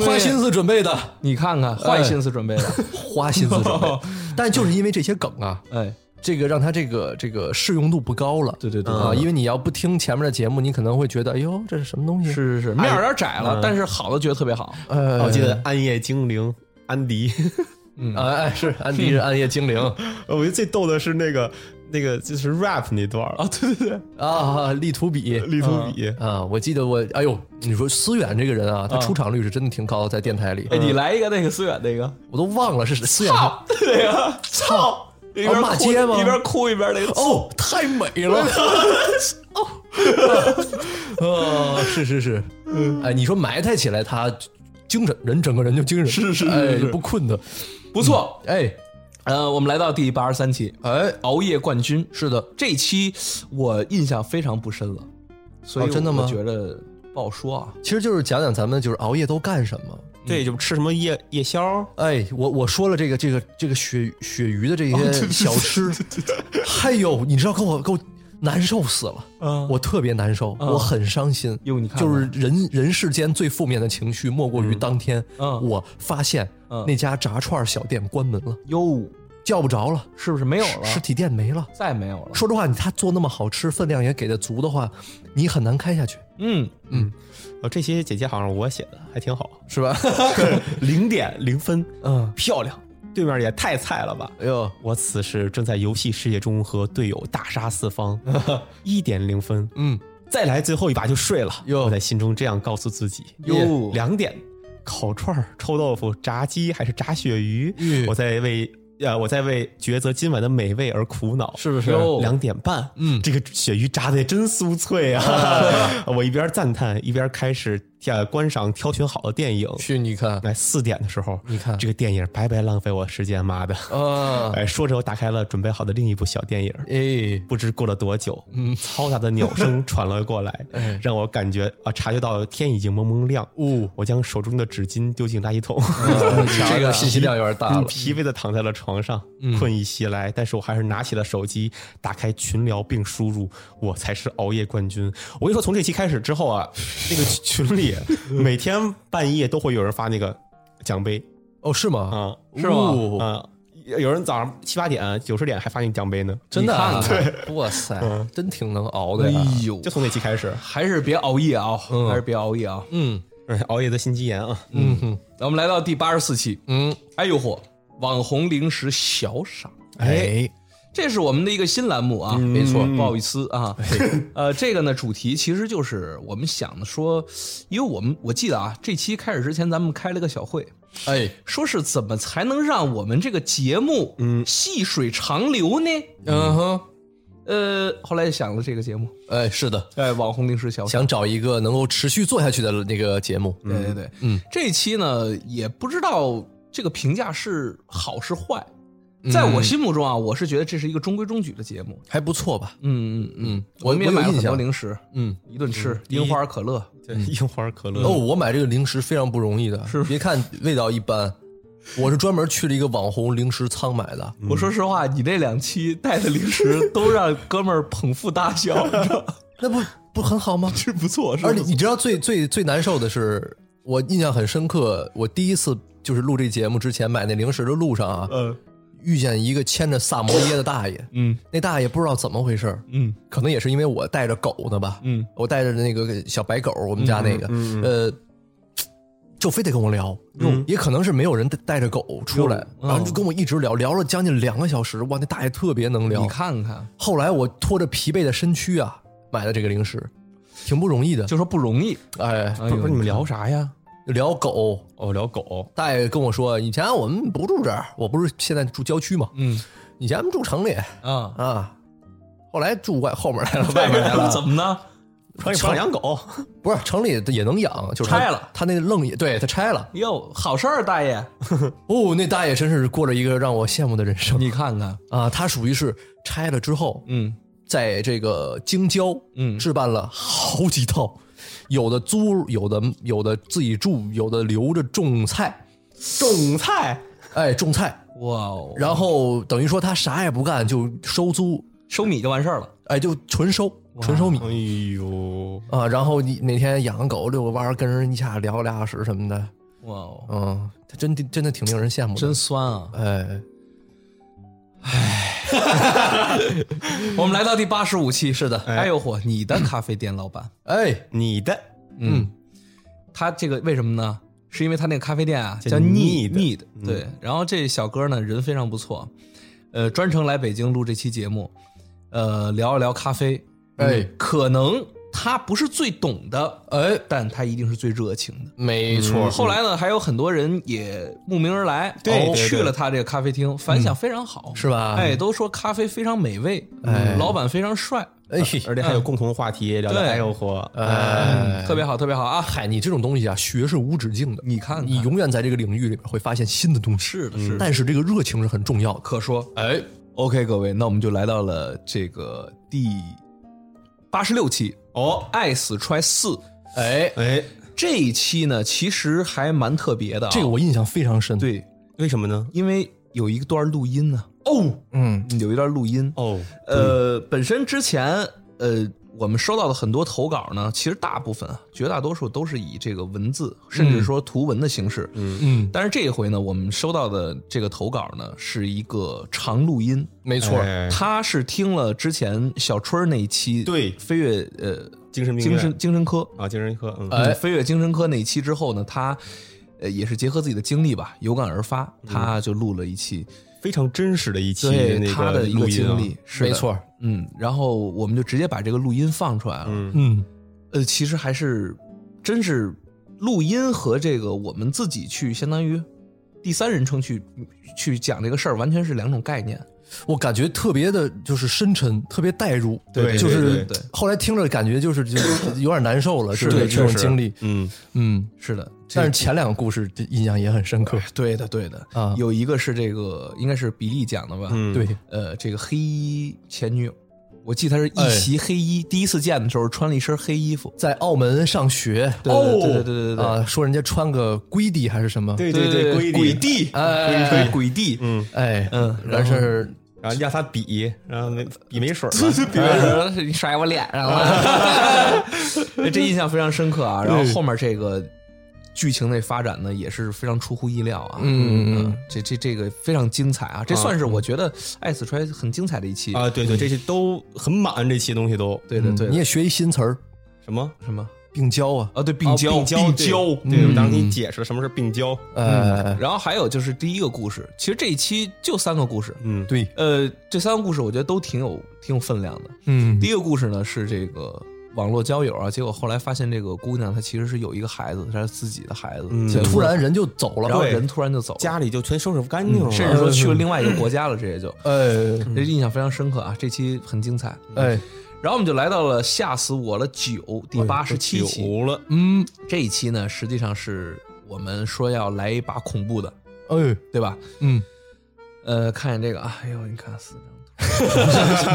A: 花心思准备的，
C: 你看看坏心思准备的，
A: 花心思
C: <laughs>
A: 准备，但就是因为这些梗啊，
C: 哎，
A: 这个让他这个这个适用度不高了。
C: 对对对，
A: 啊，因为你要不听前面的节目，你可能会觉得，哎呦，这是什么东西？
C: <laughs> 是是哦是，面儿有点窄了，但是好的觉得特别好，
A: 呃，
B: 我记得《暗夜精灵》安迪， <laughs>
A: 哎哎，是安迪是暗夜精
C: <laughs>
A: 灵
B: 我觉得最逗的是那个那个就是 rap 那段
C: 哦
B: 啊，对对对，
A: 啊，利图比
B: 力图
C: 嗯
B: 比。
A: 啊，我记得我，哎呦，你说思远这个人啊，他出场率是真的挺高的，在电台里
C: 哎，，你来一个那个思远那个，
A: 我都忘了是思远。
C: <laughs> 操，
D: 对呀，操！一边
A: 哦骂街
D: 哭
A: 吗
D: 一边哭一边那个
A: 哦，太美了！ <laughs> 哦，呃，是是是，哎，你说埋汰起来，他精神人整个人就精神，是是，哎，不困的，
C: 不错，
A: 哎
C: 呃，我们来到第八十三期，
A: 哎，
C: 熬夜冠军。是的，这期我印象非常不深了，所以
A: 哦真的吗
C: 我觉得不好说啊。
A: 其实就是讲讲咱们就是熬夜都干什么。
B: 对，就吃什么夜夜宵，
A: 哎，我我说了这个这个这个鳕鳕鱼的
C: <laughs>
A: 这
C: 哦
A: 些小吃，哎呦，你知道给我给我难受死了，
C: 嗯
A: 我特别难受，我很伤心。
C: 哟你看看
A: 就是人人世间最负面的情绪，莫过于当天、
C: 嗯
A: 我发现
C: 嗯
A: 那家炸串小店关门了，
C: 哟，
A: 叫不着了，
C: 是不是没有了？
A: 实体店没了。
C: 再没有了。
A: 说实话，你他做那么好吃，分量也给的足的话，你很难开下去，
C: 嗯，
B: 哦，这些简介好像是我写的，还
C: <laughs>
B: 挺好，
A: 是吧？
B: 零点零分，
A: 嗯，
B: 漂亮。对面也太菜了吧！
A: 哎呦，
B: 我此时正在游戏世界中和队友大杀
A: <laughs>
B: 四方，一点零分，
A: 嗯，
B: 再来最后一把就睡了。
A: 哟
B: 我在心中这样告诉自己。
C: 哟
B: 两点，烤串儿、臭豆腐、炸鸡还是炸鳕鱼？我在为呃，我在为抉择今晚的美味而苦恼，
A: 是不是
B: 哟两点半，嗯，这个鳕鱼炸的也真酥脆
A: <laughs>
B: 啊！我一边赞叹，一边开始呃观赏挑选好的电影。
A: 去你看，
B: 来四点的时候，
A: 你看
B: 这个电影白白浪费我时间，妈的！
C: 嗯
A: 啊，
B: 哎，说着我打开了准备好的另一部小电影，
A: 哎，
B: 不知过了多久，嗯，嘈杂的
A: <laughs>
B: 鸟声传了过来，
A: 嗯
B: 让我感觉啊，察觉到天已经蒙蒙亮。
A: 哦
B: 我将手中的纸巾丢进垃圾桶， <laughs>
C: 嗯
A: 这个信息量有点嗯大
B: 嗯
A: 了。嗯
B: 疲惫的躺在了床上，困意袭来。但是我还是拿起了手机，打开群聊并输入“我才是熬夜冠军”。我跟你说，从这期开始之后啊，那个群
A: <laughs>
B: 里每天半夜都会有人发那个奖杯
A: 哦，是吗？
B: 啊
A: 是吗？
B: 啊，有人早上七八点、九十点还发那个奖杯呢，
A: 真的啊
C: 你看
A: 哇塞，真挺能熬的
C: 哎
A: 呀。
C: 呦，
B: 就从那期开始。
C: 还是别熬夜啊，还是别熬夜啊。
A: 嗯
B: 哎 <laughs> 熬夜的心肌炎啊！
A: 嗯
C: 那我们来到第八十四期，
A: 嗯，
C: 哎呦嚯，网红零食小赏。
A: 哎，
C: 这是我们的一个新栏目啊，没错，不好意思啊， <laughs> 呃，这个呢主题其实就是我们想的说，因为我们我记得啊，这期开始之前咱们开了个小会，
A: 哎，
C: 说是怎么才能让我们这个节目嗯细水长流呢？
A: 嗯哼，
C: 呃，后来想了这个节目，
A: 哎，是的，
C: 哎，网红零食小
A: 想找一个能够持续做下去的那个节目。
C: 对对对，嗯，这期呢也不知道这个评价是好是坏，在我心目中啊，我是觉得这是一个中规中矩的节目，
A: 还不错吧？
C: 嗯嗯嗯，我
A: 我
C: 们也
A: 我有
C: 买了
A: 印
C: 很多
A: 象
C: 零食，
A: 嗯，
C: 一顿吃樱花可乐，
B: 对，樱花可乐
A: 哦，我买这个零食非常不容易的，是别看味道一般，我是专门去了一个网红零食仓买的。
C: 我说实话，你那两期带的零食都让哥们儿捧腹大笑，你知道吗
A: <laughs> 那不不很好吗？
C: 是不错，是
A: <laughs> 而
C: 不
A: 且
C: 错。
A: 你知道最最最难受的是，我印象很深刻，我第一次就是录这节目之前买那零食的路上啊，
C: 嗯，
A: 遇见一个牵着萨摩耶的大爷，
B: 嗯
A: 那大爷不知道怎么回事儿，
B: 嗯
A: 可能也是因为我带着狗呢吧，
B: 嗯，
A: 我带着那个小白狗，我们家那个，呃，就非得跟我聊，也可能是没有人带着狗出来，然后就跟我一直聊，聊了将近两个小时，哇，那大爷特别能聊
C: 你。看看，
A: 后来我拖着疲惫的身躯啊，买了这个零食，挺不容易的，
C: 就说不容易。
A: 哎，
C: 哎
B: 不
C: 呦
B: 是不是你们聊啥呀？
A: 聊狗。
B: 哦，聊狗，
A: 大爷跟我说，以前我们不住这儿，我不是现在住郊区嘛，
C: 嗯
A: 以前我们住城里
C: 啊，
A: <laughs> 啊，后来住外后面来了，
E: 外
A: 外
E: 面他
A: 面来 <laughs>
E: 们
A: 了，
E: 怎么呢？
B: 城里放养狗，
A: 不是城里也能养，就是他
C: 拆了，
A: 他那愣也对他拆了。
C: 哟，好事儿，大爷，
A: 哦，那大爷真是过着一个让我羡慕的人生
C: 你看看，
A: 啊！他属于是拆了之后，
C: 嗯
A: 在这个京郊，
C: 嗯
A: 置办了好几套，有的租，有的有的自己住，有的留着种菜，
B: 种菜，
A: 哎，种菜。
C: 哇哦，
A: 然后等于说他啥也不干，就收租，
C: 收米就完事儿了。
A: 哎，就纯收，纯收米
B: 哎呦，
A: 啊。然后你哪天养个狗遛个弯儿，跟人一下聊俩小时什么的，
C: 哇哦，
A: 嗯，他真的真的挺令人羡慕的，
C: 真酸啊！
A: 哎，
C: 我们来到第八十五期，是的，哎呦嚯，你的咖啡店老板，
A: 哎，
B: 你的
C: 嗯，他这个为什么呢？是因为他那个咖啡店啊
B: 叫
C: 叫 Need
B: Need
C: Need，对。然后这小哥呢人非常不错，呃，专程来北京录这期节目，呃，聊一聊咖啡。
A: 哎
C: 嗯可能他不是最懂的，哎，但他一定是最热情的。
A: 没错，
C: 后来呢，还有很多人也慕名而来，
B: 对
C: 哦
B: 对对
C: 去了他这个咖啡厅，反响非常好，
A: 是吧
C: 哎，都说咖啡非常美味，嗯
A: 哎
C: 老板非常帅，
A: 哎，
B: 而且还有共同话题，聊聊
C: 对
B: 哎呦嚯，
A: 哎，
C: 特别好，特别好啊！
A: 嗨，你这种东西啊，学是无止境的，
C: 你看看
A: 你永远在这个领域里边会发现新的东西。
C: 是的，是的，
A: 但是这个热情是很重要的。
C: 可说
A: 哎，
C: OK，各位，那我们就来到了这个第八十六期哦，《爱死揣四》
A: 哎，
B: 哎，
C: 这一期呢，其实还蛮特别的、啊，
A: 这个我印象非常深。，
C: 对，
B: 为什么呢？
C: 因为有一段录音呢、
B: 哦
A: 嗯，
C: 有一段录音，
B: 哦，
C: 呃，本身之前呃，我们收到的很多投稿呢，其实大部分啊，绝大多数都是以这个文字，甚至说图文的形式。嗯
A: 嗯，
C: 但是这一回呢，我们收到的这个投稿呢，是一个长录音。
A: 没错，
B: 哎
C: 他是听了之前小春儿那一期
B: 对
C: 飞跃呃
B: 精神病
C: 精
B: 院
C: 神精神科
B: 啊，精神科，嗯，
A: 哎
C: 嗯飞跃精神科那一期之后呢，他呃也是结合自己的经历吧，有感而发，他就录了一期
B: 非常真实的一期
C: 对
B: 嗯那
C: 他的一
B: 录
C: 个
B: 音啊
C: 经历，是的
A: 没错。
C: 嗯，然后我们就直接把这个录音放出来了。
B: 嗯
A: 嗯，
C: 呃，其实还是真是录音和这个我们自己去相当于第三人称去去讲这个事儿，完全是两种概念。
A: 我感觉特别的，就是深沉，特别代入。
B: 对
A: 就
B: 对
A: 是
C: 对对
A: 后来听着感觉就是就是有点难受了，是
B: 对
A: 这
B: 确
A: 种
B: 实
A: 经历。
B: 嗯，
A: 嗯，
C: 是哎的，这
A: 但是前两个故事印象也很深 <laughs> 刻。
C: 对的对的
A: 啊
C: 有一个是这个应该是比利讲的吧？
B: 嗯
A: 对，
C: 呃，这个黑衣前女友，我记得她是一袭黑衣，第一次见的时候穿了一身黑衣服。
A: 在澳门上学，
C: 对对对对对对对
A: 啊，说人家穿个龟地还是什么？
B: 对
C: 对
B: 对，
C: 对，
B: 规啊定，
C: 地，
A: 哎
C: 鬼鬼地，嗯，
A: 哎，
C: 嗯
A: 完事儿
B: 然后压他笔，然后没笔没 <laughs> 水儿嘛，
C: 比如说你甩我脸上 <laughs> 了，这印象非常深刻啊。然后后面这个剧情的发展呢，也是非常出乎意料啊。
A: 嗯嗯嗯
C: 这这这个非常精彩啊，这算是我觉得《爱死揣》很精彩的一期
B: 啊，。对对，这些都很满，这期东西都嗯
C: 对的，对
A: 嗯你
C: 的，
A: 也学一新词儿，
B: 什么？
C: 什么
A: 病娇啊，
C: 啊？对，病
B: 交
C: 娇，
B: 病交
C: 娇。
B: 对对，我当时给你解释了什么是病交，
A: 呃，
C: 然后还有就是第一个故事，其实这一期就三个故事，
B: 嗯，
A: 对，
C: 呃，这三个故事我觉得都挺有挺有分量的。
A: 嗯
C: 第一个故事呢是这个网络交友啊，结果后来发现这个姑娘她其实是有一个孩子，她是自己的孩子，结
A: 就
C: 果
A: 突然人就走了，
C: 然后
B: 对
C: 人突然就走了，
B: 家里就全收拾不干净了，
C: 甚至说去了另外一个国家了，这也就
A: 呃，
C: 这印象非常深刻啊，这期很精彩。
A: 哎，
C: 然后我们就来到了吓死我了九第八十七期，
B: 久了，
A: 嗯，
C: 这一期呢实际上是我们说要来一把恐怖的，
A: 哎，
C: 对吧？
A: 嗯，
C: 呃，看见这个啊，哎呦，你看四张图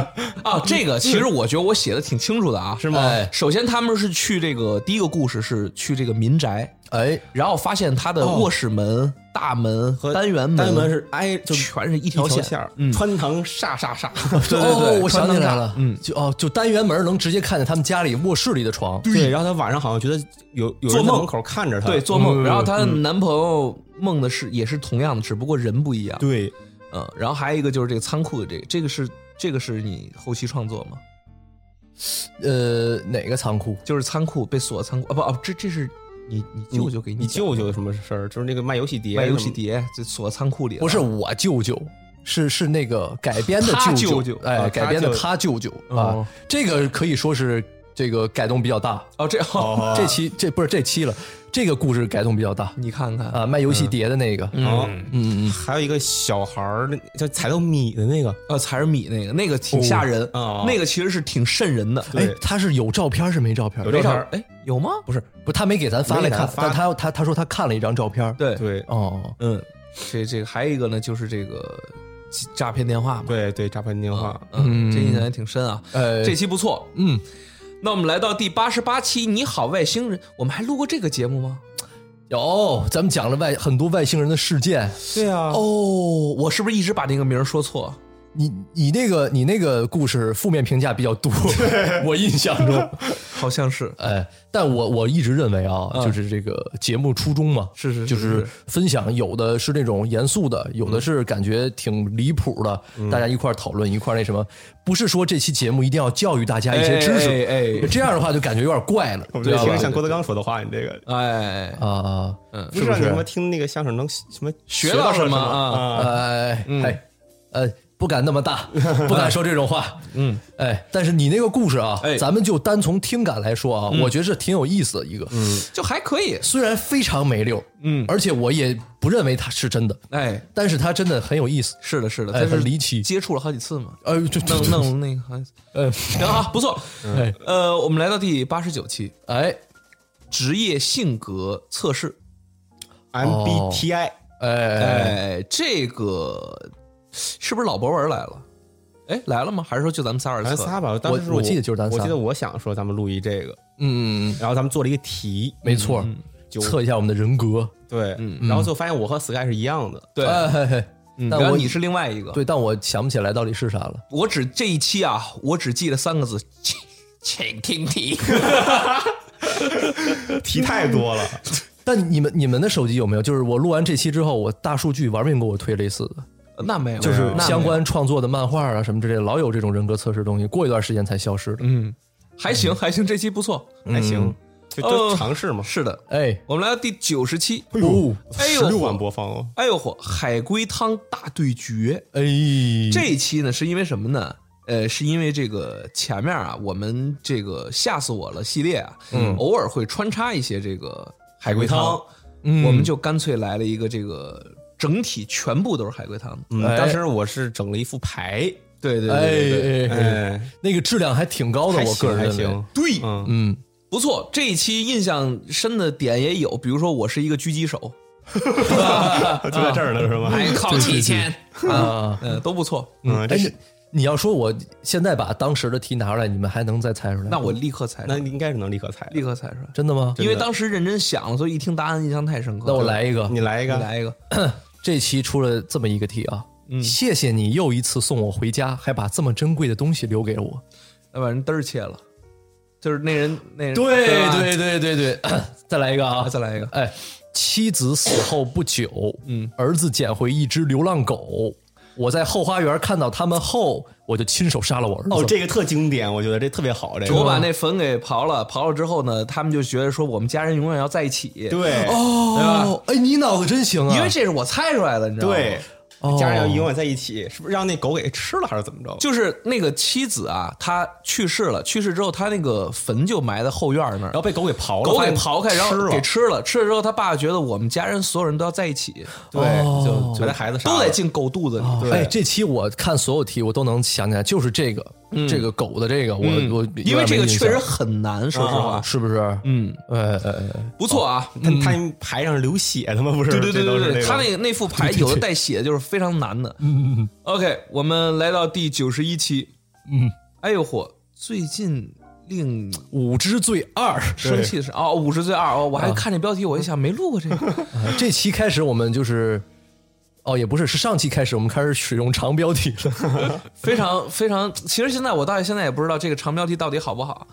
C: 啊，这个其实我觉得我写的挺清楚的啊，是
A: 吗
C: 首先他们是去这个第一个故事是去这个民宅，
A: 哎，
C: 然后发现他的卧室门、大门和单元门，
B: 单门是挨就
C: 全是一
B: 一条
C: 条线，
B: 线儿，
C: 嗯，
B: 穿堂煞煞 <laughs> 煞，哦
A: 对
C: 对对
A: 哦我想起来了，
C: 嗯
A: 就哦，就单元门能直接看见他们家里卧室里的床，
B: 对，然后他晚上好像觉得有有人
C: 做
B: 在
C: 梦
B: 门口看着他，
C: 对，做
A: 嗯
C: 梦。然后她男朋友梦的是也是同样的，只不过人不一样。
B: 对，
C: 嗯，然后还有一个就是这个仓库的这个，这个是这个是你后期创作吗？
A: 呃，哪个仓库？
C: 就是仓库被锁仓库啊不啊，这这是你你舅舅给
B: 你
C: 讲
B: 舅舅什么事儿？就是那个卖游戏碟，
C: 买游戏，碟就锁仓库里了，
A: 不是我舅舅，是是那个改编的
C: 他
A: 舅
C: 舅舅
A: 哎
B: 啊，
A: 改编的他舅舅啊
C: 哦，
A: 这个可以说是这个改动比较大。
C: 哦这哦，
A: 这期这不是这期了，这个故事改动比较大
C: <laughs> 你看看
A: 啊，卖游
B: 嗯
A: 戏碟的那个，
B: 哦，
A: 嗯嗯
B: 还有一个小孩儿那叫踩到米的那个，
C: 呃，采耳米那个，那个挺吓人，
B: 哦
C: 那个其实是挺瘆人的。
A: 嗯，哎，他是有照片是没照片？
B: 有照片儿
C: 哎，有吗？
A: 不是不，他没给咱发来
B: 没给咱
A: 看，
B: 发
A: 但他他他说他看了一张照片，，
C: 对，
B: 对
A: 哦，
C: 嗯，这这个还有一个呢，就是这个诈骗电话嘛，
B: 对哦对，诈骗电话，
C: 嗯，这印象也挺深啊。
A: 呃，
C: 这期不错，嗯。那我们来到第八十八期，你好外星人，我们还录过这个节目吗？
A: 有咱们讲了外很多外星人的事件，
B: 对啊，
C: 哦，我是不是一直把那个名儿说错？
A: 你你那个你那个故事负面评价比较
B: <laughs>
A: 多，我印象中，
C: 好像是，
A: 哎，但我我一直认为啊，就是这个节目初衷嘛，
C: 嗯是是是嗯
A: 就是分享，有的是那种严肃的，有的是感觉挺离谱的，大家一块儿讨论一块儿那什么，不是说这期节目一定要教育大家一些知识，
C: 哎哎哎
A: 这样的话就感觉有点怪了，
B: 我们
A: 知
B: 这
A: 道
B: 听
A: 吧
B: 着？像郭德纲说的话，你这个
C: <laughs> 哎，
A: 啊，
B: 不知道你他妈听那个相声能什么
C: 学
B: 到
C: 到
B: 了
C: 什
B: 么
C: 么啊？
A: 哎哎呃，不敢那么大，不敢说这种
C: <laughs>
A: 话。嗯，哎，但是你那个故事啊，
C: 哎嗯
A: 咱们就单从听感来说啊，我觉得是挺有意思的一个。嗯，
C: 就还可以，
A: 虽然非常没溜，
C: 嗯，
A: 而且我也不认为它是真的，
C: 哎，
A: 但是它真的很有意思。
C: 是的，是的，
A: 哎
C: 但是
A: 很离奇
C: 接触了好几次嘛，
A: 呃，这
C: 弄弄那个好像，
A: <laughs> 呃，
C: 行啊，不错。
A: 哎
C: 呃，我们来到第八十九期
A: 哎
C: 职业性格测试，
B: MBTI
A: 哎，
C: 哎，这个是不是老博文来了？哎，来了吗？还是说就咱们仨人
A: 哎
B: 咱
C: 测？
B: 仨吧，当时
A: 我记得就是咱仨
B: 我记得我想说咱们录一这个，
A: 嗯，
B: 然后咱们做了一个题，
A: 没嗯错，
C: 嗯
B: 就
A: 测一下我们的人格。
B: 对，然后就发现我和 Sky 是一样的，
C: 对，
A: 哎嘿嘿，
C: 嗯
A: 但
C: 然后
A: 我
C: 你是另外一个。
A: 对，但我想不起来到底是啥了。
C: 我只这一期啊，我只记了三个字， <laughs> 请请听 <laughs> 题。
B: <laughs> 题太多了，
A: 但你们你们的手机有没有？就是我录完这期之后，我大数据玩命给我推类似的，
C: 那没有，
A: 就是
C: 那没有
A: 相关创作的漫画啊什么之类的，老有这种人格测试东西，过一段时间才消失的。
C: 嗯，还行还行，这期不错。
A: 嗯
B: 还哎行，就都
A: 哦
C: 呃
B: 尝试嘛。
C: 是的，
A: 哎，
C: 我们来到第九十期，
B: 哎呦，
C: 哎呦
B: 十六万播放哦，
C: 哎呦嚯，海龟汤大对决
A: 哎，
C: 这一期呢，是因为什么呢？呃，是因为这个前面啊，我们这个吓死我了系列啊，嗯，偶尔会穿插一些这个海龟汤，我们就干脆来了一个这个整体全部都是海龟汤的，
B: 嗯，
A: 哎
B: 当时我是整了一副牌，
C: 对对对对对，
A: 哎哎哎，
B: 哎，
A: 那个质量还挺高的，
B: 还
A: 我
B: 行
A: 个人
B: 还
A: 认为
B: 行，，
C: 对
B: 嗯，
A: 嗯，
C: 不错，这一期印象深的点也有，比如说我是一个狙击手，
B: 就在这
A: 啊
B: 儿呢，是吗？
C: 哎，靠七千啊，嗯，都不错，
B: 嗯，
A: 哎
B: 这是
A: 你你要说我现在把当时的题拿出来，你们还能再猜出来？
C: 那我立刻猜出
B: 那
C: 来，
B: 应该是能立刻猜的。
C: 立刻猜出来，
A: 真的吗？
C: 因为当时认真想了，所以一听答案印象太深刻。
A: 那我，来一个，
B: 你来一个，
C: 来一个，
A: 这期出了这么一个题啊，谢谢你又一次送我回家，还把这么珍贵的东西留给我。
C: 那把人嘚儿切了，就是那人那人
A: 对
C: 吧
A: 对对对对， <coughs> 再来一个啊
C: 啊，！再来一个，
A: 哎，妻子死后不久，嗯，儿子捡回一只流浪狗。我在后花园看到他们后，我就亲手杀了我儿子。
B: 哦，这个特经典，我觉得这特别好，这
C: 我
B: 个
C: 把那坟给刨了，刨了之后呢，他们就觉得说我们家人永远要在一起，
B: 对
A: 哦，哎，你脑子真行啊！
C: 因为这是我猜出来的，你知道吗？
B: 对
A: 哦，
B: 家人要永远在一起，是不是让那狗给吃了还是怎么着？
C: 就是那个妻子啊，她去世了，去世之后，她那个坟就埋在后院那
B: 然后
C: 儿，
B: 被狗给刨了，
C: 狗给
B: 发现
C: 刨开，然
B: 吃
C: 后
B: 了
C: 给吃了，吃了之后，他爸觉得我们家人所有人都要在一起，
B: 对，
A: 哦
B: 就把那孩子杀了
C: 都得进狗肚子里。
A: 哦哎，这期我看所有题我都能想起来，就是这个，这个狗的这个，我我
C: 嗯因为这个确实
A: 有点没印象啊
C: 很难，说
B: 啊
C: 实话，
A: 是不是？嗯，哎哎哎，
C: 不错啊。
B: 他他那牌上流血，他妈不是？
C: 对对对
B: 这都是
C: 对
B: 那
C: 对，
B: 个
C: 他那个那副牌有的带血，就是非常难的。嗯嗯嗯。OK，我们来到第九十一期。
A: 嗯，
C: 哎呦嚯，最近令你
A: 五之最二。
C: 生气的是哦，五十岁二哦，我还看这标题，我一想没录过这个。
A: 啊这期开始我们就是，哦，也不是，是上期开始我们开始使用长标题了，
C: 非常非常，其实现在我到现在也不知道这个长标题到底好不好。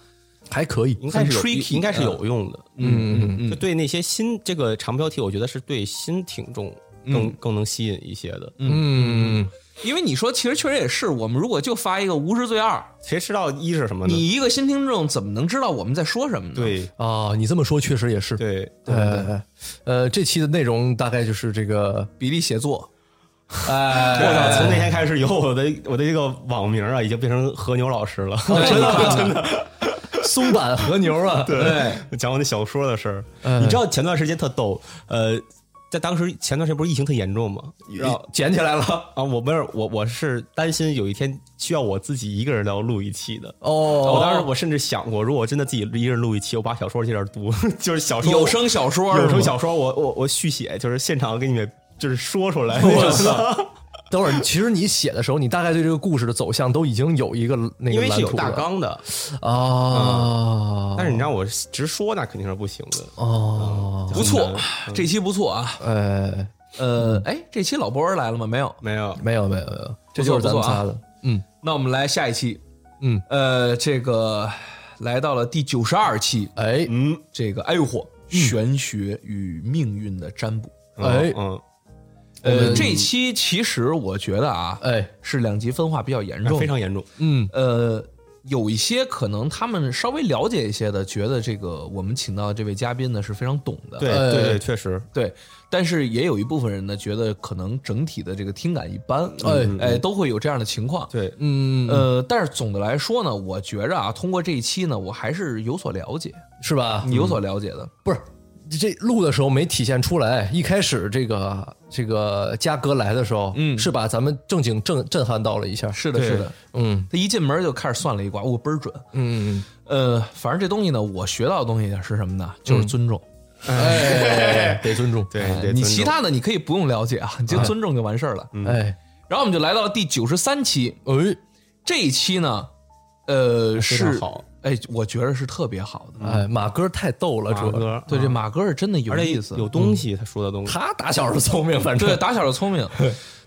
A: 还可以。
B: 应该是有
C: 很 tricky，
B: 应该是有用的。
A: 嗯嗯嗯，
B: 就对那些新这个长标题，我觉得是对新听众更更能吸引一些的。
A: 嗯，
C: 因为你说，其实确实也是，我们如果就发一个无知罪二，
B: 谁知道一是什么呢？
C: 你一个新听众怎么能知道我们在说什么呢？
B: 对
A: 啊，你这么说确实也是。
B: 对，
A: 呃呃，这期的内容大概就是这个，
C: 比例写作，
B: 我操！从那天开始，以后我的我的这个网名啊，已经变成和牛老师了。
A: 哦真的真的， <laughs> 松板和牛啊，
B: 对， <laughs> 讲我那小说的事儿。你知道前段时间特逗，呃，在当时前段时间不是疫情特严重吗？然后
A: 捡起来了
B: 啊，我不是我我是担心有一天需要我自己一个人要录一期的。我
A: 哦，
B: 当时我甚至想过，如果我真的自己一个人录一期，我把小说接着读， <laughs> 就是小说
C: 有声小说，
B: 有声小说我，我我续写，就是现场给你们就是说出来。 <laughs>
A: 我操！等会儿，其实你写的时候，你大概对这个故事的走向都已经有一个那
B: 因
A: 个
B: 为是
A: 蓝
B: 有
A: 图
B: 大
A: 了
B: 纲的，
A: 啊。
B: 但是你让我直说，那肯定是不行的。嗯
A: 哦，
C: 不错，这期不错啊。
A: 呃，
C: 呃，哎，这期老波儿来了吗？没有。
B: 没有，
A: 没有没有没有，这
C: 不错
A: 就是咱们
C: 不错啊
A: 仨的。嗯，
C: 那我们来下一期，
A: 嗯，
C: 呃，这个来到了第九十二期，
A: 哎
B: 嗯，
C: 这个哎呦嚯，玄学与命运的占卜。
B: 嗯
A: 哎
B: 嗯，
C: 呃，这期其实我觉得啊，
A: 哎，
C: 是两极分化比较严
B: 那
C: 重
B: 哎非，常严重。
A: 嗯
C: 呃，有一些可能他们稍微了解一些的，觉得这个我们请到的这位嘉宾呢是非常懂的，
B: 对
A: 呃
B: 对对，确实，
C: 对，但是也有一部分人呢，觉得可能整体的这个听感一般，
A: 哎
B: 嗯
C: 哎，都会有这样的情况。
B: 对
A: 嗯，
C: 呃，但是总的来说呢，我觉着啊，通过这一期呢，我还是有所了解，
A: 是吧？
C: 有所了解的。
A: 不是这录的时候没体现出来，一开始这个这个嘉哥来的时候，嗯，是把咱们正经震震撼到了一下。
C: 是的，是的，
A: 嗯
C: 他一进门就开始算了一卦，我倍儿准。
A: 嗯，
C: 呃，反正这东西呢，我学到的东西是什么呢？就是尊重。
A: 哎，得尊重。
B: 对，
C: 哎
B: 得
C: 你
B: 尊
C: 其
B: 重
C: 他的你可以不用了解啊，你就尊重就完事儿了。
B: 嗯
A: 哎
C: 然后我们就来到了第九十三期，
A: 哎
C: 这一期呢，呃，
B: 非常
C: 是
B: 好，
C: 哎，我觉着是特别好的。
A: 哎，马哥太逗了，
B: 嗯马
A: 主要
B: 哥，
C: 对，这马哥是真的有
B: 而且
C: 意思，嗯
B: 有东西，他说的东西，
A: 他打小就聪明，反正
C: 对，打小就聪明，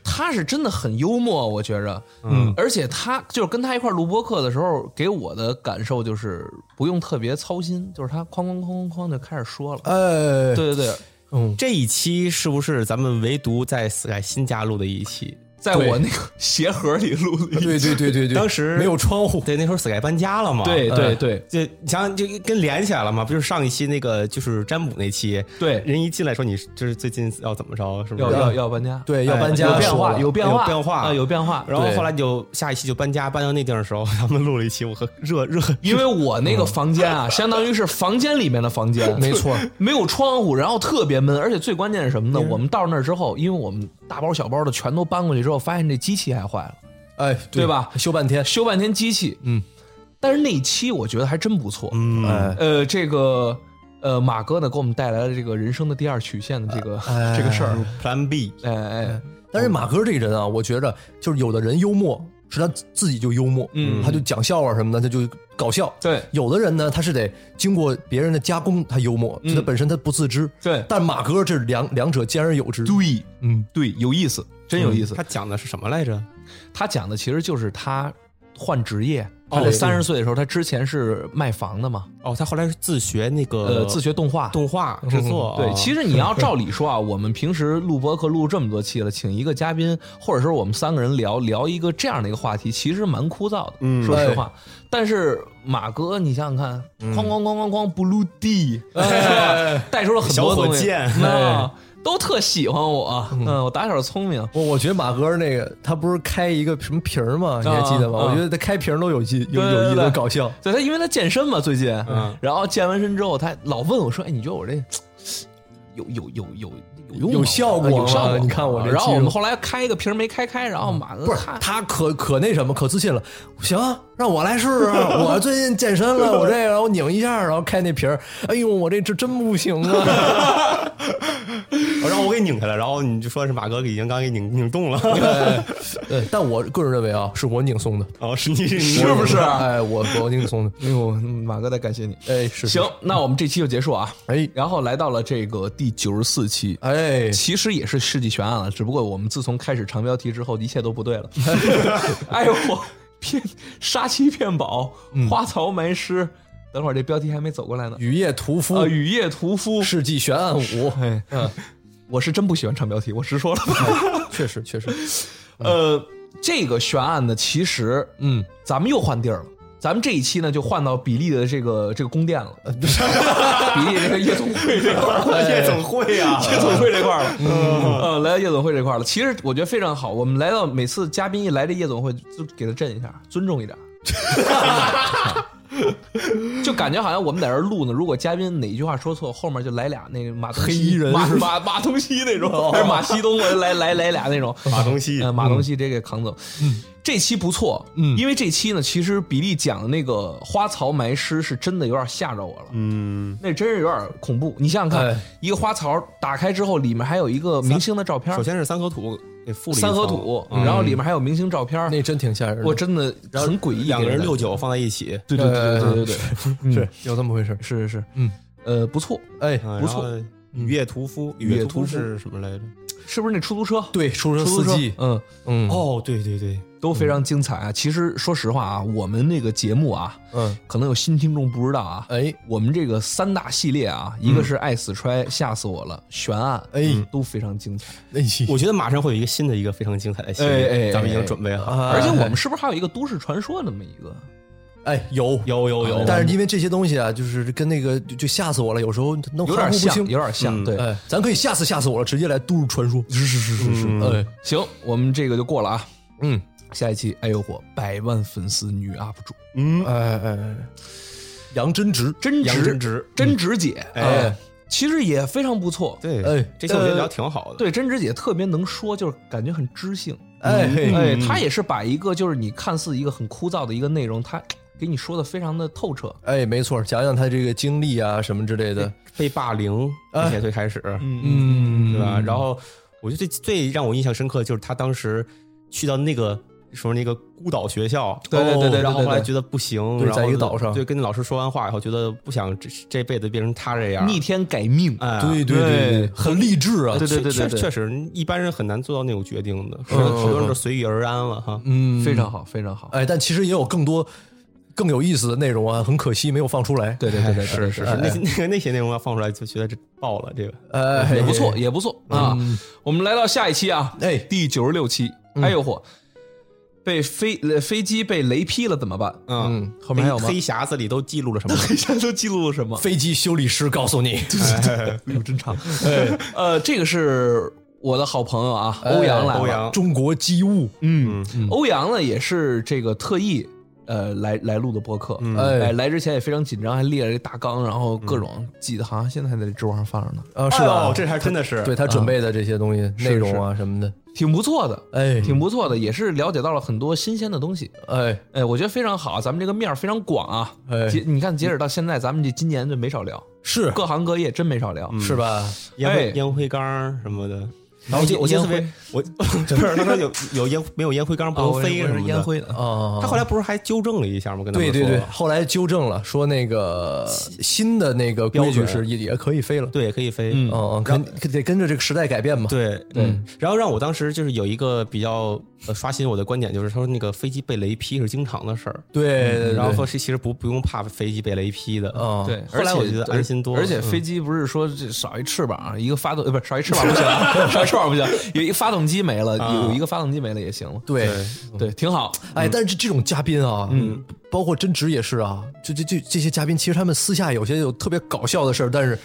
C: 他是真的很幽默，我觉着，
B: 嗯，
C: 而且他就是跟他一块儿录播课的时候，给我的感受就是不用特别操心，就是他哐哐哐哐哐就开始说了，
A: 哎，
C: 对对对，
B: 这一期是不是咱们唯独在 Sky 新加入的一期？
C: 在我那个鞋盒里录了一，
A: 对对对对对，
B: 当时
A: 没有窗户，
B: 对，那时候 Sky 搬家了嘛？
C: 哦对
A: 哎
C: 对对
B: 这你想想，就跟连起来了嘛？不就是上一期那个就是占卜那期，
C: 对
B: 人一进来说你就是最近要怎么着，是不
C: 要
B: 是？
C: 要要搬家，
A: 对要
B: 哎
A: 搬家
C: 有变
A: 说
C: 化，
A: 了
C: 变
B: 有
C: 化，
B: 变化
C: 啊，有变化。
B: 然后
A: 对
B: 后来你就下一期就搬家，搬到那地儿的时候，他们录了一期，我和热热
C: 因为我那个房间啊，相当于是房间里面的房间，
A: 没
B: <laughs>
A: 错，
C: 没有窗户，然后特别闷，而且最关键是什么呢？我们到那儿之后，因为我们大包小包的全都搬过去之后，发现这机器还坏了，
A: 哎，
C: 对吧
A: 修半天，
C: 修半天机器。
A: 嗯，
C: 但是那一期我觉得还真不错。
B: 嗯，
A: 哎
C: 呃，这个呃，马哥呢给我们带来了这个人生的第二曲线的这个、
B: 啊
A: 哎
C: 这个事儿。
B: ，Plan B，
C: 哎哎，
A: 但是马哥这个人啊，我觉着就是有的人幽默是他自己就幽默，嗯，他就讲笑话什么的，他就搞笑。
C: 对
A: 有的人呢，他是得经过别人的加工，他幽默，
C: 嗯
A: 就他本身他不自知。
C: 对
A: 但马哥这两两者兼而有之。
C: 对
A: 嗯，
C: 对，有意思，真有意思。
B: 嗯他讲的是什么来着？
C: 他讲的其实就是他换职业。他在三十岁的时候，他之前是卖房的嘛，
B: 哦，他后来是自学那个
C: 呃，自学动画。嗯
B: 动画
C: <laughs>
B: 制作，啊
C: 对，其
B: 实
C: 实你要照理说啊， <laughs> 我们平时录播课录这么多期了，请一个嘉宾，或者说我们三个人聊聊一个这样的一个话题，其实蛮枯燥的，
B: 嗯
C: 说实话。但是马哥，你想想看，
B: 嗯
C: 哐哐哐哐哐，blue D，带 <laughs> 出了很多
B: 哎小火
C: 东西，
B: 箭哎
C: 那都特喜欢我，嗯，我打小聪明，
A: 我我觉得马哥那个他不是开一个什么瓶儿吗？你还记得吗？
C: 啊啊
A: 我觉得他开瓶儿都有意有
C: 对对对
A: 有意的搞笑。
C: 对他，因为他健身嘛，最近，
B: 嗯
C: 然后健完身之后，他老问我说：“哎，你觉得我这有有有有有用吗啊
A: 有效果吗
C: 有效果吗？
A: 你看我这肌肉嗯
C: 然后我们后来开一个瓶没开开，然后马哥
A: 不是哎
C: 看
A: 他可可那什么可自信了，行啊，让我来试试啊。
C: <laughs>
A: 我最近健身了，我这个然后拧一下，然后开那瓶儿，哎呦，我这这真不行啊！
C: <laughs>
B: 哦然后我给拧开了，然后你就说是马哥给杨刚给拧拧动了，
C: 哎
A: 呃，但我个人认为啊，是我拧松的，
B: 哦，是你是
C: 是不是
A: 哎，我我拧松的，
C: 哎呦，马哥在感谢你。
A: 哎，是
C: 行，，那我们这期就结束啊。
A: 哎
C: 然后来到了这个第九十四期。
A: 哎，
C: 其实也是世纪悬案了，只不过我们自从开始长标题之后，一切都不
A: <laughs>
C: 对了。 <laughs> 哎呦，我骗杀妻骗保，
A: 嗯
C: 花槽埋尸。等会儿这标题还没走过来呢。
A: 雨夜屠夫
C: 啊，雨夜屠夫
A: 世纪悬案五， <laughs>
C: 哎， <laughs> 我是真不喜欢唱标题，我直说了吧。
A: 确实确实，
C: 呃， <laughs> 这个悬案呢，其实嗯，咱们又换地儿了。咱们这一期呢，就换到比利的这个这个宫殿了，比利这个夜总会这块儿，
F: 夜总会啊，
C: <laughs> 夜总会这块儿了，嗯，呃来到夜总会这块儿了。其实我觉得非常好，我们来到每次嘉宾一来这夜总会，就给他震一下，尊重一点儿， <laughs> 就感觉好像我们在这儿录呢。如果嘉宾哪一句话说错，后面就来俩那个马东
A: 黑
C: 锡
A: 衣人
C: 马
A: 是
C: 马马东锡那种，还是马西东，我就来来来俩那种，
B: 马东锡
C: 呃，马东锡直接给扛走。这期不错，嗯，因为这期呢，其实比利讲的那个花槽埋尸是真的有点吓着我了，
B: 嗯，
C: 那真是有点恐怖。你想想看
A: 哎，
C: 一个花槽打开之后，里面还有一个明星的照片
B: 首，先是三合土给附了一
C: 三合
B: 层
C: 土，
B: 嗯
C: 然后里面还有明星照片，
A: 那真挺吓人的。
C: 我真的很诡异。
B: 两个人
C: 给
B: 六九放在一起，
C: 对对对对对对对，嗯
A: 是有这么回事。
C: 是是是，
A: 嗯，
C: 呃，不错，
A: 哎，
B: 嗯
C: 不错。
B: 然后雨夜屠夫，雨
C: 夜
B: 夜
C: 屠
B: 屠夫
C: 夫
B: 是什么来着？
C: 是不是那出租车？
A: 对，出租车
C: 出租
A: 司
C: 车
A: 机，，
C: 嗯，
A: 嗯，
B: 哦，对对对，
C: 都非常精彩啊。其实说实话啊，我们那个节目啊，
A: 嗯，
C: 可能有新听众不知道啊，
A: 哎，
C: 我们这个三大系列啊，一个是爱死揣吓死我了，悬案，
A: 哎
C: 都非常精彩。
A: 那期
B: 我觉得马上会有一个新的一个非常精彩的系
C: 哎哎
B: 列，
C: 哎
B: 咱们已经准备好。
A: 啊
C: 而且我们是不是还有一个都市传说那么一个？
A: 哎有
B: 有有有，
A: 但是因为这些东西啊，就是跟那个就就吓死我了，有时候弄
C: 有点
A: 含糊不
C: 像，
A: 清
C: 有点像，对。
A: 哎，咱可以吓死吓死我了，直接来都市传说。是是是是是，哎，
C: 行，我们这个就过了啊。
A: 嗯，
C: 下一期，哎呦火，百万粉丝女 UP 主，
B: 嗯，
A: 哎哎哎，杨真直，
C: 真
B: 杨
C: 直
B: 真直，
C: 真直姐，
B: 哎
C: 啊，其实也非常不错。
B: 对，
A: 哎
B: 这期我觉得
C: 呃
B: 聊挺好的。
C: 对，真直姐特别能说，就是感觉很知性。
A: 哎嘿
C: 哎，她也是把一个就是你看似一个很枯燥的一个内容，她给你说的非常的透彻。
A: 哎，没错，讲讲他这个经历啊什么之类的。
B: 被霸凌这些最开始，
A: 嗯
B: 对吧？然后我觉得最最让我印象深刻的就是他当时去到那个什么那个孤岛学校，
C: 对对对对对对
B: 然后后来觉得不行，
A: 对
B: 然后
A: 在一个岛上
B: 对，跟老师说完话以后，觉得不想这这辈子变成他这样，
C: 逆天改命，
B: 哎，
A: 对对对，很励志啊。
C: 啊对对对
B: 确
C: 对
B: 确
C: 对
B: 确实一般人很难做到那种决定的，很多很多人都随遇而安了哈。
A: 嗯，
C: 非常好，非常好。
A: 哎，但其实也有更多更有意思的内容啊，很可惜没有放出来。
C: 对对对对，对
B: 是是是，那些那个那些内容要放出来就觉得这爆了，这个
A: 哎，
C: 也不错，也不错啊
A: 嗯。
C: 我们来到下一期啊，
A: 哎
C: 第九十六期，哎呦嚯，被飞呃飞机被雷劈了怎么办？
B: 嗯，
C: 后面还有吗 <laughs>
B: 黑？黑匣子里都记录了什么？
C: 一下都记录了什么？
A: 飞机修理师告诉你，
C: <laughs> 哎呦，真长。呃，这个是我的好朋友啊，欧阳来
B: 欧
C: 了。
B: 阳
A: 哎中国机务，
C: 嗯，欧阳呢也是这个特意。呃，来来录的播客，
A: 哎
C: 哎，来之前也非常紧张，还列了一大纲，然后各种记得，好像现在还在这桌上放着呢，
A: 啊，是
B: 哎
C: 哦
B: 呦
A: 吧？
B: 这还真的是
A: 对他准备的这些东西、内容啊什么的，
C: 挺不错的，
A: 哎，
C: 挺不错的，也是了解到了很多新鲜的东西。
A: 哎，
C: 哎，我觉得非常好，咱们这个面儿非常广啊。
A: 哎
C: 截你看，截止到现在，咱们这今年就没少聊，
A: 是
C: <laughs> 各行各业真没少聊。
B: 嗯
A: 是吧？
B: 烟
C: 哎
B: 灰烟灰缸什么的。然后我
C: 烟
B: 记我记得特
C: 烟
B: 别，我不是他说有有烟没有烟灰缸不能飞
C: 哦我是
B: 什么
C: 烟
B: 的。
C: 灰的。哦
A: 啊，
B: 他后来不是还纠正了一下吗？跟他
A: 对
B: 们
A: 对
B: 说
A: 对，后来纠正了，说那个新的那个规矩是也也可以飞了。
B: 对可以飞。
C: 嗯
A: 嗯，嗯，肯肯得跟着这个时代改变嘛。
B: 对对，然后让我当时就是有一个比较呃刷新我的观点，就是他说那个飞机被雷劈是经常的事儿，
A: 对对，
B: 然后说是其实不不用怕飞机被雷劈的，
A: 啊，
C: 对，
B: 后
C: 而且
B: 来嗯我觉得安心多了嗯
C: 而且飞机不是说这少一翅膀，一个发动呃不 <laughs> 是少一翅膀不行啊，少一翅膀不行，有一个发动机没了，
B: 啊
C: 有一个发动机没了也行了。
A: 对，
C: 对，嗯挺好。
A: 哎，但是这种嘉宾啊，嗯，包括真直也是啊，就这这这些嘉宾，其实他们私下有些有特别搞笑的事儿，但是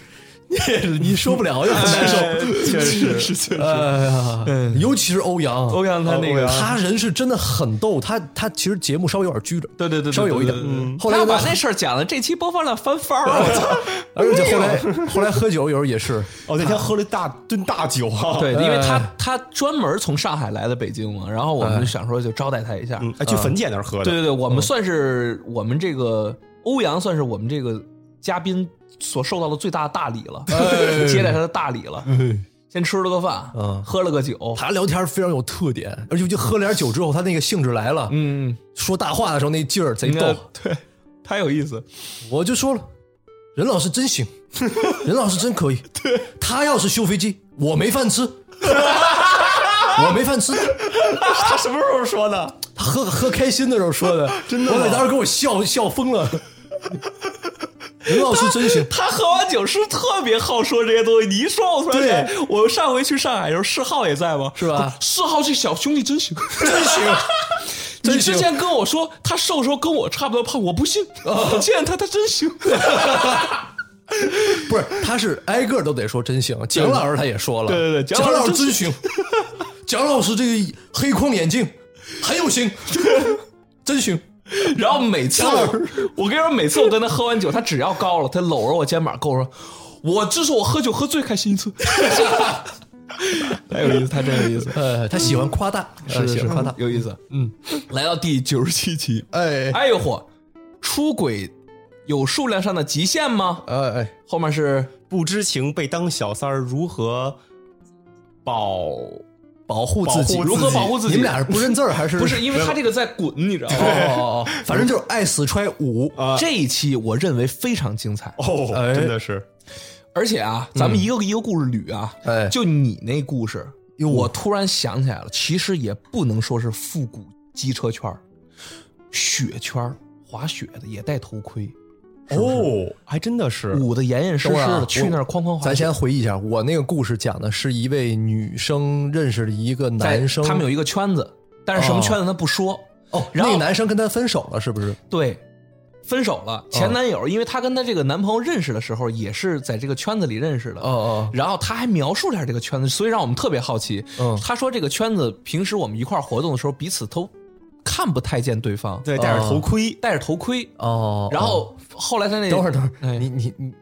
A: 你你说不了，又很难
C: <laughs>
A: 受。
B: 哎确实嗯 <laughs> 是
A: 哎呀，尤其是欧阳，
C: 嗯
A: 哦
C: 欧阳他那个
A: 他人是真的很逗，他他其实节目稍微有点拘着，
C: 对对对对
A: 稍微有一点嗯
C: 对对对对。
A: 后来
C: 他
A: 又
C: 把那事儿讲了，这期播放量翻
B: <laughs>
C: 番儿，我操！
B: 哎
A: 而且哎后来后来喝酒有时候也是，
B: 哦那天喝了一大顿大酒啊，
C: 对，因为他他专门从上海来的北京嘛，然后我们就想说就招待他一下。
B: 嗯，哎去冯姐那儿喝的，
C: 对对对，我们算是我们这个欧阳算是我们这个嘉宾所受到的最大的大礼了，接待他的大礼了。先吃了个饭，
A: 嗯
C: 喝了个酒，
A: 他聊天非常有特点，而且就喝了点酒之后，他那个兴致来了，
C: 嗯，
A: 说大话的时候那劲儿贼
C: 那
A: 逗。
C: 对，太有意思。
A: 我就说了，任老师真
B: <laughs>
A: 行，任老师真可以。对，他要是修飞机，我没饭
B: <laughs>
A: 吃，我没饭吃。
B: 他什么时候说的？
A: 他喝喝开心的时候说的，真的，我在当时给我笑笑疯了。刘老师真行，
C: 他喝完酒是特别好说这些东西。你一说，我突然
A: 对
C: 间，我上回去上海的时候，世浩也在吗？
A: 是吧
C: 世浩这小兄弟真行，真行。你之前跟我说他瘦的时候跟我差不多胖，我不信，我见他他真行。
A: 不是，他是挨个都得说真行。蒋老师他也说了，
C: 对对对
A: 蒋
C: 蒋老师
A: 师真行。
C: <laughs>
A: 蒋老师这个黑框眼镜很有型，真行。
C: <laughs> 然后每次我，我跟你说，每次我跟他喝完酒，他只要高了，他搂着我肩膀跟我说：“我这是我喝酒喝最开心一次。” <laughs> 太有意思，他真有意思，哎
A: 呃，他喜欢夸大，呃喜欢夸大。
C: 有意思。嗯，来到第九十七期，
A: 哎
C: 哎呦嚯，出轨有数量上的极限吗？
A: 哎哎，
C: 后面是
B: 不知情被当小三儿如何保？
A: 保护自己，
B: 保护自己如何
C: 保护自己
A: 你们俩是不认字儿还是
C: 不是因为他这个在滚，你知道
A: 哦
C: 吗？
A: 哦哦，反正就是爱死揣五。
C: 这一期我认为非常精彩，
B: 哦，
A: 哎
B: 真的是
C: 而且啊，咱
A: 嗯
C: 们一个一个故事捋啊，
A: 哎
C: 就你那故事，我突然想起来了，其实也不能说是复古机车圈儿雪圈儿滑雪的也戴头盔，
B: 哦，还真的是
C: 捂得严严实实
A: 等会儿啊
C: 的，去那儿哐哐滑雪。
A: 咱先回忆一下，我那个故事讲的是一位女生认识了一个
C: 在
A: 男生，
C: 他们有一个圈子，但是什么圈子他不说。
A: 哦，
C: 然
A: 那
C: 后
A: 男生跟她分手了，是不是？
C: 对，分手
A: 哦
C: 了，前男友，因为她跟她这个男朋友认识的时候，也是在这个圈子里认识的。
A: 哦哦，
C: 然后她还描述了一下这个圈子，所以让我们特别好奇。
A: 嗯
C: 她说这个圈子平时我们一块儿活动的时候，彼此都看不太见对方，
B: 对，戴着头盔，
C: 戴着头盔。
A: 哦，
C: 然后后来她那
A: 等会儿，等会
C: 哎
A: 儿，你你你，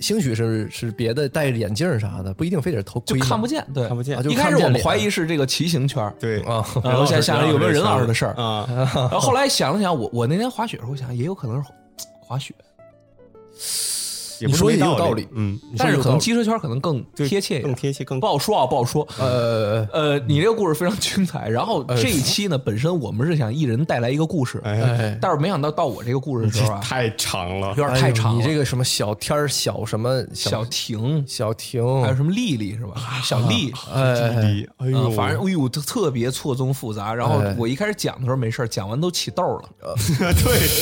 A: 兴许是是别的，戴着眼镜啥的，不一定非得是头
C: 就
A: 盔嘛，
C: 看不见，对，
B: 看不见
A: 啊就
C: 一开始
A: 看不见
C: 我们
A: 脸
C: 怀疑是这个骑行圈儿，
B: 对
A: 啊。
C: 然
B: 哦
C: 后现在想想有没有任老师的事儿
B: 啊？
C: 然后后来想了想，我我那天滑雪的时候，我想哎也有可能是滑雪，
B: 也不
A: 你说
B: 没
A: 也有
B: 道
A: 道理
B: 嗯，
A: 你说
C: 但是
A: 有
C: 可
A: 道
C: 能
A: 理
C: 机车圈可能更
B: 对
C: 贴切一
B: 更
C: 点，
B: 贴切，更
C: 不好说啊，不好说。
A: 呃，
C: 呃，你这个故事非常精彩。然后这一期呢，本身我们是想一人带来一个故事，
B: 哎，
A: 哎，
C: 但是没想到到我这个故事的时
B: 这
C: 候啊，
B: 太长了，
C: 有点太
A: 哎
C: 长
A: 呦
C: 了。
A: 你这个什么小天儿、小什么
C: 小婷
A: 小婷，
C: 还有什么丽丽是吧？小丽，
A: 哎，
B: 离哎
C: 嗯
B: 呦，
C: 反正哎呦，就特别错综复杂。然后
A: 哎
C: 我一开始讲的时候没事儿讲完都起痘了，
B: 对，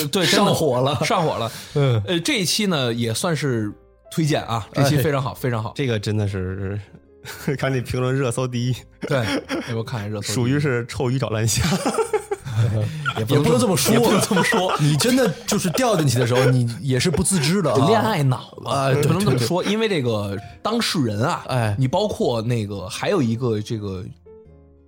C: 呃 <laughs> 对，真的
A: 上火了，
C: 上火了。
A: 嗯，哎
C: 呃，这一期呢也算是推荐啊，这期非常好，非常好。
B: 这个真的是， <laughs> 看这评论热搜第一，
C: 对，哎我看看热搜，
B: 属于是臭鱼找烂虾，
A: 也不能这么说，
C: 也不能这么说，
A: 你真的就是掉进去的时候，你也是不自知 <laughs> 的啊，
C: 恋爱脑
A: 啊
C: 了，
A: 对
C: 不能这么说，因为这个当事人啊，
A: 哎
C: 你包括那个还有一个这个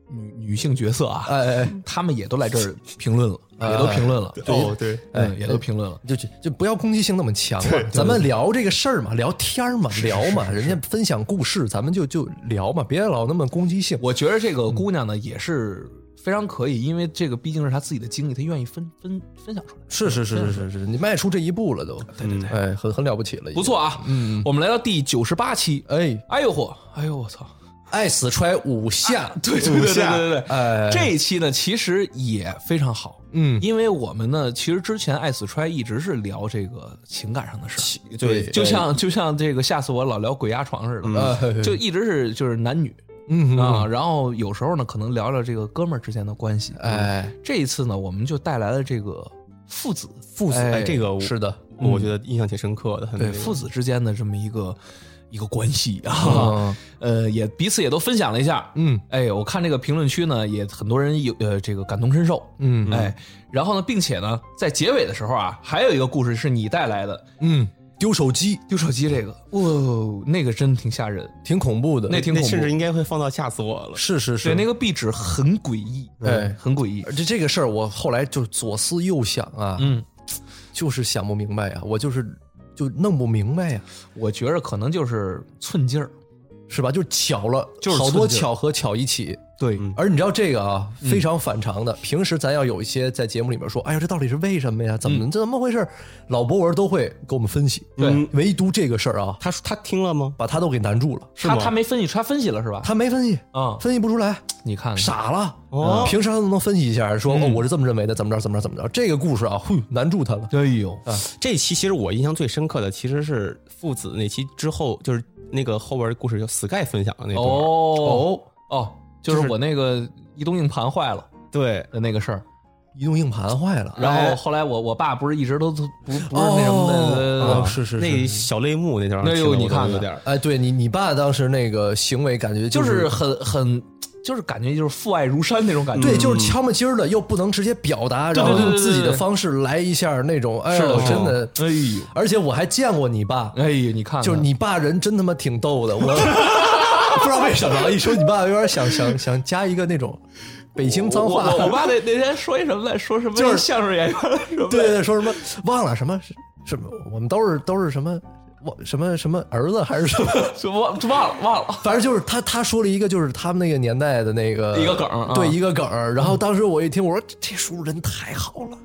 C: 女女性角色啊，
A: 哎，哎啊哎，
C: 他们也都来这儿评论了，也都评论了，
B: 哦对，
C: 嗯，也都评论了。
A: 就就就不要攻击性那么强嘛，咱们聊这个事儿嘛，聊天儿嘛，聊嘛，人家分享故事，咱们就就聊嘛，别老那么攻击性。
C: 我觉得这个姑娘呢也是非常可以，因为这个毕竟是她自己的经历，她愿意分分分享出来，
A: 是是是是是是，你迈出这一步了都，对对对，哎，很很了不起了，已经
C: 不。错啊。嗯，我们来到第九十八期，
A: 哎，
C: 哎呦嚯，哎呦我操，
A: 爱死揣五下，
C: <laughs> 对对对对对对对，
A: 哎，
C: 这一期呢，其实也非常好，
A: 嗯
C: 因为我们呢，其实之前爱死揣一直是聊这个情感上的事儿，
A: 对
C: 就像就像这个吓死我老聊鬼压床似的，
A: 呃
C: 就一直是就是男女
A: 嗯
C: 啊，然后有时候呢，可能聊聊这个哥们儿之间的关系。
A: 哎，
C: 这一次呢，我们就带来了这个父子
A: 父子
B: 哎嗯这个我嗯
A: 是的，
B: 我觉得印象挺深刻的，
C: 对父子之间的这么一个一个关系啊
A: 嗯，
C: <laughs> 呃，也彼此也都分享了一下，
A: 嗯
C: 哎，我看这个评论区呢，也很多人有呃这个感同身受，
A: 嗯
C: 哎，然后呢，并且呢，在结尾的时候啊，还有一个故事是你带来的，
A: 嗯，丢手机
C: 丢手机这个，哇、那个真挺吓人，
A: 挺恐怖的，
C: 那挺恐
B: 甚至
C: 怖，
B: 应该会放到吓死我了，
A: 是是是
C: 对，，那个壁纸很诡异，嗯
A: 哎
C: 很诡异
A: 而，且这个事儿我后来就左思右想啊，
C: 嗯，
A: 就是想不明白呀、我就是就弄不明白呀、
C: 我觉着可能就是寸劲儿，
A: 是吧？就巧了，
C: 就是
A: 好多
C: 寸劲儿
A: 巧合巧一起。
C: 对，
A: 而你知道这个啊，非常反常的。平时咱要有一些在节目里面说，哎呀，这到底是为什么呀？怎么这怎么回事？老博文都会给我们分析，
C: 对，
A: 唯独这个事儿啊，
B: 他他听了吗？
A: 把他都给难住了。
C: 他他没分析，他分析了是吧？
A: 他没分析，
C: 啊、
A: 分析不出来，
C: 你看看，
A: 傻了。
B: 哦
A: 平时他都能分析一下，
C: 嗯
A: 说、哦、我是这么认为的，怎么着怎么着怎么着。这个故事啊，呼难住他了。
C: 哎呦，
B: 这期其实我印象最深刻的其实是父子那期之后，就是那个后边的故事，就 Sky 分享的那段，
C: 哦哦哦，就是
B: 就是
C: 我那个移动硬盘坏了
B: 对，
C: 的那个事儿，
A: 移动硬盘坏了，
C: 然后后来我我爸不是一直都不不是那什么的，
A: 哦是是
B: 啊那
A: 是，
B: 小类目那地方，
C: 那又你看看
B: 有点儿
A: 哎，对你你爸当时那个行为感觉
C: 就是是很很就是感觉就是父爱如山那种感觉。
A: 对，就是敲门筋儿的，又不能直接表达，然后
C: 嗯对对
A: 用
C: 对
A: 自己
C: 对
A: 的
C: 对
A: 方式来一下那种，哎呦，
B: 哦
A: 真的，
C: 哎呦
A: 而且我还见过你爸，
C: 哎呦，你看看，
A: 就是你爸人真他妈挺逗的，我 <laughs> 不知道为什么，一说你爸有点想想想加一个那种北京脏
C: 我
A: 话，
C: 我我爸那那天说一什么来，说什么
A: 就是
C: 相声演员什 <laughs>
A: 对
C: 么，
A: 对对，说什么忘了什么什么，我们都是都是什么我什么什么儿子还是什么， <laughs>
C: 就忘就忘了忘了。
A: 反正就是他他说了一个就是他们那个年代的那个
C: 一个梗儿
A: 对
C: 啊
A: 一个梗儿。然后当时我一听，我说这叔人太好了，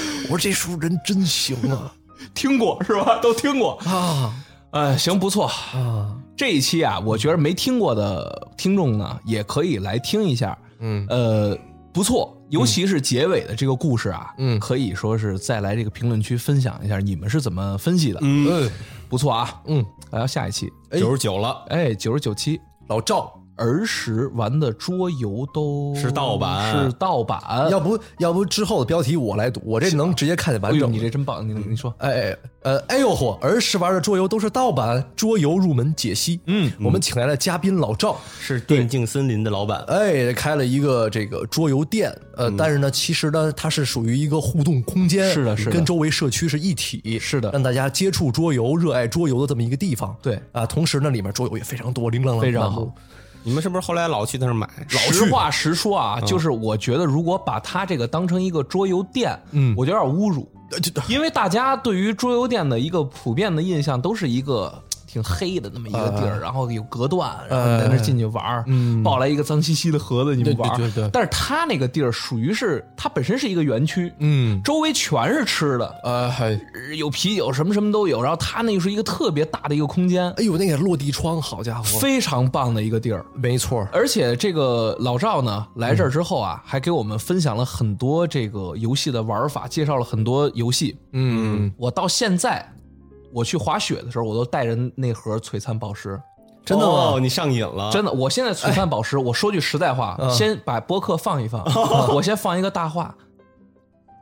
A: <laughs> 我说这叔人真行啊 <laughs>
C: 听过是吧？都听过。
A: 啊
C: 呃，行，不错。
A: 啊！
C: 这一期啊，我觉得没听过的听众呢，也可以来听一下。
A: 嗯
C: 呃，不错，尤其是结尾的这个故事啊，
A: 嗯
C: 可以说是再来这个评论区分享一下你们是怎么分析的。
B: 嗯，
A: 嗯
C: 不错啊，
A: 嗯，
C: 来到下一期，
B: 九十九了，
C: 哎，九十九期
A: 老赵，
C: 儿时玩的桌游都
B: 是盗版
C: 是盗版。
A: 要不要不之后的标题我来读，我这能直接看见
C: 哎
A: 完
C: 呦，
A: 整
C: 你
A: 的。
C: 这真棒！你你说，
A: 哎呃，哎呦嚯！儿时玩的桌游都是盗版，桌游入门解析。嗯，我们请来了嘉宾老赵，
B: 是电竞森林的老板，
A: 哎，开了一个这个桌游店，呃，但是呢，其实呢，它是属于一个互动空间，
C: 嗯是的是的
A: 跟周围社区是一体，
C: 是的
A: 让大家接触桌游、热爱桌游的这么一个地方。
C: 对
A: 啊，同时呢，里面桌游也非常多，琳琅
C: 非常
A: 满目
C: 好。
B: 你们是不是后来老去那儿买？
C: 实话实说
A: 嗯
C: 啊，就是我觉得如果把它这个当成一个桌游店，
A: 嗯
C: 我觉得有点侮辱，
A: 呃这
C: 因为大家对于桌游店的一个普遍的印象都是一个。挺黑的那么一个
A: 呃
C: 地儿，然后有隔断，然后你在那儿进去玩儿，抱来一个脏兮兮的盒子，你们玩
A: 嗯
C: 儿。
A: 对对对对
C: 但是它那个地儿属于是它本身是一个园区，
A: 嗯，
C: 周围全是吃的，
A: 呃，还
C: 有啤酒什么什么都有。然后它那是一个特别大的一个空间，
A: 哎呦，那个落地窗，好家伙，
C: 非常棒的一个地儿。
A: 没错，
C: 而且这个老赵呢，来这儿之后啊，还给我们分享了很多这个游戏的玩法，介绍了很多游戏。
A: 嗯，
C: 我到现在，我去滑雪的时候，我都带着那盒璀璨宝石。
A: <laughs> 真的吗
B: 哦？你上瘾
C: <laughs>
B: 了？
C: 真的，我现在璀璨宝石，我说句实在话，
A: 嗯
C: 先把播客放
A: <laughs>
C: 一放，我先放一个大话，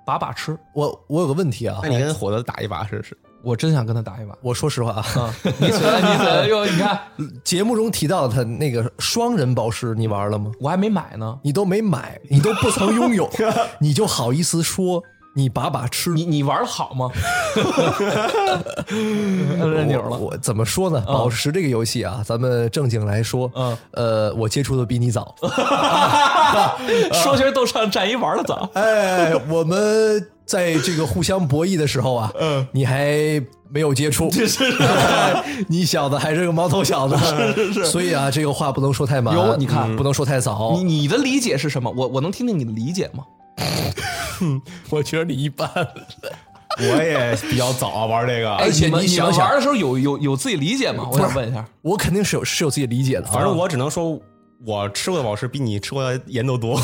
C: 把把吃。
A: 我我有个问题啊
C: 哎
B: 那，你跟火子打一把试 <laughs> 试。
C: 我真想跟
A: <laughs>
C: 他打一把。
A: 我说实话啊，
C: 啊！你你你哟，你看
A: 节目中提到的他那个双人宝石，你玩了吗？
C: 我还没买呢。
A: 你都没买，你都不曾拥
C: <laughs>
A: 有，你就好意思说你把把吃
C: 你你玩的好吗？ <laughs> 摁了钮
A: 我
C: 了。
A: 我怎么说呢？宝石这个游戏啊，咱们正经来说，
C: 嗯，
A: 呃，我接触的比你早。
C: <laughs> 说学逗唱，战一玩的早。
A: 哎，我们在这个互相博弈的时候啊，嗯，你还没有接触， <laughs> 你小子还是个毛头小子，是是是。所以啊，这个话不能说太满，
C: 有你看
A: 嗯不能说太
C: 你
A: 早。
C: 你的理解是什么？我我能听听你的理解吗？
A: 我觉得你一般，
B: <laughs> 我也比较早玩这个，
A: 而且
C: 哎你们
A: 你
C: 你们
A: 想想
C: 玩的时候有有有自己理解吗？我想问一下。
A: 我肯定是有是有自己理解的啊。
B: 反正
C: 嗯 <laughs>
B: 我只能说，我吃过的宝石比你吃过的盐都多。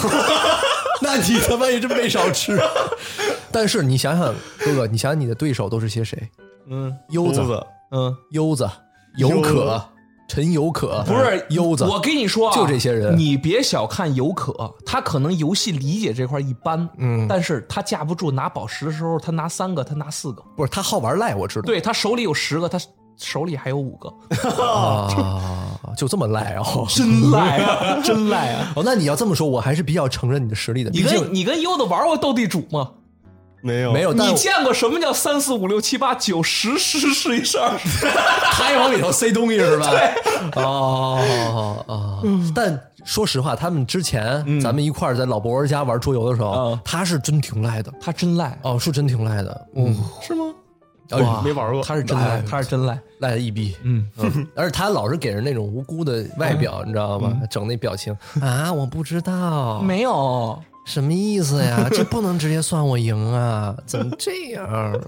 A: 那你他妈也真没少吃。 <laughs> 但是你想想，哥哥，你想想你的对手都是些谁？
C: 嗯
A: 优子、
B: <laughs> 子，
C: 嗯，
A: 优子、尤
B: 优
A: 可
B: 子、
A: 陈尤可，
C: 不是
A: 优子，
C: 我跟你说啊，
A: 就这些人
C: 你别小看尤可，他可能游戏理解这块一般，嗯，但是他架不住拿宝石的时候，他拿三个，他拿四个，
A: 不是他好玩赖，我知道。
C: 对他手里有十个，他手里还有五个，
A: 啊，就这么赖啊！
C: 真赖 <laughs> 啊，真赖啊！
A: 哦，那你要这么说，我还是比较承认你的实力的。
C: 你
A: 毕竟
C: 跟你跟优子玩过斗地主吗？
B: 没有
A: 没有，但
C: 你
A: 我
C: 见过什么叫三四五六七八九十十十一十二 <laughs> 十？
A: 他还往里头塞东西是吧？哦哦，但说实话，他们之前咱们一块儿在老博儿家玩桌游的时候
C: 嗯，
A: 他是真挺赖的。
C: 他真赖，啊
A: 哦，是真挺赖的，嗯，哎
B: 是吗？
A: 哇
B: 没玩过，
C: 他是真赖，他是真赖。
A: 赖的一逼，嗯，而且他老是给人那种无辜的外表，
C: 嗯
A: 你知道吗？整那表情啊，我不知道，
C: 没有，
A: 什么意思呀？ <laughs> 这不能直接算我赢啊？怎么这
C: <laughs>
A: 样？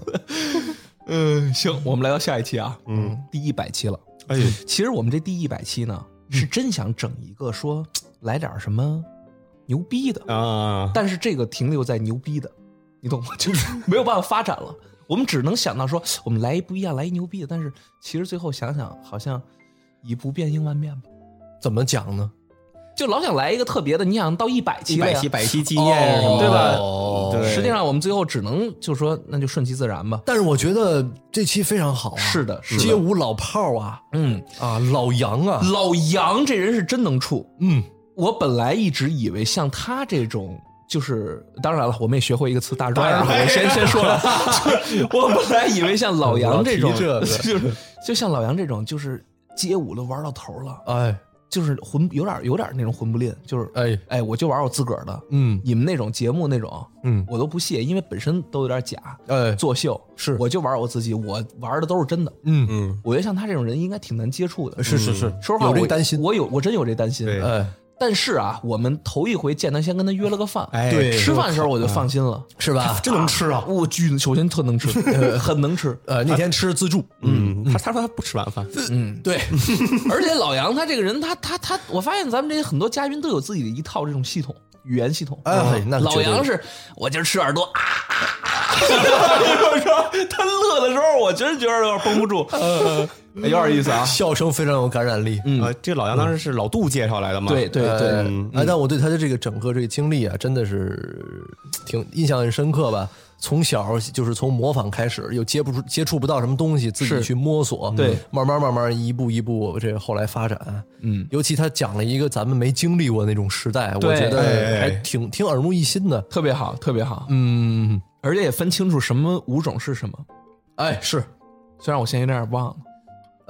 C: 嗯，行，我们来到下一期啊，嗯，第一百期了。
B: 哎，
C: 其实我们这第一百期呢，
B: 嗯
C: 是真想整一个说来点什么牛逼的，
B: 啊，
C: 但是这个停留在牛逼的，你
B: <laughs>
C: 懂吗？就是没有办法发展了。我们只能想到说，我们来一不一样，来一牛逼的。但是其实最后想想，好像以不变应万变吧。
A: 怎么讲呢？
C: 就老想来一个特别的，你想到一百
B: 一
C: 期了
B: 百
C: 呀
B: 期百期纪念什么的，
C: 对吧
A: 哦
B: 对
C: 实际上我们最后只能就说，那就顺其自然吧。
A: 但是我觉得这期非常好啊，
C: 是的是的
A: 街舞老炮儿啊
C: 嗯，
A: 啊，老杨啊，
C: 老杨这人是真能处。
A: 嗯，
C: 我本来一直以为像他这种。就是当然了，我们也学会一个词“大
B: 当
C: 专
A: <laughs>
B: 然
C: 啊”。
B: 了
C: 我先先说了，就是我本来以为像老杨这种，
A: 老提这个
C: <laughs> 就是就像老杨这种，就是街舞都玩到头了，
A: 哎
C: 就是混有点有点那种混不吝，就是
A: 哎，
C: 哎，我就玩我自个儿的。
A: 嗯
C: 你们那种节目那种，
A: 嗯
C: 我都不屑，因为本身都有点假，
A: 哎，
C: 作秀
A: 是
C: 我就玩我自己，我玩的都是真的。
A: 嗯
B: 嗯，
C: 我觉得像他这种人应该挺难接触的。
A: 是是是，
C: 说实话，
A: 有这
C: 我
A: 个担心，
C: 我有，我真有这担心。
B: 对
A: 哎
C: 但是啊，我们头一回见他，先跟他约了个饭，
B: 哎，
A: 对嗯
C: 吃饭的时候我就放心了。
A: 是吧？
B: 真能吃啊！
C: 我巨，首先特
A: <laughs>
C: 能吃，很能吃。
A: 呃，那天吃自助，
B: 嗯，他他说他不吃晚饭， <laughs>
C: 嗯，对。而且老杨他这个人，他他他，我发现咱们这些很多嘉宾都有自己的一套这种系统，语言系统。啊
A: 哎，那
C: 老
A: 绝对
C: 杨是，我今儿吃耳朵啊！我说他乐的时候，我真觉得有点绷不 <laughs> 住，呃有点意思 <laughs> 啊。嗯
A: 笑声非常有感染力，
B: 呃，这老杨当时是老杜介绍来的嘛？呃
C: 对对对，
A: 哎哎，但我对他的这个整个这个经历啊，真的是挺印象很深刻吧。从小就是从模仿开始，又接不出接触不到什么东西，自己
C: 是
A: 去摸索，
C: 对，
A: 慢慢慢慢一步一步，这后来发展，
C: 嗯，
A: 尤其他讲了一个咱们没经历过那种时代，我
C: 对
A: 觉得
B: 哎
A: 还挺挺耳目一新的。
C: 特别好，特别好，
A: 嗯，
C: 而且也分清楚什么舞种是什么。
A: 哎，是，
C: 虽然我现在有点忘了，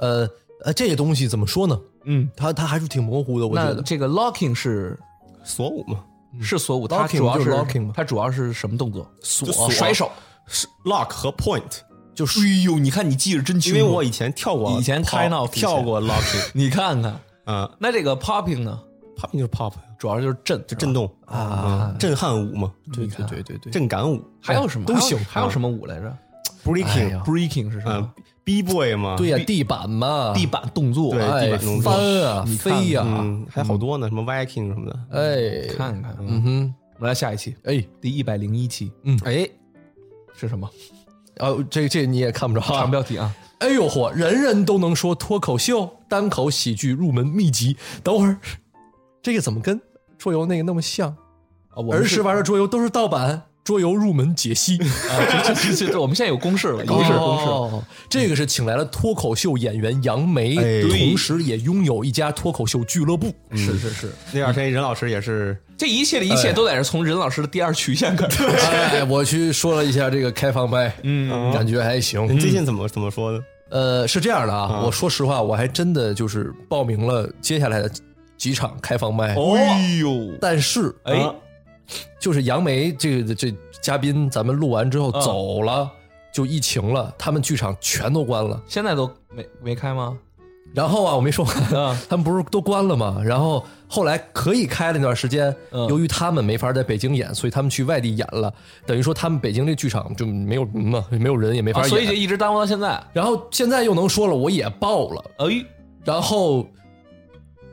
A: 呃呃，这个东西怎么说呢？
C: 嗯，
A: 他他还是挺模糊的，我觉
C: 那
A: 得。
C: 这个 locking 是
B: 锁舞嘛
C: 是锁舞，
A: 嗯
C: 它
A: Locking
C: 主要
A: 就是 locking 嘛
C: 它主要是什么动作？
B: 就
C: 锁
B: 锁
C: 甩手。
B: 是，lock 和 point，
A: 就是
C: 哎呦，你看你记着真
B: 因
C: 清楚，
B: 为我以前跳过，
C: 以前 kind of
B: 跳过 <laughs> locking，
C: 你看看，
B: 啊
C: 那这个 popping 呢，
B: ，pop 就是 pop，
C: 主要就是震，
B: 就震。动
A: 啊
B: 嗯震撼舞嘛，
A: 对对对对对，
B: 震感舞
C: 还有什么
A: 都
C: 还有
A: 行
C: 还有什么舞来着
A: 哎呀
B: ，breaking，
C: ？breaking 是什么
B: 嗯？，b boy 嘛，
A: 对呀，地板嘛，
C: 地板动作，
B: 对
A: 哎
B: 地板动作
A: 翻啊，
C: 你看
A: 飞呀，
B: 嗯，呃还有好多呢，什么 viking 什么的，
A: 哎，
C: 看看。
A: 嗯哼，
C: 我们来下一期，
A: 哎，
C: 第一百零一期，
A: 嗯
C: 哎，是什么？
A: 哦，这这你也看不着
C: 长
A: 啊。
C: 标题啊，
A: 哎呦嚯，人人都能说脱口秀、单口喜剧入门秘籍。等会儿，这个怎么跟桌游那个那么像？
C: 啊我们
A: 儿 <laughs> 时玩的桌游都是盗版，桌游入门解析。
C: 啊，这这这这，我们现在有公式了，公式公式。
A: 哦，这个是请来了脱口秀演员杨梅，
B: 哎
A: 同时也拥有一家脱口秀俱乐部。
C: 是是是，
B: 那段时间任老师也是
C: 这一切的一
B: 哎
C: 切都得是从任老师的第二曲线开始。
A: <laughs> 哎，我去说了一下这个开放麦，
C: 嗯
A: 感觉还行。
B: 你最近怎么怎么说的？
A: 呃，是这样的啊，我说实话，我还真的就是报名了接下来的几场开放麦，
B: 哦
G: 哎呦，
A: 但是
C: 哎
B: 啊
A: 就是杨梅这个这嘉宾，咱们录完之后
C: 嗯
A: 走了，就疫情了，他们剧场全都关了。
C: 现在都没没开吗？
A: 然后啊，我没说完，
C: 嗯
A: <laughs> 他们不是都关了吗？然后后来可以开了那段时间，
C: 嗯
A: 由于他们没法在北京演，所以他们去外地演了，等于说他们北京这剧场就没有人嘛，没有人也没法
C: 啊
A: 演。
C: 所以就一直耽误到现在。
A: 然后现在又能说了，我也报了，
C: 哎，
A: 然后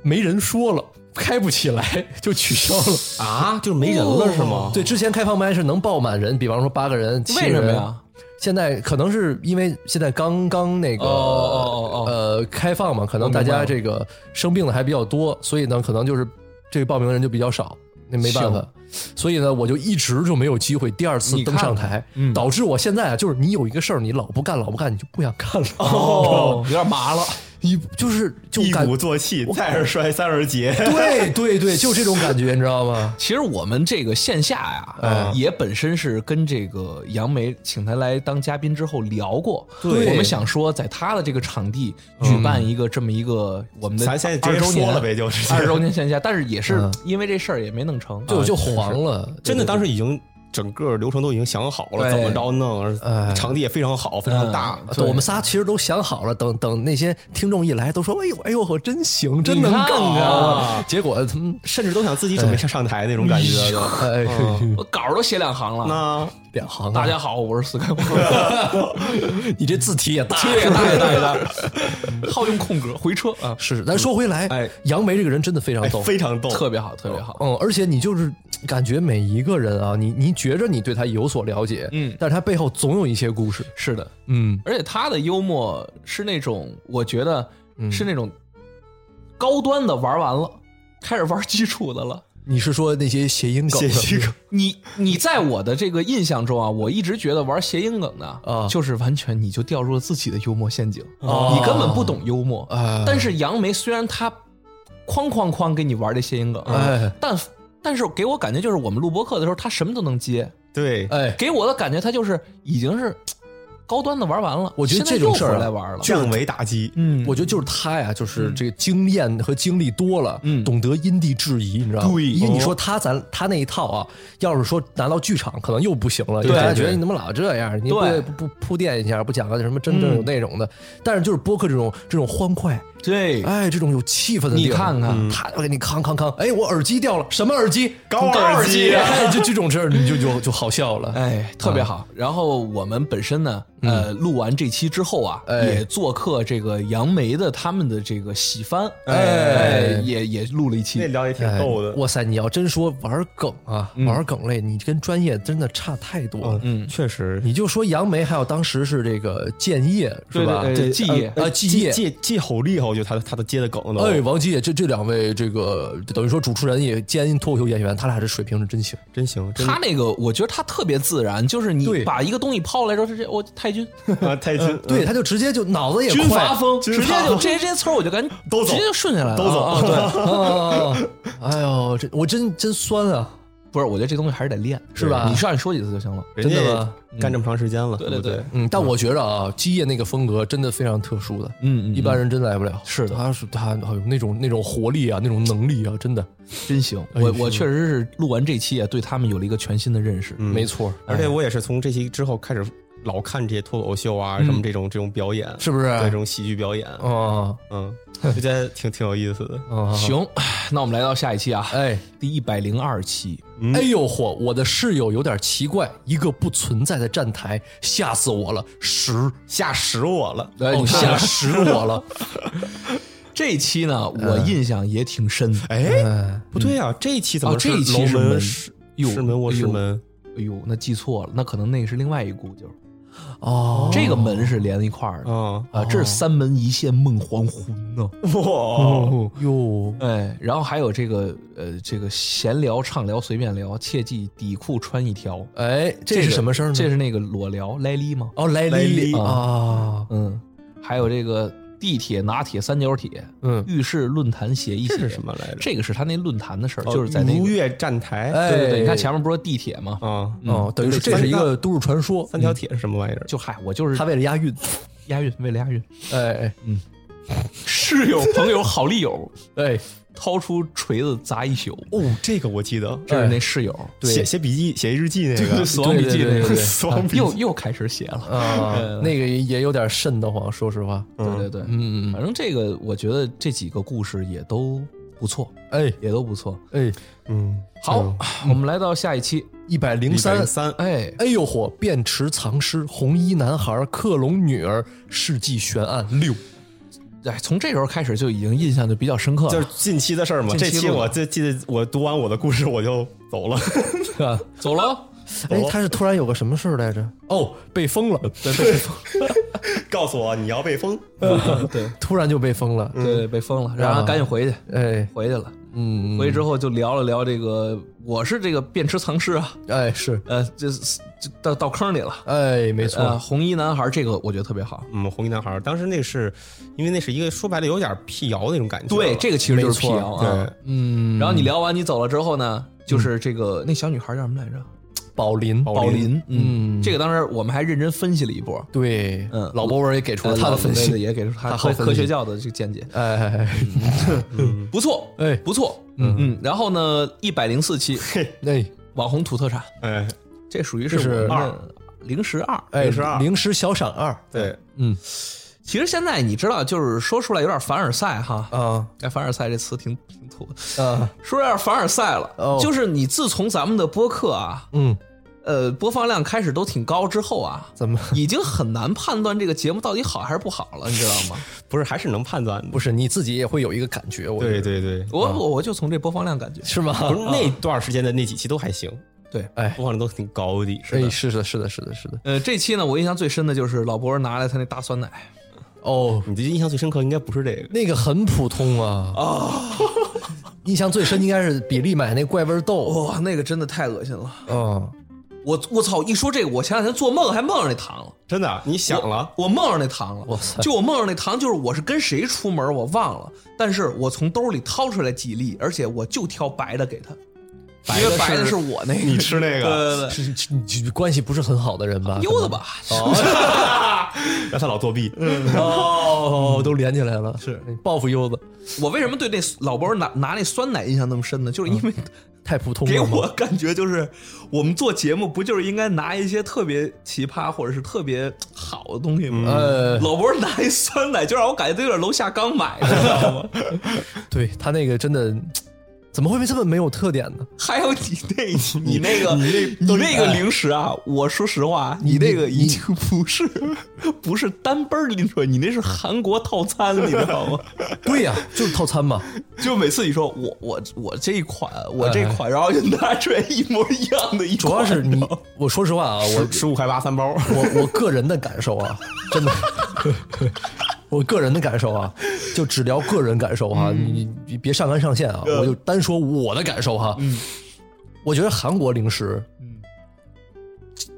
A: 没人说了，开不起来就取消了。
B: 啊，就是
C: 哦
B: 没人了是吗？
A: 对，之前开放麦是能爆满人，比方说八个人、七个
C: 为什
A: 人
C: 么呀？？
A: 现在可能是因为现在刚刚那个
C: 哦哦哦哦
A: 呃开放嘛，可能大家这个生病的还比较多，所以呢，可能就是这个报名的人就比较少，那没办法。所以呢，我就一直就没有机会第二次登上台，
C: 嗯
A: 导致我现在啊，就是你有一个事儿，你老不干，老不干，你就不想干了。
C: <laughs> 哦，
A: <laughs>
C: 有点麻了。
A: 你就是就
B: 一
A: 感
B: 鼓作气，再而衰，三而竭。 <laughs>
A: 对对对，就这种感觉，你知道吗？
C: 其实我们这个线下呀，
B: 哎
C: 也本身是跟这个杨梅请他来当嘉宾之后聊过，
A: 对
C: 我们想说在他的这个场地举办一个这么一个我们的
B: 嗯咱现在
C: 二
B: 直接
C: 周
B: 说
C: 年
B: 了呗，就是嗯
C: 二十周年线下，但是也是因为这事儿也没弄成， <laughs>
A: 就就
C: 黄
A: 黄了，
B: 真的当时已经整个流程都已经想好了，
C: 对
B: 怎么着弄，
A: 哎
B: 而场地也非常好，非常大。
A: 啊对我们仨其实都想好了，等等那些听众一来，都说：“哎呦，哎呦，我真行，真能
C: 你
A: 干
C: 看
A: 啊
C: 啊！”
A: 结果嗯他们，
B: 甚至都想自己准备上上台那种感觉的。
A: 哎， <laughs>
C: 我稿儿都写两行了。
B: 那
A: 两行啊，
C: 大家好，我是四开光，
B: <laughs>
A: 你这字体也
C: <laughs>
A: 大。
C: 对，大爷大爷大爷， <laughs> 好用空格回车啊，
A: <laughs> 是，咱说回来，
B: 哎
A: 杨梅这个人真的非常
B: 哎
A: 逗，
B: 非常逗，
C: 特别好，特别好。
A: 嗯，而且你就是感觉每一个人啊，你你觉着你对他有所了解，
C: 嗯
A: 但是他背后总有一些故事，
C: 是的，
A: 嗯，
C: 而且他的幽默嗯是那种，我觉得是那种高端的玩完了，开始玩基础的了。
A: 你是说那些谐音梗？
B: 谐音梗
C: 你你在我的这个印象中啊，我一直觉得玩谐音梗呢，
A: 啊
C: 就是完全你就掉入了自己的幽默陷阱，
A: 哦
C: 你根本不懂幽默。
A: 啊
C: 但是杨梅虽然她哐哐哐给你玩这谐音梗，
A: 哎
C: 但但是给我感觉就是我们录播课的时候，她什么都能接，
B: 对，
A: 哎，
C: 给我的感觉她就是已经是高端的玩完了。
A: 我觉得
C: 现在
A: 这种
C: 又
A: 事儿啊
C: 回来玩了，
B: 降维打击，
C: 嗯，
A: 我觉得就是他呀，就是这个经验和经历多了，懂得因地制宜，你知道吗？
C: 嗯对哦
A: 因为你说他咱他那一套啊，要是说拿到剧场，可能又不行了，因为大家觉得你怎么老这样？你不
C: 对嗯
A: 不不铺垫一下，不讲个什么真正有内容的？但是就是播客这种这种欢快，
C: 对，
A: 哎，这种有气氛的地
C: 你
A: 方，嗯
C: 看看
A: 他要给你扛扛扛，哎，我耳机掉了，什么耳机？
B: 高啊
A: 耳
B: 耳机
A: 哎，就这种事儿你就就就好笑了。
C: 啊哎，特
A: 啊
C: 别好。然后我们本身呢，呃，录完这期之后啊，
A: 嗯哎
C: 也做客这个杨梅的他们的这个喜番，
A: 哎
C: 也也录了一
B: 那
C: 期。
B: 聊也挺
A: 哎
B: 逗的。
A: 哇塞！你要真说玩梗啊，
C: 嗯
A: 玩梗类，你跟专业真的差太多了。
B: 嗯，确实，
A: 你就说杨梅，还有当时是这个建业是吧？
C: 对对季业
B: 哎
A: 啊，季业，
B: 季季吼厉害，我觉得他他的接的梗都，
A: 哎，王季业，这这两位这个等于说主持人也兼脱口秀演员，他俩这水平是真行。
B: 真行，真
C: 他那个，我觉得他特别自然，就是你
A: 对
C: 把一个东西抛来之后，这这我太君
B: 啊太真
A: 对，他就直接就脑子也
C: 嗯军阀
A: 快，
C: 风，
B: 军
C: 直接
B: 阀
C: 就
B: 风
C: 这些这些词儿我就赶紧
B: 都走
C: 直接就顺下来了，
B: 都走
C: 啊啊对，
A: 啊，哎呦，这我真真酸啊！
C: 不是，我觉得这东西还是得练，
A: 是吧
C: 你上去说几次就行了。
B: 人家
A: 真的吗
B: 也干这么长时间了，
C: 对
B: 对
C: 对
B: 不
C: 对，
A: 嗯，但我觉着啊，基业那个风格真的非常特殊的，
C: 嗯嗯
A: 一般人真来不了。
C: 是的
A: 他是他，哎呦，那种那种活力啊，那种能力啊，真的
C: 真行，
A: 哎
C: 我我确实是录完这期啊，对他们有了一个全新的认识。
A: 没错，
B: 而且我也是从这期之后开始老看这些脱口秀啊，什么这种这种表演，
A: 是不是
B: 对这种喜剧表演，
A: 啊
B: 嗯，就觉得挺挺有意思的。
C: 哦
A: 啊！
C: 行， <sighs> 那我们来到下一期啊，
A: 哎，
C: 第一百零二期，
A: 哎呦嚯！我的室友有点奇怪，一个不存在的站台，吓死我了！十，
B: 吓死我了！
C: 哎
A: 哦
C: 你看
A: 吓死我了！
C: 这一期呢，
A: 嗯
C: 我印象也挺深。哎
B: 哎，不对啊，这一期怎么
C: 哦这一期
B: 楼
C: 是
B: 门
C: 门
B: 是
C: 哟
B: 是门卧室
C: 哎呦
B: 门？
C: 呦，那记错了，那可能那是另外一个故旧。
A: 哦，
C: 这个门是连一块儿的
B: 啊，哦
C: 啊，这是三门一线梦还魂
A: 哎
C: 呢。
B: 哇，
A: 哦哟，
C: 哎，然后还有这个呃，这个闲聊、畅聊、随便聊，切记底裤穿一条。
A: 哎，这是
C: 个
A: 什么声呢？
C: 这是那个裸聊莱利吗？
A: 哦，莱
B: 莱
A: 利
B: 利
A: 啊，
C: 嗯，还有这个地铁拿铁三角铁，
A: 嗯
C: 浴室论坛协议
B: 这是什么来着？
C: 这个是他那论坛的事儿，
B: 哦
C: 就是在那
B: 如
C: 个
B: 月站台。
A: 哎
C: 对对对，你看前面不是地铁吗？
B: 啊，
A: 哦，等于说这是一个都市传说，
B: 三条铁是什么玩意儿？
C: 就嗨，我就是
A: 他为了押韵，
C: 押韵，为了押韵，
A: 哎哎
C: 室友、朋友、好丽友
A: 哎，
C: 掏出锤子砸一宿，
B: 哦，这个我记得，
C: 这是那室友
B: 写写笔记、写日记那个，
C: 死亡笔记
A: 对
C: 那
A: 对对对
C: 个
A: 对
B: <laughs> 死亡笔
C: 啊又
B: 记。
C: 又开始写了，
A: 啊，那个也有点瘆得慌，说实话，
C: 对对对，嗯，反正这个我觉得这几个故事也都不错，
A: 哎
C: 也都不错。
A: 哎，
B: 嗯，
C: 好，我们来到下一期，
A: 一百零
B: 三
A: 三。
B: 三，
C: 哎，
A: 哎呦火！便池藏尸、红衣男孩、克隆女儿、世纪悬案六，
C: 哎，从这时候开始就已经印象就比较深刻
B: 就是
C: 了。
B: 近期的事儿嘛。这
C: 近期
B: 期
C: 录的
B: 我就记得，我读完我的故事我就走了。 <laughs>
A: <laughs>
C: 走了，
A: 哎，他是突然有个什么事儿来着？哦，被封了，
B: 告诉我你要被封，
C: <laughs> 嗯对
A: <laughs> 突然就被封了。
C: 对对，被封了，然后赶紧回去，
A: 哎，
C: 回去了。
A: 啊嗯，
C: 回去之后就聊了聊这个，我是这个便池藏尸啊，
A: 哎是，
C: 呃，这这到到坑里了。
A: 哎没
C: 呃，
A: 错，
C: 红衣男孩这个我觉得特别好，
B: 嗯，红衣男孩儿，当时那是因为那是一个说白了有点辟谣那种感觉了。
C: 对，这个其实就是辟谣啊
B: 对。，
A: 嗯，
C: 然后你聊完你走了之后呢，就是这个那小女孩叫什么来着？
A: 宝林，
C: 宝林，
A: 嗯
C: 这个当时我们还认真分析了一波，
A: 对，
C: 嗯
A: 老博文也给出了
C: 呃
A: 他的分析，
C: 对也给出他
A: 他好
C: 科
A: 分析
C: 科学教的这个见解，
A: 哎哎哎
C: 不错，
A: 哎
C: 不错，嗯嗯。然后呢，一百零四
A: <laughs>
C: 期
A: 哎
C: 网红土特产，
B: 哎，
C: 这属于是
A: 是
C: 我们零食二，
A: 哎，
B: 零食二
A: 零食小赏二，
C: 嗯
B: 对，
C: 其实现在你知道，就是说出来有点凡尔赛哈。
A: 啊
C: 哎，凡尔赛这词挺挺土，
A: 啊，
C: 说有点凡尔赛了。
A: 哦
C: 就是你自从咱们的播客啊，
A: 嗯，
C: 呃，播放量开始都挺高之后 <laughs> 啊，
A: 怎么
C: 已经很难判断这个节目到底好还是不好了，你知道吗？
B: 不是还是能判断的。
A: 不是你自己也会有一个感觉？我觉得，
B: 对对对，
C: 我嗯我我就从这播放量感觉，
A: 是吗？
B: 不是那段时间的那几期都还行，
C: 对，
A: 哎
B: 播放量都挺高的。是
A: 哎，是的，是的，是的，是的，
C: 呃，这期呢，我印象最深的就是老博拿来他那大酸奶，
A: 哦，
B: 你的印象最深刻应该不是这个，
A: 那个很普通啊啊， <laughs> 印象最深应该是比利买那怪味儿豆，
C: 哇、那个真的太恶心了！
A: 嗯，
C: 我我操！一说这个，我前两天做梦还梦着那糖了。
B: 真的，你想了，
C: 我梦着那糖了，
A: 哇塞
C: 就我梦着那糖，就是我是跟谁出门我忘了，但是我从兜里掏出来几粒，而且我就挑白的给他，
A: 白
C: 因为
A: 的
C: 白的
A: 是
C: 是我那个，
B: 你吃那个，
C: 对对对，
A: 啊是是你你关系不是很好的人吧？
C: 啊悠的吧？
B: 让他老作弊。
A: 可能？哦，都连起来了，是报复柚子
C: 我为什么对那老包拿拿那酸奶印象那么深呢？就是因为
A: 太普通
C: <laughs> 给
A: 了吗。
C: 我感觉就是我们做节目不就是应该拿一些特别奇葩或者是特别好的东西吗？
A: 呃，
C: 老伯拿一酸奶，就让我感觉他有点楼下刚买的，你知道吗？
A: 对他那个真的怎么会被这么没有特点呢？
C: 还有你那，你那个，你那个零食啊，我说实话，你那个已经不是 <laughs> 不是单杯儿拎出来，你那是韩国套餐，你知道吗？ <laughs>
A: 对呀、就是套餐嘛。
C: 就每次你说我我我这一款，我这款，然后就拿出来一模一样的一款，
A: 主要是
C: 你知
A: 你
C: 道吗，
A: 我说实话啊，我
B: 十十五块八三 <laughs> 包，
A: 我我个人的感受啊，真的， <laughs> 我个人的感受啊，就只聊个人感受哈、你你别上纲上线啊，我就单说我的感受哈、我觉得韩国零食，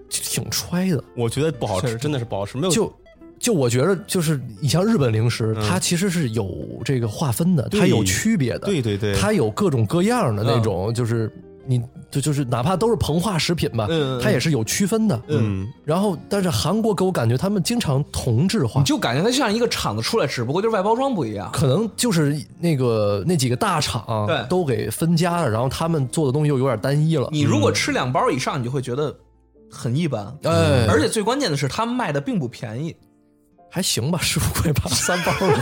A: 挺挺揣的，
B: 我觉得不好吃，真的是不好
C: 呃
B: 吃，没有
A: 就。就我觉得，就是你像日本零食，
C: 嗯
A: 它其实是有这个划分的，它有区别的，
B: 对对对
A: 它有各种各样的那
C: 嗯
A: 种，就是你就就是哪怕都是膨化食品吧，
C: 嗯嗯
A: 它也是有区分的，
B: 嗯，
A: 然后，但是韩国给我感觉他们经常同质化，
C: 你就感觉它像一个厂子出来，只不过就是外包装不一样。
A: 可能就是那个那几个大厂
C: 对
A: 都给分家了，然后他们做的东西又有点单一了。
C: 你如果吃两包以上，你就会觉得很一般。
A: 哎，
C: 而且最关键的是，他们卖的并不便宜，
A: 还行吧，十五块八三包
C: <laughs>
A: 了，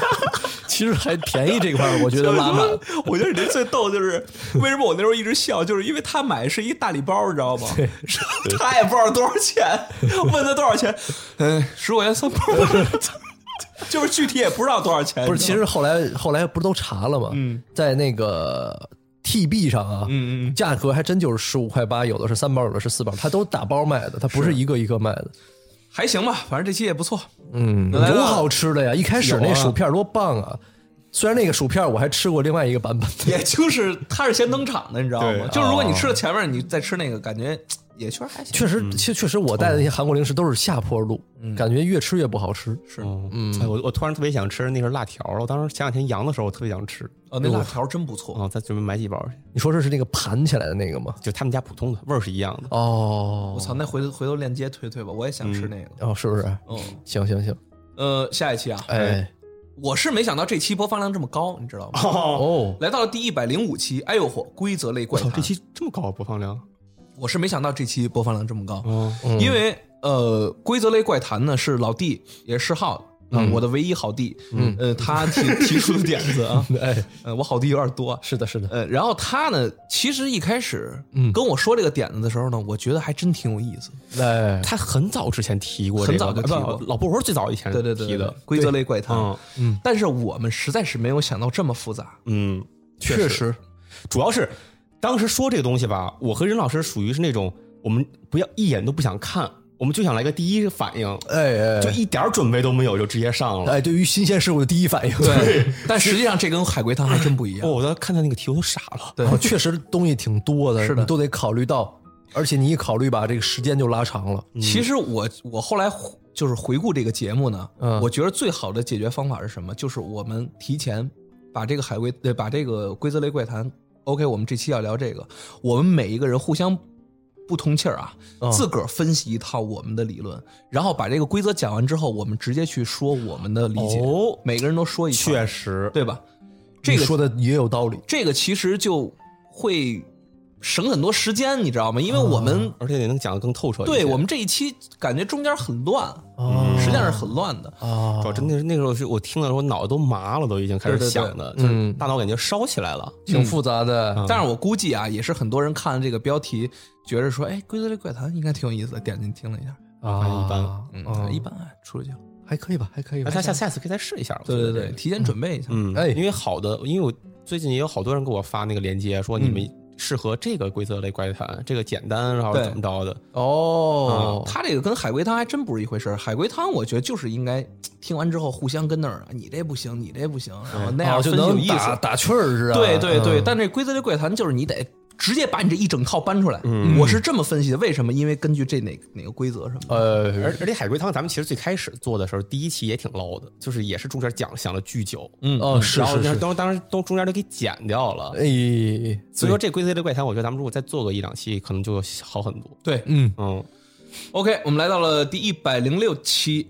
A: 其实还便宜这块儿，我觉得拉满了。
C: 我觉得你这最逗就是，为什么我那时候一直笑，就是因为他买是一大礼包，你知道吗？ <laughs> 他也不知道多少钱，问他多少钱，嗯，十块钱三包， <laughs> 就是具体也不知道多少钱。
A: 不是，其实后来后来不是都查了吗？嗯，在那个 TB 上啊，嗯嗯，价格还真就是十五块八，有的是三包，有的是四包，它都打包卖的，它不是一个一个卖的。
C: 还行吧，反正这期也不错。
A: 嗯，
C: 来吧
A: 有好吃的呀！一开始
C: 有
A: 那
C: 啊
A: 薯片多棒啊！虽然那个薯片我还吃过另外一个版本 <laughs> 的，
C: 也就是他是先登场的，你知道吗
B: 对？
C: 就是如果你吃了前面，你再吃那个，感觉也确实还行。
A: 确实，其实确实我带的那些韩国零食都是下坡路，感觉越吃越不好吃。
C: 是
B: 嗯，哎，我我突然特别想吃那个辣条了，我当时前两天阳的时候，我特别想吃，
C: 哦，那辣条真不错。
B: 啊，再准备买几包去，
A: 你说这是那个盘起来的那个吗？
B: 就他们家普通的味儿是一样的。
A: 哦
C: 我，操，那回头回头链接推推吧，我也想吃那个。
A: 哦，是不是？
C: 嗯，
A: 行行行，
C: 呃，下一期啊，
A: 哎，
C: 我是没想到这期播放量这么高，你知道吗？
A: 哦，
C: 来到了第一百零五期，哎呦嚯，规则类
B: 我
C: 怪
B: 操，
C: 谈
B: 这。期这么高啊播放量，
C: 我是没想到这期播放量这么高，
B: 哦，
A: 嗯
C: 因为呃，规则类怪谈呢是老弟也是浩。啊、我的唯一好弟，嗯，呃，他提 <laughs> 提出的点子
B: <laughs>
C: 啊，
A: 哎，
C: 呃，我好弟有点多啊，
A: 是的，是的，
C: 呃，然后他呢，其实一开始，
A: 嗯
C: 跟我说这个点子的时候呢，我觉得还真挺有意思，
A: 哎，
B: 他很早之前提过这
C: 很
B: 个，
C: 早就提过
B: 啊不老布猴最早以前
C: 对对对，
B: 提
C: 对
B: 的，
C: 规则类怪谈，
B: 嗯
C: 嗯，但是我们实在是没有想到这么复杂，
B: 嗯，
A: 确
B: 实，主要是当时说这个东西吧，我和任老师属于是那种我们不要一眼都不想看，我们就想来个第一反应，
A: 哎
B: 就
A: 哎，
B: 一点儿准备都没有就直接上了。
A: 哎，对于新鲜事物的第一反应，
C: 哦
B: <laughs>
C: 对，但实际上这跟海龟汤还真不一样
B: 哦，，我当时看他那个题我都傻了，
C: 对
A: 哦，确实东西挺多的，
C: 是的
A: 你都得考虑到，而且你一考虑吧，这个时间就拉长了。
B: 嗯
C: 其实我我后来回就是回顾这个节目呢，
A: 嗯
C: 我觉得最好的解决方法是什么？就是我们提前把这个海龟，对，把这个规则类怪谈，OK，我们这期要聊这个，我们每一个人互相不通气儿啊，
A: 嗯
C: 自个儿分析一套我们的理论，然后把这个规则讲完之后，我们直接去说我们的理解，
B: 哦
C: 每个人都说一圈，
B: 确实，
C: 对吧？
A: 你
C: 这个
A: 说的也有道理，
C: 这个其实就会省很多时间，你知道吗？因为我们、
B: 嗯而且也能讲得更透彻一些。
C: 对我们这一期感觉中间很乱，嗯
A: 哦
C: 实际上是很乱的。
A: 啊
B: 主要真的是那时候是我听的时候脑子都麻了，都已经开始
C: 对对对
B: 想的，就是
A: 嗯
B: 大脑感觉烧起来了。
A: 挺复杂的。
C: 但是我估计啊，也是很多人看了这个标题，觉着说，哎，《规则类怪谈》应该挺有意思的，点进去听了一下，
A: 啊，
B: 一般
C: 嗯，
A: 啊
C: 一般哎出去了。
A: 还可以吧，还可以吧
B: 那。下下下次可以再试一下。我觉
C: 对
B: 得
C: 对
B: 这
C: 对，
B: 个
C: 提前准备一下。
B: 嗯，
A: 哎
B: 因为好的，因为我最近也有好多人给我发那个链接，说你们适合这个规则类怪谈，这个简单，然后
C: 对
B: 怎么着的，
C: 哦，他这个跟海龟汤还真不是一回事儿。海龟汤，我觉得就是应该听完之后互相跟那儿，你这不行，你这不行，然后那
A: 啊，
C: 样
A: 就
C: 嗯哦分析有
A: 能
C: 意
A: 打
C: 思。
A: 打趣儿是吧？
C: 对对对，
A: 嗯
C: 但这规则类怪谈就是你得直接把你这一整套搬出来。我是这么分析的，为什么？因为根据这哪哪个规则什么的。
A: 呃，
B: 而而且海龟汤，咱们其实最开始做的时候，第一期也挺 low 的，就是也是中间讲想了巨久，嗯，
A: 哦是
B: 然后
A: 是
B: 当
A: 是，
B: 当当时都中间都给剪掉了。
A: 哎，
B: 所以说这规则类怪谈，我觉得咱们如果再做个一两期，可能就好很多。
C: 对
A: 嗯，
B: 嗯，
C: ，OK，我们来到了第一百零六期，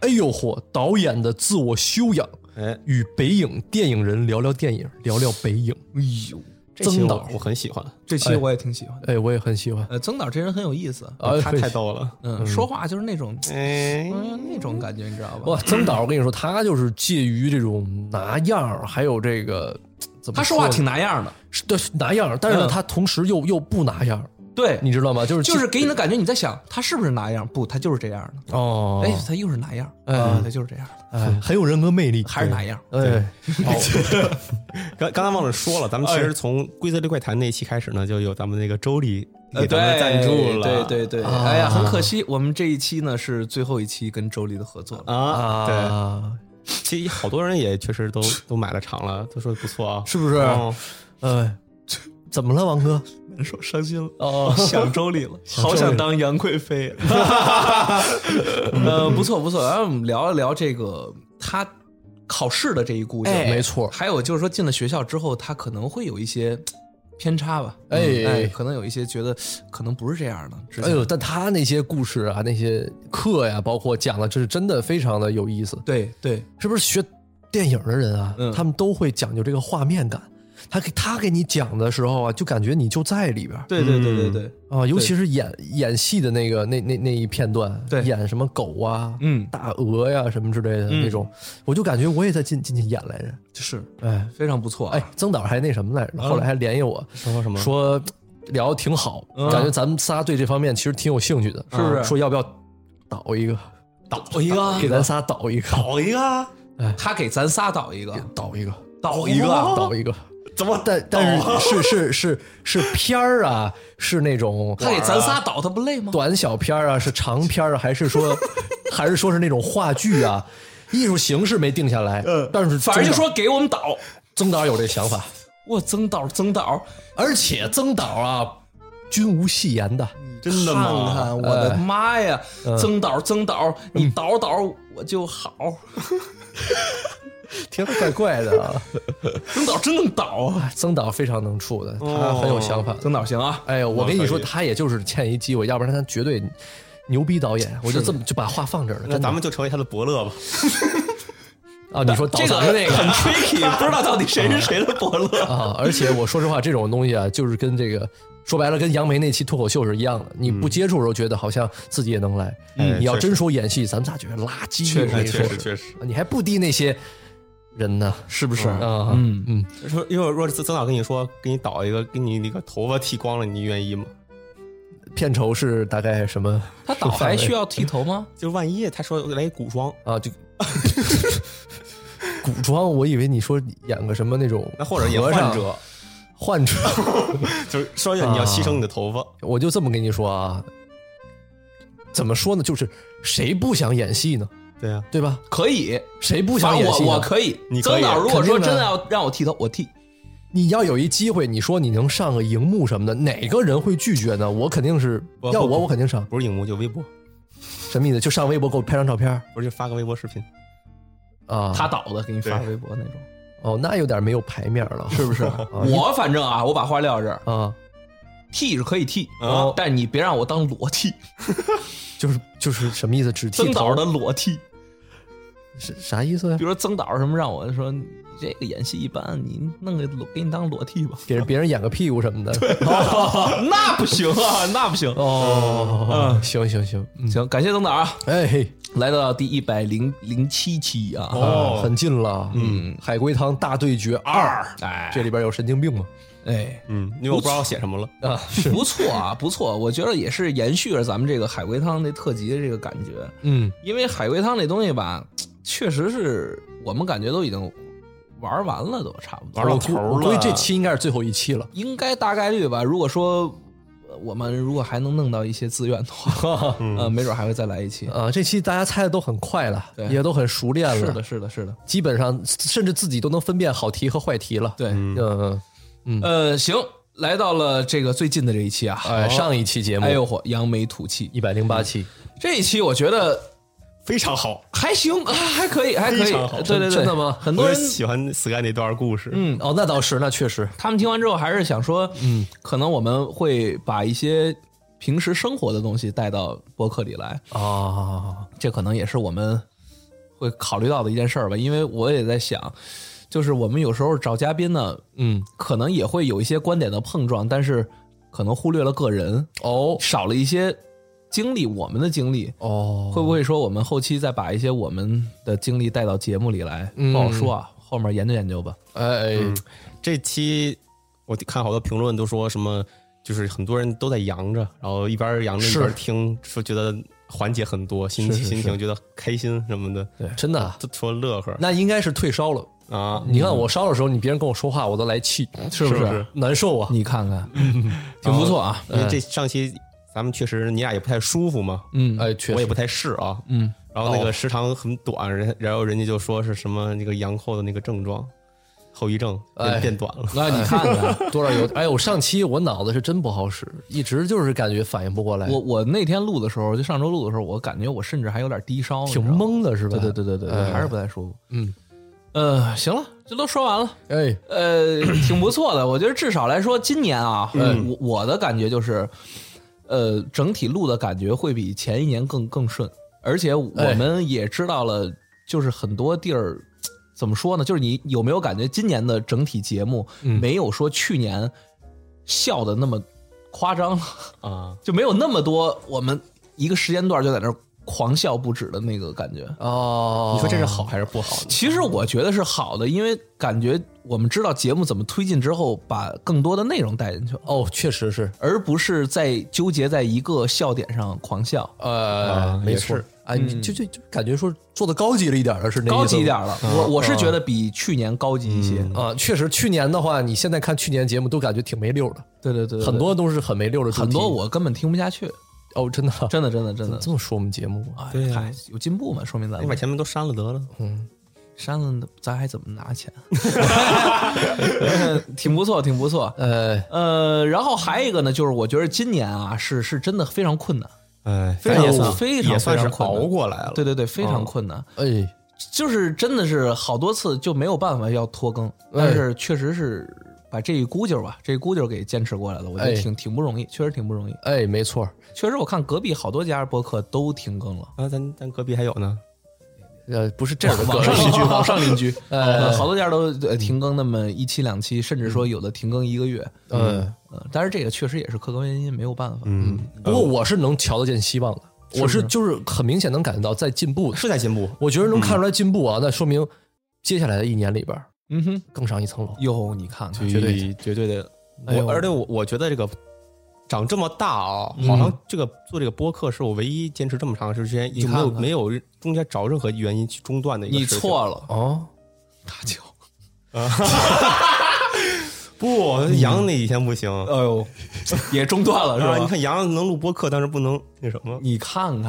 A: 哎呦嚯，导演的自我修养，
B: 哎，
A: 与北影电影人聊聊电影，聊聊北影。
C: 哎呦，
B: 这期
A: 曾
B: 我
A: 导
B: 我很喜欢，
C: 这期我也挺喜欢的。
A: 哎，我也很喜欢。
C: 呃，曾导这人很有意思，
A: 啊，
B: 他太逗了。
C: 嗯，说话就是那种
B: 哎，
C: 嗯那种感觉，你知道吧
A: 哇，？曾导，我跟你说，他就是介于这种拿样儿，还有这个怎么
C: 他说话
A: 呢
C: 挺拿样的，
A: 是对是拿样儿，但是呢，
C: 嗯
A: 他同时又又不拿样儿，
C: 对，
A: 你知道吗？就是
C: 就是给你的感觉，你在想他是不是那样？不，他就是这样的。
A: 哦，
C: 哎，他又是那样？啊，他就是这样的，
A: 哎，很有人格魅力，
C: 还是那样？
A: 哎，
B: 刚刚才忘了说了，咱们其实从规则类怪谈那期开始呢，就有咱们那个周丽给咱们赞助了，
C: 呃对对对，
A: 啊
C: 哎呀，很可惜，我们这一期呢是最后一期跟周丽的合作了。
B: 啊，对，
A: 啊，
B: 其实好多人也确实都都买了场了，都说不错啊，
A: 是不是？
B: 嗯
A: 哎，怎么了，王哥？
C: 说伤心了，
A: 哦，
C: <laughs> 想周丽了，
A: 周丽
C: 好想当杨贵妃。 <laughs> 呃，不错不错，然后我们聊一聊这个他考试的这一故事，
A: 哎没错
C: 还有就是说，进了学校之后，他可能会有一些偏差吧，
A: 哎
C: 嗯哎，可能有一些觉得可能不是这样的。之前
A: 哎呦，但他那些故事啊，那些课呀，包括讲的，这是真的非常的有意思。
C: 对对，
A: 是不是学电影的人啊，
C: 嗯
A: 他们都会讲究这个画面感。他给他给你讲的时候啊，就感觉你就在里边儿
C: 对对对对对，
A: 啊，尤其是演演戏的那个那那那一片段，
C: 对
A: 演什么狗啊、
C: 嗯，
A: 大鹅呀、什么之类的那种，我就感觉我也在进进去演来着。
C: 是
A: 哎
C: 非常不错、啊。
A: 哎，曾导还那什么来着，后来还联系我
C: 嗯
B: 说什么？
A: 说聊得挺好，感觉咱们仨对这方面其实挺有兴趣的，是
C: 不是
A: 说要不要导一
C: <laughs>
A: 个，
B: 倒一个，
A: 给咱仨导一个，
B: 倒一个，
C: 他给咱仨导一个，
A: 导一个，
C: <laughs> 导一个啊
A: 导一个。
B: 怎么
A: 但但是是是是是片儿啊，是那种
C: 他给咱仨导，他不累
A: <laughs>
C: 吗？
A: 短小片儿啊，是长片儿啊，还是说还是说是那种话剧啊？艺术形式没定下来，但是
C: 反正就
A: 曾导
C: 说给我们导，
A: 曾导有这想法，
C: 哇，曾导曾导，
A: 而且曾导啊，均无戏言的，
B: 真的吗
C: 看啊看我的妈呀，曾导曾导，你导导我就好， <laughs>
A: 挺怪怪的啊。哎
C: 曾导真能导
A: <laughs>
C: 啊，
A: 曾导非常能处的，他很有想法。
C: 曾导行啊，
A: 哎呦，我跟你说，
B: 可以
A: 他也就是欠一机会，要不然他绝对牛逼导演。我就这么就把话放这儿了。
B: 那
A: 真的
B: 咱们就成为他的伯乐吧。
A: 啊，你说导
C: 这
A: 咱
C: 个
A: 们那个
C: 很 tricky，不知道到底谁是
B: <laughs>
C: 谁的伯乐。
A: 啊，而且我说实话，这种东西啊，就是跟这个说白了，跟杨梅那期脱口秀是一样的。你不接触的时候，觉得好像自己也能来。
B: 嗯
A: 你要
B: 确实
A: 真说演戏，咱们仨觉得垃圾。我跟你说，
B: 哎确实。
A: 你还不敌那些人呢，是不是啊？嗯嗯，
B: 说，因为若是曾导跟你说，给你倒一个，给你那个头发剃光了，你愿意吗？
A: 片酬是大概什么
C: 他导还需要剃头吗？
B: 就万一他说哎来一古装，
A: 啊？就 <laughs> 古装，我以为你说演个什么那种
B: 那或者演
A: 和尚
B: 患者，
A: 患者， <laughs>
B: 就是说你要牺牲你的头发，
C: 啊
A: 我就这么跟你说啊，怎么说呢？就是谁不想演戏呢？
B: 对啊呀，
A: 对吧？
C: 可以，
A: 谁不想
C: 反正
A: 演戏啊呢？
C: 我我可以
B: 你。可
C: 曾
B: 以
C: 导如果说
A: 肯定的
C: 真的要让我剃头，我剃。
A: 你要有一机会，你说你能上个荧幕什么的，哪个人会拒绝呢？我肯定是
B: 不
A: 要
B: 不
A: 我，
B: 不
A: 我肯定上。
B: 不是荧幕就微博，
A: 什么意思？就上微博给我拍张照片
B: 不是就发个微博视频。
A: 啊？
C: 他导的，给你发
B: 对
C: 微博那种，
A: 哦，那有点没有牌面了，是不是？啊
C: 我反正啊，我把话撂这儿，
A: 啊，
C: 剃是可以剃啊
B: 哦，
C: 但你别让我当裸剃，
A: 就是就是什么意思？只剃
C: 曾
A: 头
C: 导的裸剃，
A: 是啥意思呀
C: 比？如说曾导什么让我说你这个演戏一般，你弄个裸给你当裸剃吧，
A: 给人别人演个屁股什么的？
C: <laughs> 那不行啊，那不行。
A: 哦，行行行，嗯
C: 行，感谢曾导啊，
A: 哎嘿
C: 来到第一百零零七期啊，
A: 啊，很近了。嗯，海龟汤大对决二，
C: 哎
A: 这里边有神经病吗？
C: 哎，
B: 嗯，因为我不知道写什么了。
A: 啊，是，
C: 不错啊，不错，我觉得也是延续了咱们这个海龟汤那特辑的这个感觉，
A: 嗯，
C: 因为海龟汤那东西吧，确实是我们感觉都已经玩完了都差不多，
B: 玩到
A: 我
B: 头
A: 估
B: 儿
A: 我估计
B: 了。
A: 这期应该是最后一期了。
C: 应该大概率吧。如果说呃我们如果还能弄到一些资源的话，呃，没准还会再来一期。
A: 啊，这期大家猜的都很快了，
C: 对
A: 也都很熟练了，
C: 是的，是的，是的。
A: 基本上甚至自己都能分辨好题和坏题了。
C: 对
A: 嗯，嗯，
C: 呃，行，来到了这个最近的这一期啊，
A: 哎，上一期节目
C: 哎呦嗯嚯，扬眉吐气。
A: 一百零八期，
C: 这一期我觉得
B: 非常好，
C: 还行啊，还可以，还可以
B: 非常好。
C: 对对对，
A: 真的吗
C: 很多
B: 我
C: 人
B: 是喜欢 Sky 那段故事，
A: 嗯，哦，那倒是，那确实，
C: 他们听完之后还是想说，嗯，可能我们会把一些平时生活的东西带到播客里来，
A: 哦，
C: 这可能也是我们会考虑到的一件事儿吧。因为我也在想，就是我们有时候找嘉宾呢，
A: 嗯，
C: 可能也会有一些观点的碰撞，但是可能忽略了个人，
A: 哦，
C: 少了一些经历，我们的经历。
A: 哦，
C: 会不会说我们后期再把一些我们的经历带到节目里来？
A: 嗯
C: 不好说啊，后面研究研究吧。
A: 哎，
C: 嗯
B: 这期我看好多评论都说什么，就是很多人都在扬着，然后一边扬着一边听，说觉得缓解很多，心情心情觉得开心什么的，
A: 哎真的啊，
B: 都说乐呵
A: 那应该是退烧了。
B: 啊。
C: 嗯
A: 你看我烧的时候，你别人跟我说话，我都来气，是不
B: 是不是
A: 难受啊？
C: 你看看，挺不错啊。
B: 因为这上期咱们确实你俩也不太舒服嘛，
C: 嗯，
A: 哎，确
B: 我也
A: 实，
B: 不太是啊，嗯。然后那个时长很短，人然后人家就说是什么那个阳后的那个症状，后遗症
A: 哎
B: 变变短了。
A: 那你看看 <laughs> 多少有，哎，我上期我脑子是真不好使，一直就是感觉反应不过来，
C: 我我那天录的时候，就上周录的时候，我感觉我甚至还有点低烧，
A: 挺
C: 你知道吗。
A: 懵的是吧？哎
C: 对对对对对对，还是不太舒服。
A: 嗯，
C: 呃，行了，这都说完了，
A: 对，哎，
C: 呃，挺不错的。我觉得至少来说，今年啊，我我的感觉就是，呃，整体录的感觉会比前一年更更顺，而且我们也知道了，就是很多地儿。怎么说呢？就是你有没有感觉今年的整体节目没有说去年笑的那么夸张了？
B: 啊，
C: 就没有那么多我们一个时间段就在那儿狂笑不止的那个感觉。
A: 哦，
B: 你说这是好还是不好呢？
C: 其实我觉得是好的，因为感觉我们知道节目怎么推进之后，把更多的内容带进去了，
A: 哦，确实是，
C: 而不是在纠结在一个笑点上狂笑，啊
A: 呃，没
B: 也
A: 错
B: 是，
A: 哎，你就就就感觉说做的高级了一点了，是那意思吗嗯
C: 嗯高级一点了。我我是觉得比去年高级一些。哦
A: 啊。确实，去年的话，你现在看去年节目都感觉挺没溜的，
C: 对对对对对
A: 很多都是很没溜的主题。
C: 很多我根本听不下去，
A: 哦，真的啊
C: 真的真的真的。
A: 这么说我们节目啊，哎
C: 对呀、有进步嘛？说明咱
B: 你把
C: 们
B: 前面都删了得了。
C: 删了，咱还怎么拿钱？ <laughs> 挺不错，挺不错。
A: 呃，
C: 呃，然后还有一个呢，就是我觉得今年啊，是是真的非常困难，
B: 哎，
C: 非常
B: 但也算
C: 非常
B: 也算是
C: 非常困难
B: 熬过来了。
C: 对对对，非常困难，
A: 哎，
C: 就是真的是好多次就没有办法要拖更，但是确实是把这一股劲儿吧，这一股劲儿给坚持过来了，我觉得
A: 哎
C: 挺挺不容易，确实挺不容易，
A: 哎，没错，
C: 确实我看隔壁好多家播客都停更了，
B: 啊，咱咱隔壁还有呢。
A: 呃，不是这样的啊
C: 网
A: 个
C: 上
A: 人
C: 邻居，网上邻
A: <laughs>
C: 居，呃，好多家都呃停更那么一期两期，甚至说有的停更一个月，
A: 嗯，
C: 呃，但是这个确实也是客观原因，没有办法，
B: 嗯，
A: 不过我是能瞧得见希望的，我是就是很明显能感觉到在进步的，
B: 是在进步。
A: 我觉得能看出来进步啊，那说明接下来的一年里边儿
C: 嗯哼，
A: 更上一层楼。
C: 哟，你看看，
A: 绝对
B: 对绝对的。
A: 哎呦
B: 我而且我我觉得这个长这么大啊，
C: 嗯
B: 好像这个做这个播客是我唯一坚持这么长时间，就没有
C: 看看
B: 没有中间找任何原因去中断的一个
C: 你
B: 事情。
C: 错了。
A: 哦，
C: 大脚，
B: 不，
C: 嗯
B: 杨那几天不行
C: 哎呦，也中断 <laughs> 了
B: 啊！你
C: 是吧？
B: 看杨能录播客，但是不能那什么。
C: 你看嗯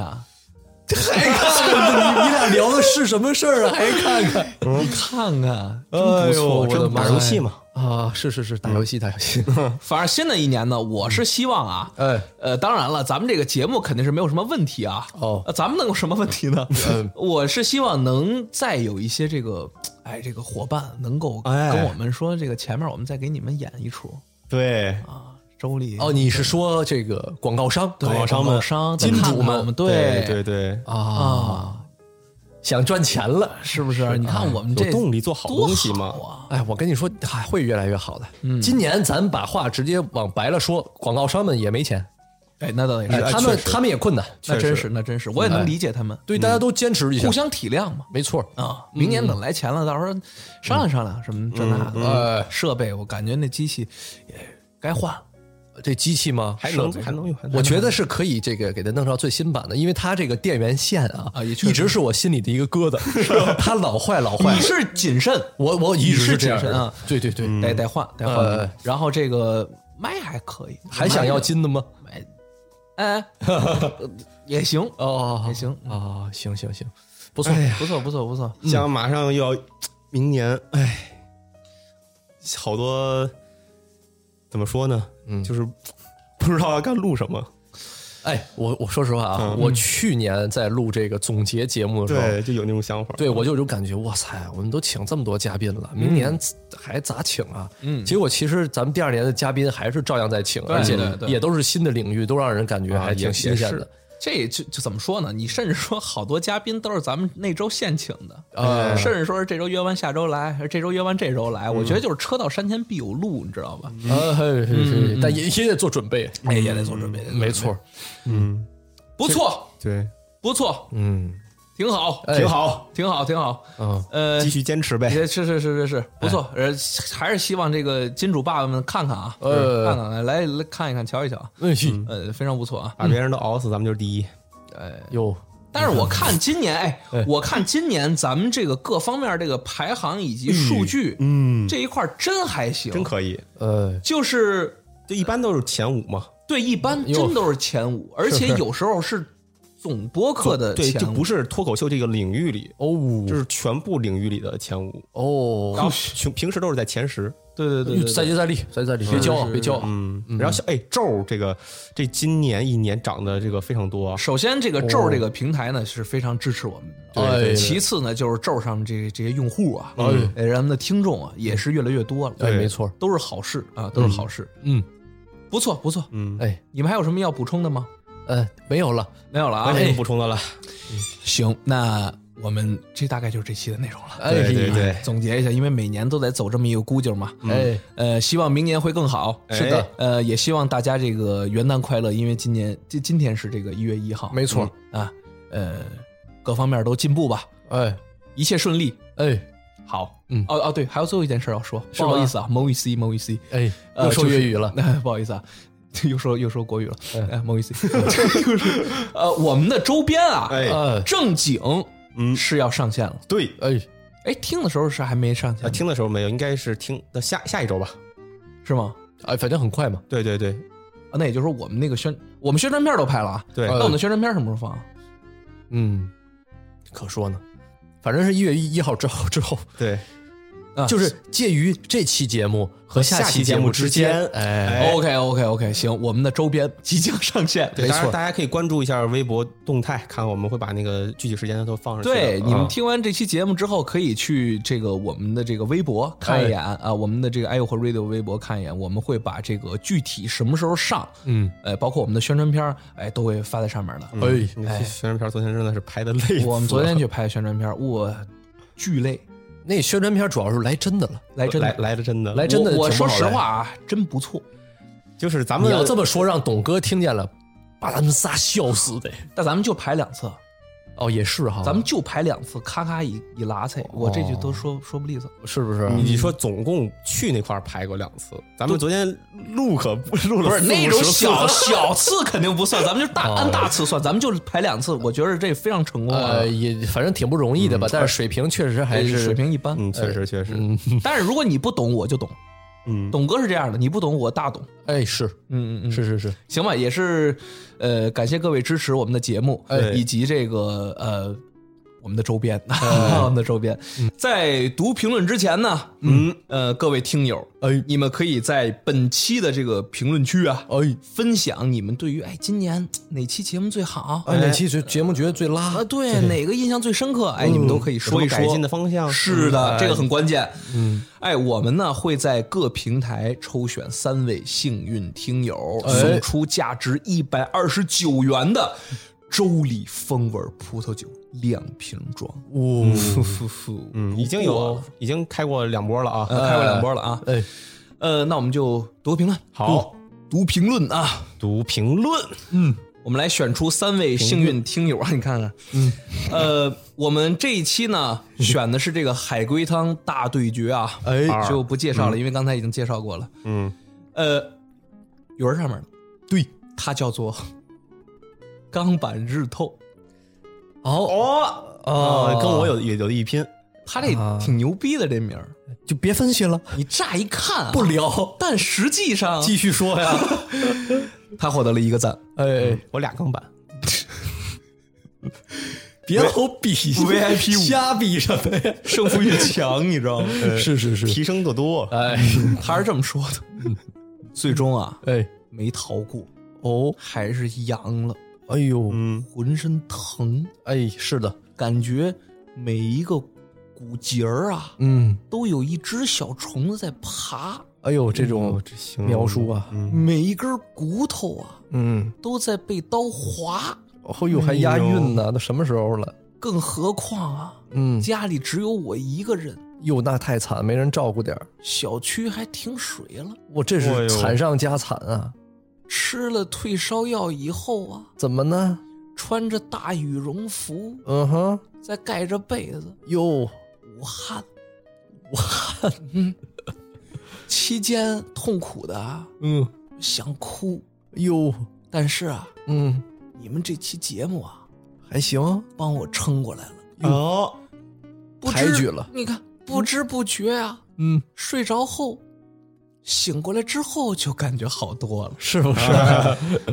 C: 看，
A: 你你俩聊的是什么事儿啊？还看看。
C: 你看看，
A: 不错
B: 我
A: 真不错
B: 打游戏嘛，
A: 啊，是是是，打游戏打游 <laughs> 戏，
C: 反正新的一年呢，我是希望啊，
A: 哎，
C: 呃，当然了，咱们这个节目肯定是没有什么问题啊。
A: 哦
C: 呃咱们能有什么问题呢？
A: 嗯
C: 我是希望能再有一些这个，哎，这个伙伴能够
B: 哎
C: 跟我们说，这个前面我们再给你们演一出
B: 对，
C: 啊，周丽哎
A: 哦，你是说这个广告商？
C: 对
B: 广告商们
C: 广商
A: 金主
C: 们，
A: 们
C: 我们
B: 对对对，
A: 啊，
C: 啊，
A: 想赚钱了。
C: 是不是？你看我们这
B: 哎有动力做好
C: 多
B: 东西嘛
C: 好。啊，
A: 哎，我跟你说，还会越来越好的。今年咱把话直接往白了说，广告商们也没钱，
C: 哎，那倒也
A: 哎
C: 是，
A: 他们他们也困难。嗯
C: 那真
B: 确
C: 是
B: 实
C: 那真是，我也能理解他们，
A: 对，大家都坚持一下
C: 互，相体谅嘛。
A: 没错。
C: 啊，明年等来钱了，到时候商量商量什么这那的。
A: 嗯
C: 呃设备我感觉那机器也该换了，
A: 这机器吗？
B: 还能还能用？
A: 我觉得是可以这个给它弄到最新版的，因为它这个电源线啊，
C: 啊也
A: 一
C: 确实
A: 直是我心里的一个疙瘩， <laughs> 它老坏老坏
C: 你。是谨慎，
A: 我我一直这样
C: 谨慎
A: 的
C: 啊，
A: 对对对，
C: 得得换，得
A: 呃
C: 换。然后这个麦还可以，
A: 还想要金的吗？
C: 麦，哎，也行，
A: 哦，
C: 也行，
A: 哦，行行行，不错，
C: 不错，不错，不错。
B: 将马上要明年，哎，好多怎么说呢？嗯，就是不知道要该录什么。
A: 哎，我我说实话啊，我去年在录这个总结节目的时候，
B: 对，就有那种想法。
A: 对我就有种感觉，哇塞，我们都请这么多嘉宾了，明年还咋请啊？嗯，结果其实咱们第二年的嘉宾还是照样在请，而且
C: 对对
A: 也都是新的领域，都让人感觉
B: 啊
A: 还挺
B: 也
A: 新
B: 也
A: 鲜
B: 是
A: 的。
C: 这就就怎么说呢？你甚至说好多嘉宾都是咱们那周现请的，呃
A: 啊
C: 甚至说是这周约完下周来，这周约完这周来。我觉得就是车到山前必有路，你知道吧？
A: 呃，嘿嘿嘿但也也得做准备，
C: 哎，也得做准备，
A: 没错，
B: 嗯，
C: 不错，
B: 对，
C: 不错，
A: 嗯，
C: 挺好，
A: 哎
B: 挺好，
C: 挺好，挺好。
A: 嗯，
C: 呃
B: 继，续坚持呗。
C: 也是是是是是，不错。
B: 哎
C: 呃，还是希望这个金主爸爸们看看啊，
A: 呃
C: 看看来来看一看，瞧一瞧，
A: 哎
C: 呃，非常不错啊。
B: 把别人都熬死，咱们就是第一。
A: 哟，
C: 但是我看今年，哎，我看今年咱们这个各方面这个排行以及数据，
B: 哎嗯，
C: 这一块儿真还行，
B: 真可以。
A: 呃，
C: 就是
B: 就一般都是前五嘛，
C: 对，一般真都是前五，而且有时候是总播客的
B: 对，
C: 前
B: 就
C: 五，
B: 不是脱口秀这个领域里，
A: 哦，
B: 就是全部领域里的前五。
A: 哦，
B: 平平时都是在前十，
C: 对对对对
A: 再
C: 对，
A: 接再厉，再接再厉，别骄傲，别骄傲，
B: 嗯，然后像哎咒这个这今年一年涨的这个非常多啊，
C: 首先这个咒这个平台呢是非常支持我们的，
A: 哦对对
C: 其次呢就是咒上面这这些用户啊，
A: 嗯
C: 哎，咱们的听众啊也是越来越多了，
A: 哎，没错，
C: 都是好事啊，都是好事，
A: 嗯，
C: 不错不错。
B: 嗯，
A: 哎，
C: 你们还有什么要补充的吗？
A: 呃，没有了，
C: 没有了啊
A: 哎
B: 没，什么补充的了，
C: 行，那我们这大概就是这期的内容了。
A: 哎，
B: 对对对
C: 总结一下，因为每年都得走这么一个估计嘛。
A: 哎，
C: 呃，希望明年会更好。
B: 是的哎
C: 呃，也希望大家这个元旦快乐，因为今年今今天是这个一月一号，
A: 没错，
C: 啊，呃，各方面都进步吧，
A: 哎，
C: 一切顺利。
A: 哎，
C: 好，
A: 嗯
C: 哦哦，对，还有最后一件事要说，
A: 是
C: 不
A: 吗
C: 好意思啊，某雨 C，某雨 C，
A: 哎，<laughs>
C: 呃
A: 又说
C: 就是
A: 粤语了，嗯
C: 那 <laughs> 不好意思啊，又说又说国语了，哎，某雨 C，就是呃，我们的周边啊，
B: 哎
A: 哎，
C: 正经
B: 嗯
C: 是要上线了。
B: 对，
A: 哎，
C: 哎，听的时候是还没上线
B: 啊，，听的时候没有，应该是听到下下一周吧，
C: 是吗？
A: 哎，反正很快嘛，
B: 对对对，
C: 啊，那也就是说我们那个宣，我们宣传片都拍了啊。
B: 对
C: 那我们的宣传片什么时候放啊？
A: 呃嗯，可说呢，反正是一月一号之后之后，
B: 对，
C: 啊
A: 就是介于这期节目和下期节目之间，哎，
B: 哎
C: OK OK OK，行，我们的周边即将上线。
B: 对，当然大家可以关注一下微博动态，看我们会把那个具体时间都放上去的。
C: 对，你们
B: 啊
C: 听完这期节目之后，可以去这个我们的这个微博看一眼啊，我们的这个 i o 和 radio 微博看一眼，我们会把这个具体什么时候上，
A: 嗯，
C: 呃，包括我们的宣传片，哎，都会发在上面的。
A: 哎，
B: 嗯你这宣传片昨天真的是拍的累死了，
C: 我们昨天去拍宣传片，我巨累，
A: 那宣传片主要是来真的了，
C: 来真
B: 来
C: 的，
B: 来的真的
A: 来真的
C: 我我
A: 挺不
C: 说
A: 好
C: 实
A: 来
C: 话啊，真不错。
B: 就是咱
A: 你
B: 们
A: 要这么说，让董哥听见了，把咱们仨笑死得。
C: 但咱们就排两次，
A: 哦，也是哈，
C: 咱们就排两次，咔咔一一拉菜，我这句都说说不利索。
A: 是不是？
B: 你你说总共去那块儿排过两次，咱们昨天录可不录了
C: <laughs> 不是那种
B: 40次
C: 小小次肯定不算，咱们就大
A: 哦
C: 按大次算，咱们就是排两次，我觉得这非常成功啊
A: 呃，，也反正挺不容易的吧，但是嗯水平确实还
C: 哎
A: 是
C: 水。平一般。
B: 嗯，确实确实，
A: 嗯，
C: <laughs> 但是如果你不懂，我就懂。
B: 嗯，
C: 董哥是这样的，你不懂我大懂。
A: 哎，是
C: 嗯嗯嗯，
A: 是是是，
C: 行吧，也是，呃，感谢各位支持我们的节目，呃
B: 哎
C: 以及这个呃我们的周边，
A: 哎
C: <laughs> 我们的周边。
A: 嗯
C: 在读评论之前呢，嗯，呃，各位听友，
A: 哎
C: 你们可以在本期的这个评论区啊，
A: 哎
C: 分享你们对于哎今年哪期节目最好
A: 哎，哪期节节目觉得最拉
C: 啊，？对哪个印象最深刻，哎，你们都可以
B: 什么
C: 说一说
B: 改进的方向
C: 是的，这个很关键。嗯，哎，我们呢会在各平台抽选三位幸运听友，
A: 哎
C: 送出价值一百二十九元的周礼风味葡萄酒两瓶装。
A: 呜，
C: <laughs> 呼呼呼，
B: 嗯，已经有已经开过两波了啊，
C: 呃开过两波了啊。
A: 哎，
C: 呃，那我们就读评论，嗯
B: 好，
C: 读评论啊。
B: <laughs> 读评论，
C: 我们来选出三位幸运听友啊，你看看，嗯，呃，我们这一期呢选的是这个海龟汤大对决啊，
A: 哎嗯
C: 就不介绍了，因为刚才已经介绍过了。
B: 嗯，
C: 呃，圆上面，对，它叫做钢板日透。
A: 哦
C: 哦，
A: 哦，
B: 啊跟我有也有的一拼。
C: 它这挺牛逼的这名儿，
A: 就别分析了，
C: 你乍一看、啊、
A: 不，聊，
C: 但实际上
A: 继续说呀。
C: 它获得了一个赞。
A: <laughs> 哎，
B: 我俩钢板，
A: <laughs> 别老比
B: VIP 五
A: 瞎比什么呀？哎
B: 胜负欲强，你知道吗？
A: <laughs> 是是是，
B: 提升的多。
C: <laughs>
A: 哎
C: 他是这么说的，嗯最终啊
A: 哎
C: 没逃过，
A: 哦，
C: 还是阳了，
A: 哎呦，
B: 嗯，
C: 浑身疼，
A: 哎，是的，
C: 感觉每一个骨节儿啊
A: 嗯，
C: 都有一只小虫子在爬，
A: 哎呦，这种
B: 哦这形容
A: 描述啊，
B: 嗯，
C: 每一根骨头啊
A: 嗯，
C: 都在被刀划，
A: 哦呦，还押韵呢，都什么时候了？
C: 更何况啊，
A: 嗯，
C: 家里只有我一个人，
A: 哟，那太惨，没人照顾点儿，
C: 小区还停水了。
A: 我这
B: 哎
A: 是
B: 呦
A: 惨上加惨啊！
C: 吃了退烧药以后啊，
A: 怎么呢？
C: 穿着大羽绒服，
A: 嗯哼，
C: 再盖着被子，
A: 哟，
C: 武汉，武汉，嗯， <laughs> 期间痛苦的啊
A: 嗯，
C: 想哭，
A: 哟，
C: 但是啊，
A: 嗯，
C: 你们这期节目啊，
A: 还行，
C: 帮我撑过来了，
B: 哦，
C: 不
A: 抬
C: 知
A: 举了
C: 你看，不知不觉啊，
A: 嗯，
C: 睡着后。醒过来之后就感觉好多了，啊
A: 是不是？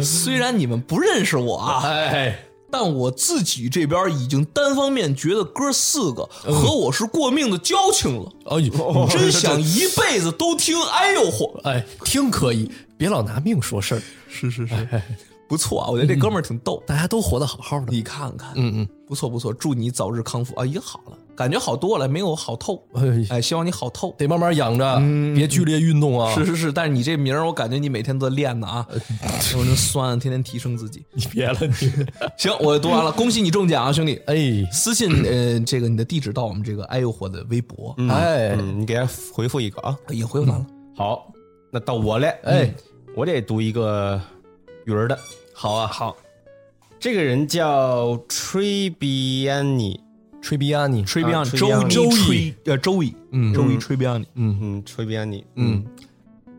C: 虽然你们不认识我啊，
A: <laughs> 哎，
C: 但我自己这边已经单方面觉得哥四个
A: 嗯
C: 和我是过命的交情了，
A: 哎呦，
C: <laughs> 真想一辈子都听哎呦嚯，
A: 哎，听可以，别老拿命说事儿，
C: 是是是，
A: 哎
C: 不错啊，我觉得这哥们儿挺逗。
A: 大家都活得好好的。
C: 你看看，
A: 嗯
C: 不错不错，祝你早日康复啊，已经好了，感觉好多了，没有好透，
A: 嗯，哎，
C: 哎，希望你好透。
A: 得慢慢养着，别剧烈运动啊。呃
C: 是是是，但是你这名儿，我感觉你每天都在练呢啊，我这酸，天天提升自己。
A: 你 <laughs> 别了你，
C: 行，我读完了，恭喜你中奖啊，兄弟！
A: <laughs> 哎
C: 私信呃，这个你的地址到我们这个哎呦火的微博，啊
A: 哎，
B: 嗯，你给他回复一个啊。
C: 也回复完了。
A: 嗯
B: 好，那到我嘞，
A: 哎
B: 嗯，我得读一个鱼儿的。好啊，好，这个人叫 Tribiani，
A: 吹逼啊你，
C: 吹比昂，
B: 啊
C: 周
B: 吹比昂
C: 周
H: 吹
C: 易呃周易，
A: 嗯
C: 周易吹比昂，
B: 嗯，Tribiani，嗯，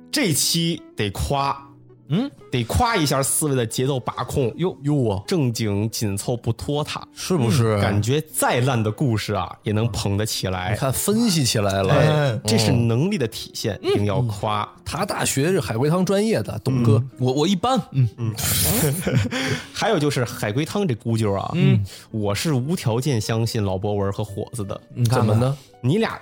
B: 这期得夸，
C: 嗯，
B: 得夸一下四位的节奏把控，
A: 哟哟啊，
B: 正经紧凑不拖沓，
A: 是不是？
B: 感觉再烂的故事啊也能捧得起来
A: 你。看分析起来了，
B: 哎，这是能力的体现，
A: 嗯
B: 一定要夸。
A: 他大学是海龟汤专业的，董哥，
C: 我我一般，嗯，
B: 还有就是海龟汤这姑舅啊，嗯，我是无条件相信老博文和伙子的。
C: 你看
A: 怎
C: 看
A: 么？呢？
B: 你俩，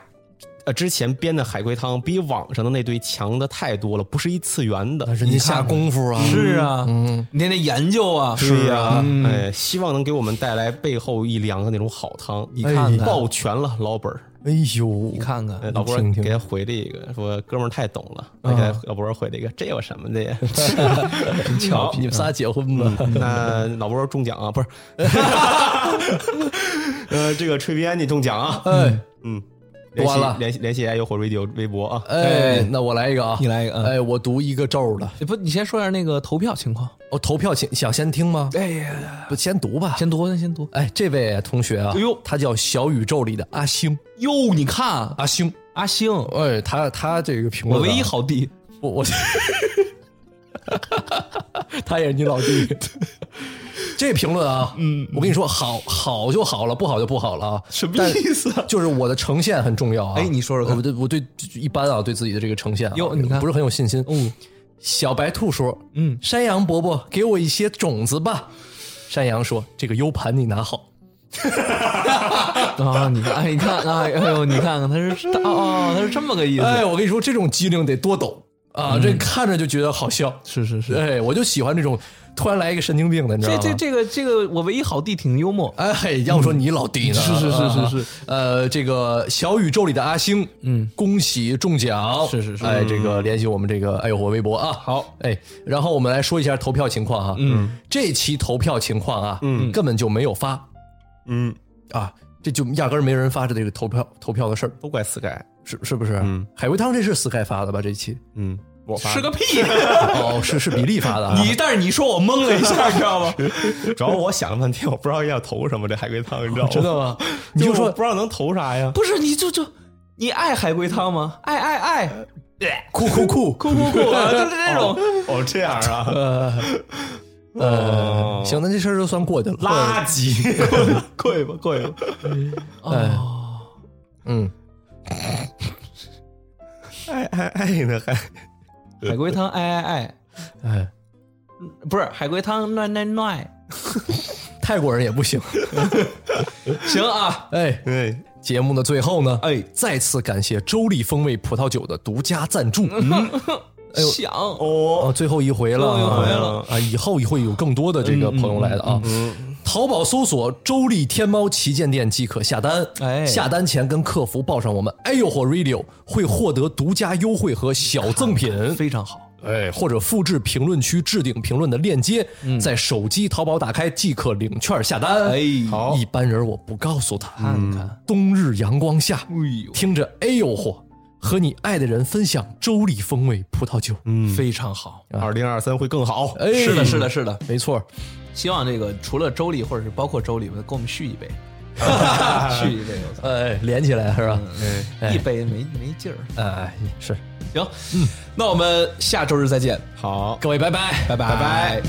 B: 呃，之前编的海龟汤比网上的那堆强的太多了，不是一次元的。
A: 人家下功夫啊，
C: 是啊，你天天研究啊，
B: 对呀、
A: 嗯
B: 哎，希望能给我们带来背后一凉的那种好汤。你
A: 看哎看
B: 抱拳了，老本儿。
A: 哎呦，你
C: 你看
B: 哎
C: 看，
B: 老博
A: 听
B: 儿
A: 听啊
B: 给他回了一个，说哥们儿太懂了。哎那给他老博儿回了一个，这有什么
A: <laughs>
B: 的呀？真巧
A: 你们仨结婚吧？
B: 那老波中奖
A: <laughs>
B: 啊，不是？呃，这个吹皮安你中奖啊！
A: 哎
B: 嗯，
A: 读完了
B: 联系联系联系有火 radio 微博啊。
A: 哎，那我来一个啊，
C: 你来一个嗯
A: 哎，我读一个咒的，
C: 哎不，你先说一下那个投票情况。
A: 哦，投票请想先听吗？
C: 哎呀，
A: 不，先读吧。
C: 先读，先先读。
A: 哎，这位同学啊，
C: 哎呦
A: 他叫小宇宙里的阿星，
C: 哟，你看啊
A: 阿星，
C: 阿星，
A: 哎，他他这个评
C: 我
A: 论啊，
C: 唯一好弟，
A: 我我， <laughs> 他也是你老弟。 <laughs> 这评论啊，嗯，我跟你说，好好就好了，不好就不好了啊。
C: 什么
A: 但
C: 意思啊？
A: 就是我的呈现很重要啊。
C: 哎你说说看
A: 我对我对一般啊，对自己的这个呈现啊，
C: 哟你看
A: 不是很有信心。小白兔说：“
C: 嗯
A: 山羊伯伯，给我一些种子吧。”山羊说：“这个 U 盘你拿好。
C: <laughs> 啊，你看，哎，你看，哎，哎呦，你看看，他是，哦哦，他是这么个意”思，
A: 哎，我跟你说，这种机灵得多抖啊，这看着就觉得好笑。
C: 是嗯是是，
A: 哎，我就喜欢这种突然来一个神经病的，你知道
C: 这
A: 吗？
C: 这这个这个，我唯一好弟挺幽默，
A: 哎，要说你老弟呢，
C: 嗯是是是是是
A: 啊，呃，这个小宇宙里的阿星，嗯，恭喜中奖，
C: 是是是
A: 哎，这个联系我们这个哎呦我微博啊，
B: 好，
A: 哎，然后我们来说一下投票情况哈，嗯，这期投票情况啊，嗯，根本就没有发
B: 嗯，
A: 啊，这就压根儿没人发这个投票投票的事儿，
B: 都怪 Sky。
A: 是是不是？嗯，海龟汤这是 Sky 发的吧？这
C: <laughs>
A: 期
B: 嗯，我发
C: 是个屁！ <laughs>
A: 哦，是是比利发的啊，
C: 你但是你说我懵了一下，你知道吗？
B: <laughs> 主要我想了半天，我不知道要投什么这海龟汤，你知道
A: <laughs>
B: 吗？
A: 知道吗？你
B: 就
A: 就
B: 我
A: 说
B: 不知道能投啥呀？
C: 不是，你就就你爱海龟汤吗？爱爱爱，
A: 酷酷酷，
C: 酷 <laughs> 酷酷，就是这种。
B: 哦，这样啊，
A: 呃呃，行，那这事儿就算过去了。
B: 垃圾，
I: 跪吧跪吧，
A: 哎嗯，
B: 爱爱爱呢哎还
C: 海龟汤，爱爱爱，
A: 哎，
C: 不是海龟汤，暖暖暖。
A: 泰国人也不行。
C: 行啊，
A: 哎，
B: 对，
A: 节目的最后呢，
I: 哎
A: 再次感谢周丽风味葡萄酒的独家赞助。嗯，呦
C: 想
A: 哦，最后一回了，
C: 最后一回
A: 了啊！以后会有更多的这个朋友来的啊。淘宝搜索“周丽天猫旗舰店”即可下单。
C: 哎
A: 下单前跟客服报上我们“哎呦火 radio”，会获得独家优惠和小赠品。
C: 非常好，
A: 哎，或者复制评论区置顶评论的链接，在手机淘宝打开即可领券下单。
C: 哎
A: 好，一般人我不告诉他。
C: 看看，
A: 冬日阳光下，
C: 哎
A: 听着哎呦嚯，和你爱的人分享周礼风味葡萄酒。
C: 呦，非常好。
B: 二零二三会更好。
A: 哎，
C: 是的，是的，，是的。
A: 没错。
C: 希望这个除了周丽，或者是包括周丽，给我们续 <laughs> 一杯，续一杯，我操
A: 哎，连起来是吧？哎
C: 一杯没没劲儿。
A: 哎，是。
C: 嗯行，那我们下周日再见，
B: 好，
A: 各位，拜拜，
C: 拜拜。